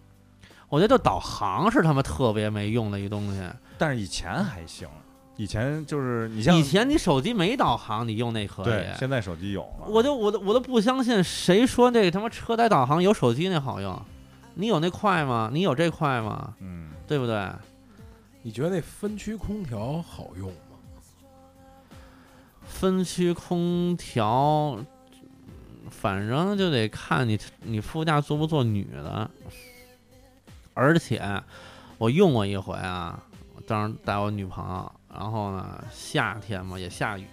我觉得就导航是他妈特别没用的一东西。但是以前还行，以前就是你像以前你手机没导航，你用那可对，以。现在手机有了，我就我都我都不相信谁说这他妈车载导航有手机那好用，你有那快吗？你有这快吗？嗯对不对？你觉得那分区空调好用吗？分区空调，嗯反正就得看你你副驾坐不坐女的。而且我用过一回啊，我当时带我女朋友，然后呢夏天嘛也下雨，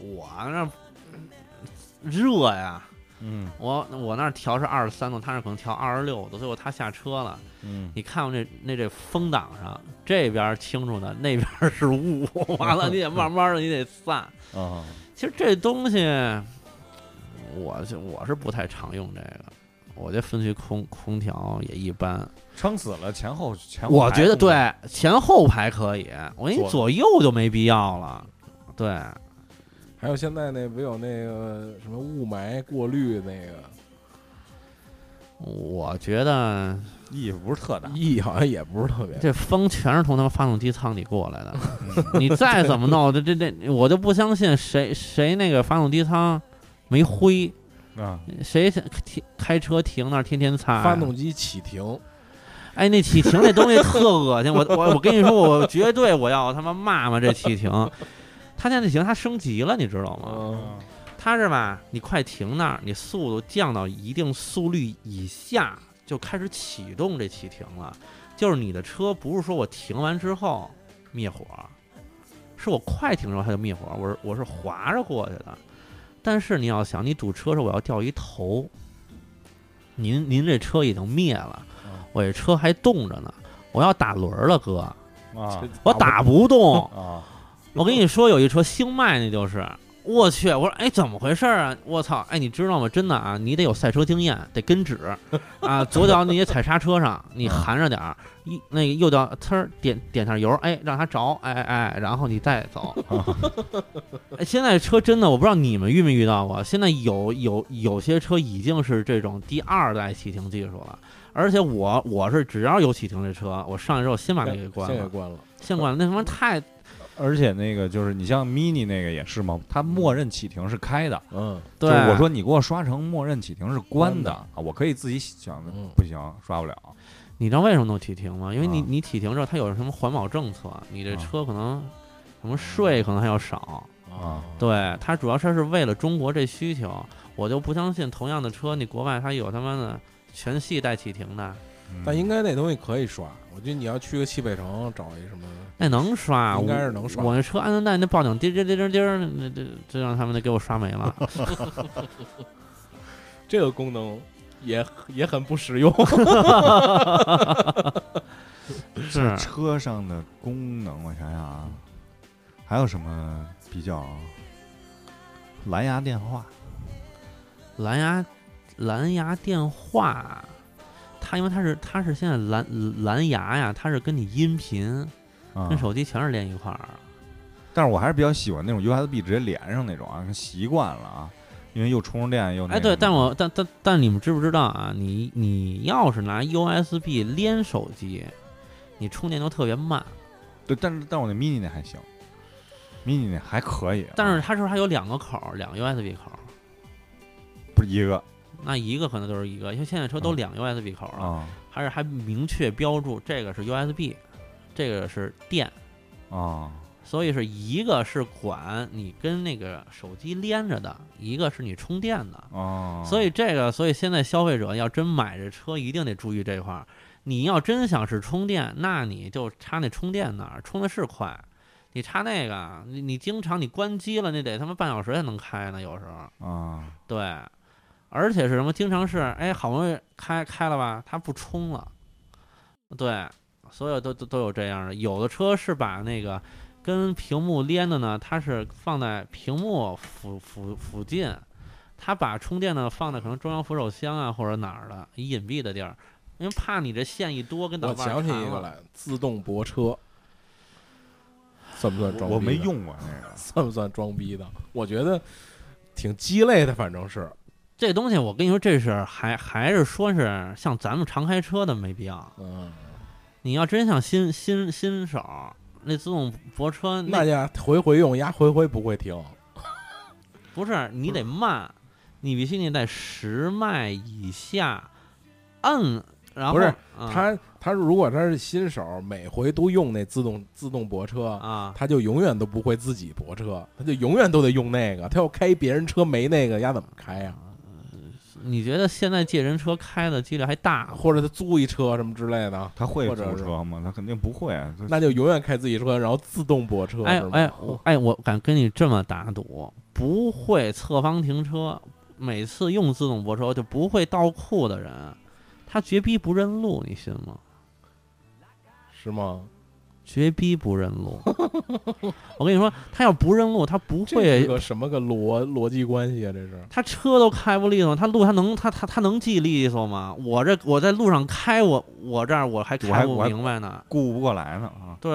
我那嗯热呀，嗯我我那调是二十三度，她那可能调二十六度，最后她下车了。嗯，你看我这那这风挡上，这边清楚的，那边是雾， 完了你得慢慢的你得散。啊，其实这东西，我是我是不太常用这个。我这分区空空调也一般，撑死了前后前后排我觉得空间对前后排可以，我给你左左右就没必要了。对，还有现在那不有那个什么雾霾过滤那个我觉得意义不是特大，意义，E 好像也不是特别这风全是从他们发动机舱里过来 的，你再怎么弄，这这这，我就不相信谁谁那个发动机舱没灰，啊，谁想停开车停那儿天天擦呀发动机启停，哎，那启停那东西特恶心，我我我跟你说，我绝对我要他妈骂骂这启停。他现在启停它升级了，你知啊道吗？嗯，它是吧？你快停那儿，你速度降到一定速率以下，就开始启动这启停了。就是你的车不是说我停完之后灭火，是我快停之后它就灭火，我是我是滑着过去的。但是你要想，你堵车时候我要掉一头，您您这车已经灭了嗯，我这车还动着呢，我要打轮儿了，哥，啊这我打不动。啊我跟你说，有一车星脉那就是，我去，我说哎，怎么回事儿啊？我操，哎，你知道吗？真的啊，你得有赛车经验，得跟指啊，左脚你得踩刹车上，嗯你含着点儿，一那个右脚呲儿点点下油，哎，让它着，哎哎哎，然后你再 走。哎，现在车真的，我不知道你们遇没遇到过，现在有有有些车已经是这种第二代启停技术了。而且我我是只要有启停这车，我上来之后先把那给关现在了，关了，先关了，那他妈太而且那个就是你像 mini 那个也是嘛，它默认启停是开的，嗯，对。就是我说你给我刷成默认启停是关关的的啊，我可以自己想嗯，不行，刷不了。你知道为什么能启停吗？因为你啊你启停之后，它有什么环保政策，你这啊车可能什么税可能还要少。啊，对，它主要它是为了中国这需求，我就不相信同样的车，你国外它有他妈的全系带启停的，嗯但应该那东西可以刷，我觉得你要去个西北城找一什么，那能刷？应该我是能刷我那车安全带那报警滴滴滴滴滴儿，那这这让他们那给我刷没了。这个功能也也很不实用。是车上的功能，我想想啊，还有什么比较？蓝牙电话，蓝牙蓝牙电话，它因为它是它是现在蓝蓝牙呀，它是跟你音频啊跟手机全是连一块儿。但但是我还是比较喜欢那种 USB 直接连上那种啊，习惯了啊，因为又充上电又那哎，对，什么但我但但但你们知不知道啊？你你要是拿 USB 连手机，你充电就特别慢。对，但是但我那 mini 那还行，mini 那还可以啊，但是它是不是还有两个口儿，两个 USB 口儿？不是一个那一个可能就是一个，因为现在车都两个 USB 口儿嗯了，啊还是还明确标注这个是 USB，这个是电，啊，所以是一个是管你跟那个手机连着的，一个是你充电的。哦，所以这个，所以现在消费者要真买这车，一定得注意这块儿。你要真想是充电，那你就插那充电那儿，充的是快。你插那个，你你经常你关机了，那得他妈半小时才能开呢，有时候。啊，对，而且是什么？经常是哎，好不容易开开了吧，它不充了。对，所有都都都有这样的。有的车是把那个跟屏幕连的呢，它是放在屏幕附附附近，它把充电呢放在可能中央扶手箱啊或者哪儿的以隐蔽的地儿，因为怕你这线一多跟导我腕儿想起缠一个了来，自动泊车，算不算装逼的？我没用过那个，算不算装逼的？我觉得挺鸡肋的，反正是这东西，我跟你说，这是还还是说是像咱们常开车的没必要。嗯，你要真像新新新手儿，那自动泊车那那家回回用，压回回不会停。不是你得慢，你必须你在十迈以下摁，然后不是啊他他如果他是新手，每回都用那自动自动泊车，啊，他就永远都不会自己泊车，他就永远都得用那个。他要开别人车没那个，丫怎么开呀、你觉得现在借人车开的几率还大吗？或者他租一车什么之类的，他会或者租是车吗？他肯定不会，啊他那就永远开自己车，然后自动泊车。哎是吗哎我哎，我敢跟你这么打赌，不会侧方停车，每次用自动泊车就不会倒库的人，他绝逼不认路，你信吗？是吗？绝逼不认 路。我跟你说，他要不认路，他不这是会，个什么个逻逻辑关系啊？这嗯是他车都开不利索，他路他能他他他能记利索吗？我这我在路上开，我我这儿我还我开还不我还明白呢。顾不过来呢啊。对，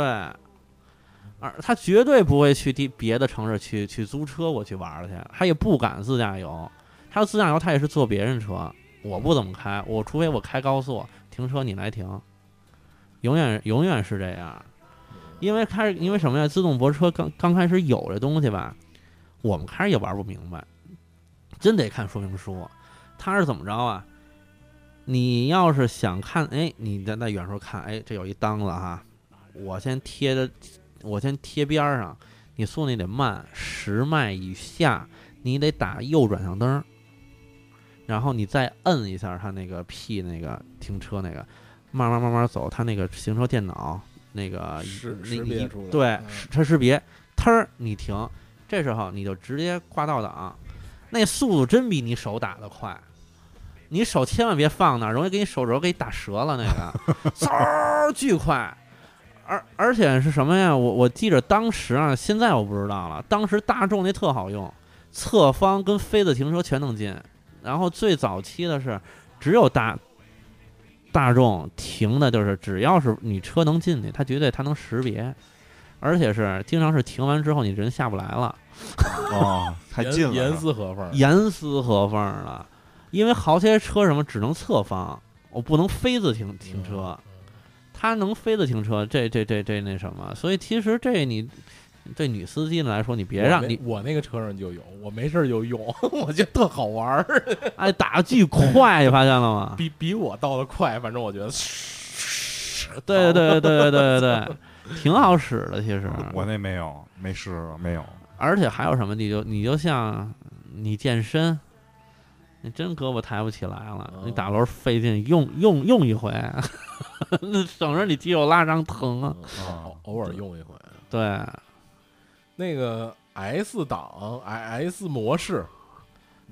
而他绝对不会去地别的城市去去租车我去玩儿去，他也不敢自驾游。他要自驾游，他也是坐别人车，我不怎么开，我除非我开高速停车你来停，永远永远是这样。因为开始因为什么呀？自动泊车刚刚开始有这东西吧，我们开始也玩不明白，真得看说明书。他是怎么着啊？你要是想看，哎，你在在远处看，哎，这有一裆子哈，我先贴着，我先贴边儿上，你速度你得慢，十迈以下，你得打右转向灯儿，然后你再摁一下它那个 P 那个停车那个，慢慢慢慢走，它那个行车电脑那个识那识一别出来对嗯，识它识别，腾儿你停，这时候你就直接挂倒档，那速度真比你手打的快。你手 千万别放那儿，容易给你手肘给打折了。那个，嗖儿巨快，而而且是什么呀？我我记着当时啊，现在我不知道了。当时大众那特好用，侧方跟飞的停车全能进。然后最早期的是，只有大大众停的就是，只要是你车能进去，它绝对它能识别，而且是经常是停完之后你人下不来了， 哦，还严近了严是吧，丝合缝，严丝合缝了。因为好些车什么只能侧方，我不能飞字停停车。他能飞的停车，这这这这那什么，所以其实这你对女司机来说，你别我让那你我那个车上就有，我没事儿就用， 我觉得特好玩儿，哎打得巨快，你发现了吗？比比我到的快，反正我觉得。对对对对对对对，挺好使的其实。我那没有，没试过，没有。啊而且还有什么？你就你就像你健身，你真胳膊抬不起来了，你打轮费劲，用用用一回， 那省着你肌肉拉伤疼啊。偶偶尔用一回。对，嗯那个 S 档 S 模式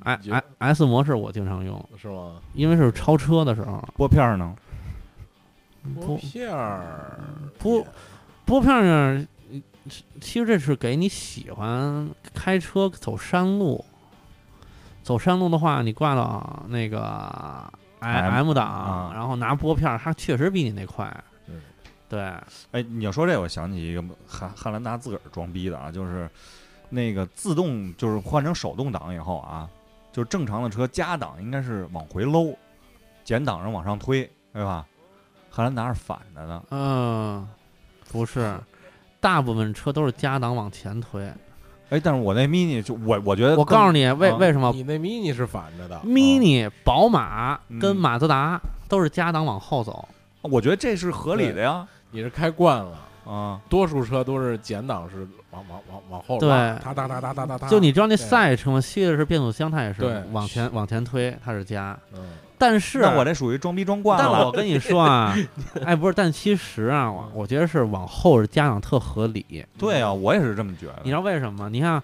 哎你觉哎 S 模式我经常用，是吗？因为是超车的时候。拨片儿呢？拨片儿不拨片儿呢，嗯是其实这是给你喜欢开车走山路。走山路的话，你挂到那个 M M 档，啊然后拿拨片儿，它确实比你那快嗯。对，哎，你要说这，我想起一个汉汉兰达自个儿装逼的啊，就是那个自动就是换成手动挡以后啊，就是正常的车加档应该是往回搂，减档是往上推，对吧？汉兰达是反着的，嗯，不是，大部分车都是加档往前推。哎，但是我那 mini 就我我觉得我更告诉你，为啊为什么你那 mini 是反着的， Mini、宝马跟嗯马自达都是加档往后走？我觉得这是合理的呀，你是开惯了。啊，多数车都是减档是往往往往哦后拉，对哒哒哒哒哒哒哒。就你知道那对赛车吗？吸的是变速箱，它也是对往前往前推，它是加。嗯，但是，啊那我这属于装逼装惯但了我。跟你说 啊，哎，不是，但其实啊，嗯我我觉得是往后是加档特合理。对啊，我也是这么觉得。你知道为什么吗？你看，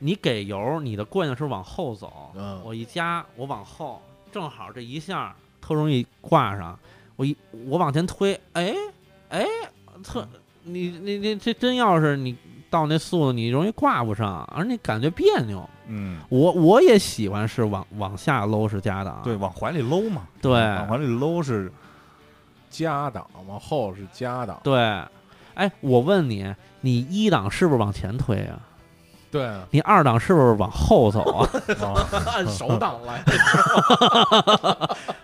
你给油，你的惯性是往后走，嗯我一加，我往后，正好这一下特容易挂上。我一我往前推，哎哎，特嗯你你你这真要是你到那速度，你容易挂不上，而你感觉别扭。嗯，我我也喜欢是往往下搂是加啊档，对，往怀里搂嘛，对往怀里搂是加档往后是加档，对，哎，我问你，你一档是不是往前推啊？对，啊你二档是不是往后走 啊？按手档来。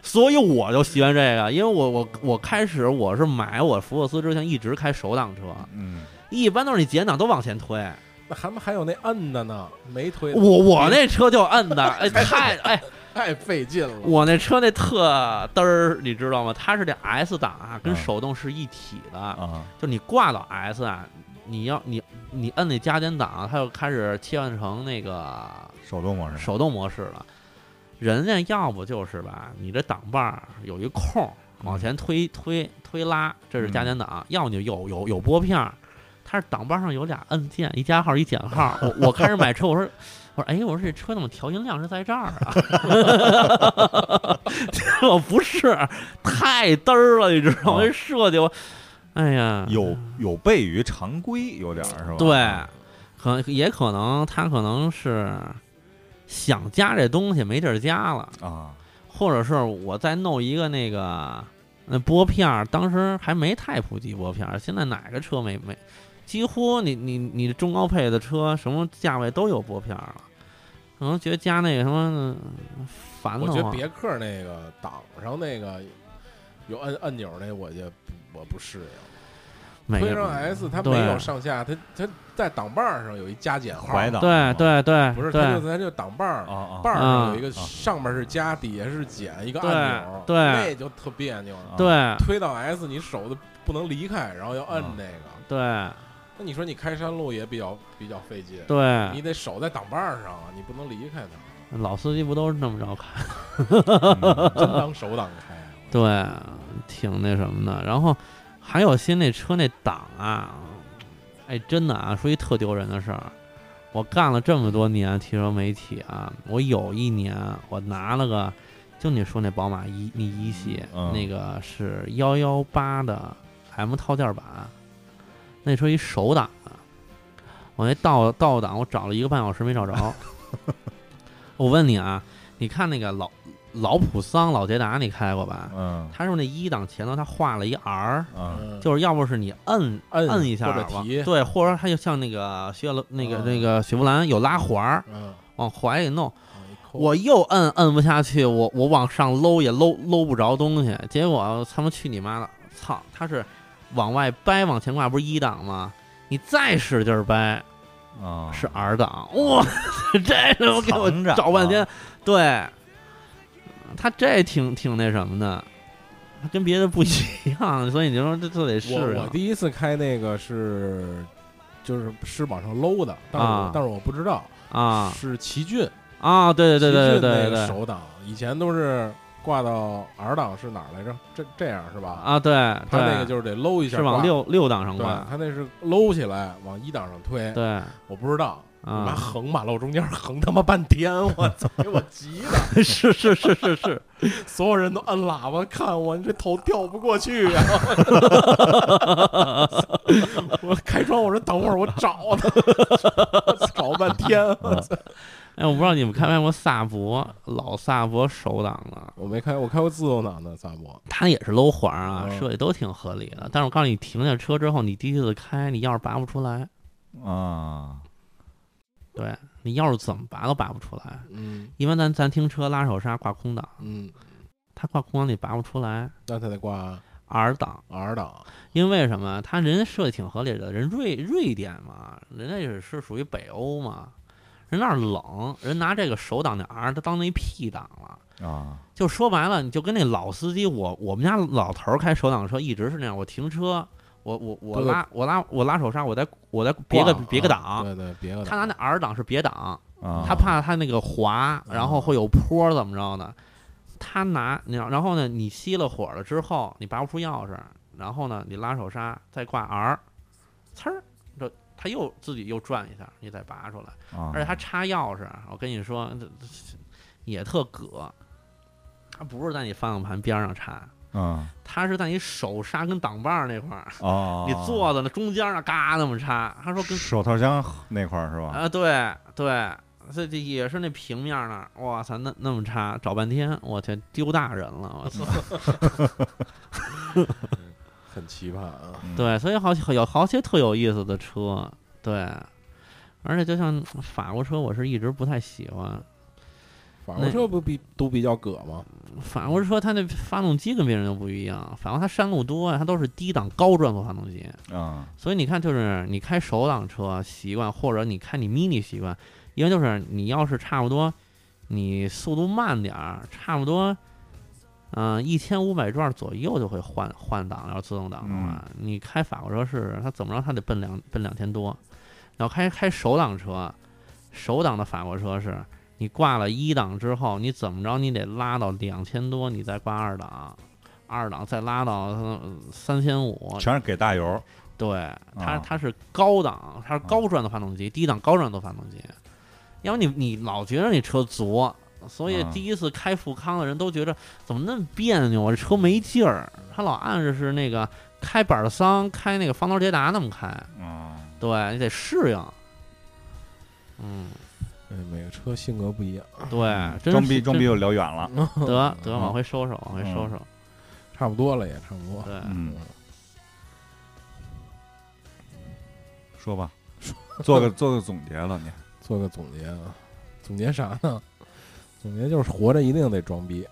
所以我就喜欢这个，因为我我我开始我是买我福克斯之前一直开手挡车，嗯，一般都是你减档都往前推，那还还有那摁的呢，没推的，我我那车就摁 的，哎太哎太费劲了。我那车那特嘚儿，你知道吗？它是这 S 档啊，跟嗯手动是一体的，啊，就你挂到 S 啊，你要你你摁那加减档，它就开始切换成那个手动模式。手动模式了。人家要不就是吧，你这挡把儿有一空儿，往前推推推拉，这是加减档；要不你有有有拨片儿，它是挡把上有俩按键，一加号一减号。我我开始买车，我说 我说哎，我说这车怎么调音量是在这儿啊？ 我不是太嘚儿了，你知道吗？哦这设计我，哎呀，有有悖于常规，有点儿是吧？啊对，可也可能他可能是想加这东西没地儿加了，啊，或者是我再弄一个那个那拨片儿，当时还没太普及拨片儿，现在哪个车没没？几乎你你你中高配的车什么价位都有拨片儿了，可能觉得加那个什么嗯烦我得觉得慌。别克那个挡上那个有按按钮那，我就不我不适应。每推上个 S 它对没有上下，它它在挡把儿上有一加减号，怀档对对对，不是它对就它就挡把啊儿。啊把儿上有一嗯个上面是加，底下是减，一个对按钮，对那就特别扭。啊对推到 S，你手都不能离开，然后要啊摁那个。对那你说你开山路也比较比较费劲，你对，得手在挡把儿上啊，你不能离开 它，老司机不都是那么着开？嗯真当手挡开啊。对，挺那什么的。然后还有些那车那档啊，哎，真的啊，说一特丢人的事儿。我干了这么多年汽车媒体啊，我有一年我拿了个，就你说那宝马一那一系、嗯那个是幺幺八的 M 套件版，那车一手挡的，我那倒倒档我找了一个半小时没找 着。我问你啊，你看那个老老普桑、老捷达，你开过吧？嗯他说那一档前头他画了一 R，嗯就是要不是你摁摁摁一下或者往提对，或者说他就像那个雪了那个嗯那个雪佛兰有拉环儿，嗯，往怀里弄，往一抠我又摁摁不下去，我我往上搂也搂搂不着东西，结果他妈去你妈的，操！他是往外掰，往前挂，不是一档吗？你再使劲儿掰，啊是 R 档，哇，这他妈给我藏着找半天啊，对，他这挺挺那什么的，他跟别的不一样，所以你就说这这得试我我试。第一次开那个是就是是往上搂的，但是我、啊但是我不知道啊是奇骏，啊，对对对对奇骏那个对对对，手挡，以前都是挂到 R 档是哪儿来着？这这样是吧？，啊对对，他那个就是得搂一下是挂，往六六档上对，挂，他那是搂起来往一档上推，对啊。我不知道。你妈横马路中间横他妈半天，我操，给我 急的！是是是是是，所有人都按喇叭看我，你这头掉不过去 啊！我开窗，我说等会儿我找他， 我找半天。哎，我不知道你们开没开过萨博，老萨博手挡的，我没开，我开过自由挡的萨博，它也是搂环啊，嗯设计都挺合理的。但是我告诉你，停下车之后，你第一次开，你钥匙拔不出来，啊，对你钥匙怎么拔都拔不出来，嗯因为咱咱停车拉手刹挂空档，嗯，它挂空档你拔不出来那他得挂 R 档， R 档，因为什么？它人家设计挺合理的，人瑞瑞典嘛，人家也是属于北欧嘛，人那儿冷，人拿这个手挡的 R，它当那 P 档了。啊，就说白了，你就跟那老司机，我我们家老头儿开手挡车一直是那样，我停车，我我我都得拉我拉我拉手刹，我再我再别个挂别个啊档。对对，别个他拿那 R 档是别档，啊他怕他那个滑，然后会有坡儿怎么着的。他拿你，然后呢，你熄了火了之后，你拔不出钥匙，然后呢，你拉手刹，再挂 R，呲儿，这他又自己又转一下，你再拔出来。啊，而且他插钥匙，我跟你说，这这也特葛。他不是在你方向盘边上插，嗯啊他是在你手刹跟挡把儿那块儿，哦，你啊坐在那中间儿那嘎那么插。他说跟手套箱那块儿是吧？啊，对对，这这也是那平面儿那儿，哇操，那那么插，找半天，我天，丢大人了，我操！很奇葩啊。嗯，对，所以好有好些特有意思的车，对。而且就像法国车，我是一直不太喜欢。法国车不比都比较葛吗？法国车它那发动机跟别人又不一样，法国它山路多呀，它都是低档高转速发动机，啊，所以你看，就是你开手挡车习惯，或者你开你 mini 习惯，因为就是你要是差不多，你速度慢点儿，差不多，嗯、1一千五百转左右就会换换挡，要是自动挡的话，你开法国车是它怎么着，它得奔两奔两千多，然后开开手挡车，手挡的法国车是。你挂了一档之后，你怎么着，你得拉到两千多，你再挂二档，二档再拉到三千五，全是给大油，对，它啊它是高档，它是高转的发动机，低档高转的发动机。要不你你老觉得你车足，所以啊第一次开富康的人都觉着怎么那么别扭，啊，这车没劲儿。他老按着是那个开板桑、开那个方头捷达那么开，啊嗯，对你得适应。嗯，哎，每个车性格不一样。对，哎嗯真嗯装逼是装逼，又聊远了，嗯真得得往回收收，往回收收。差不多了也差不多。对，嗯，说吧，做哦个做个总结了你，做个总结啊，总结啥呢？总结就是活着一定得装逼，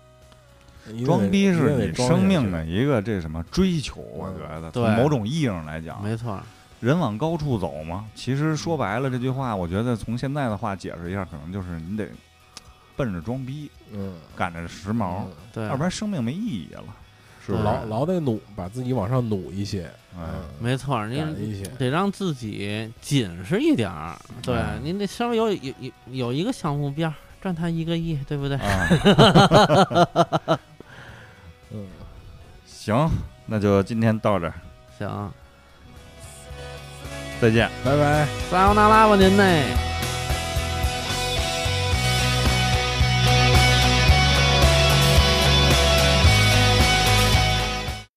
一定得装逼一是定得你装生下命去嗯的一个这什么追求，我觉得从对某种意义上来讲，没错儿，人往高处走嘛。其实说白了这句话，我觉得从现在的话解释一下，可能就是你得奔着装逼，嗯，赶着时髦，嗯对要，不然生命没意义了，是不对是？老老得努，把自己往上努一些，哎，嗯，没错儿，你赶一些，得让自己紧实一点儿，对嗯您得稍微有有有有一个小目标，赚他一个亿，对不对？哎啊， 嗯，行，那就今天到这儿，行，再见。拜拜。撒由那拉吧您嘞。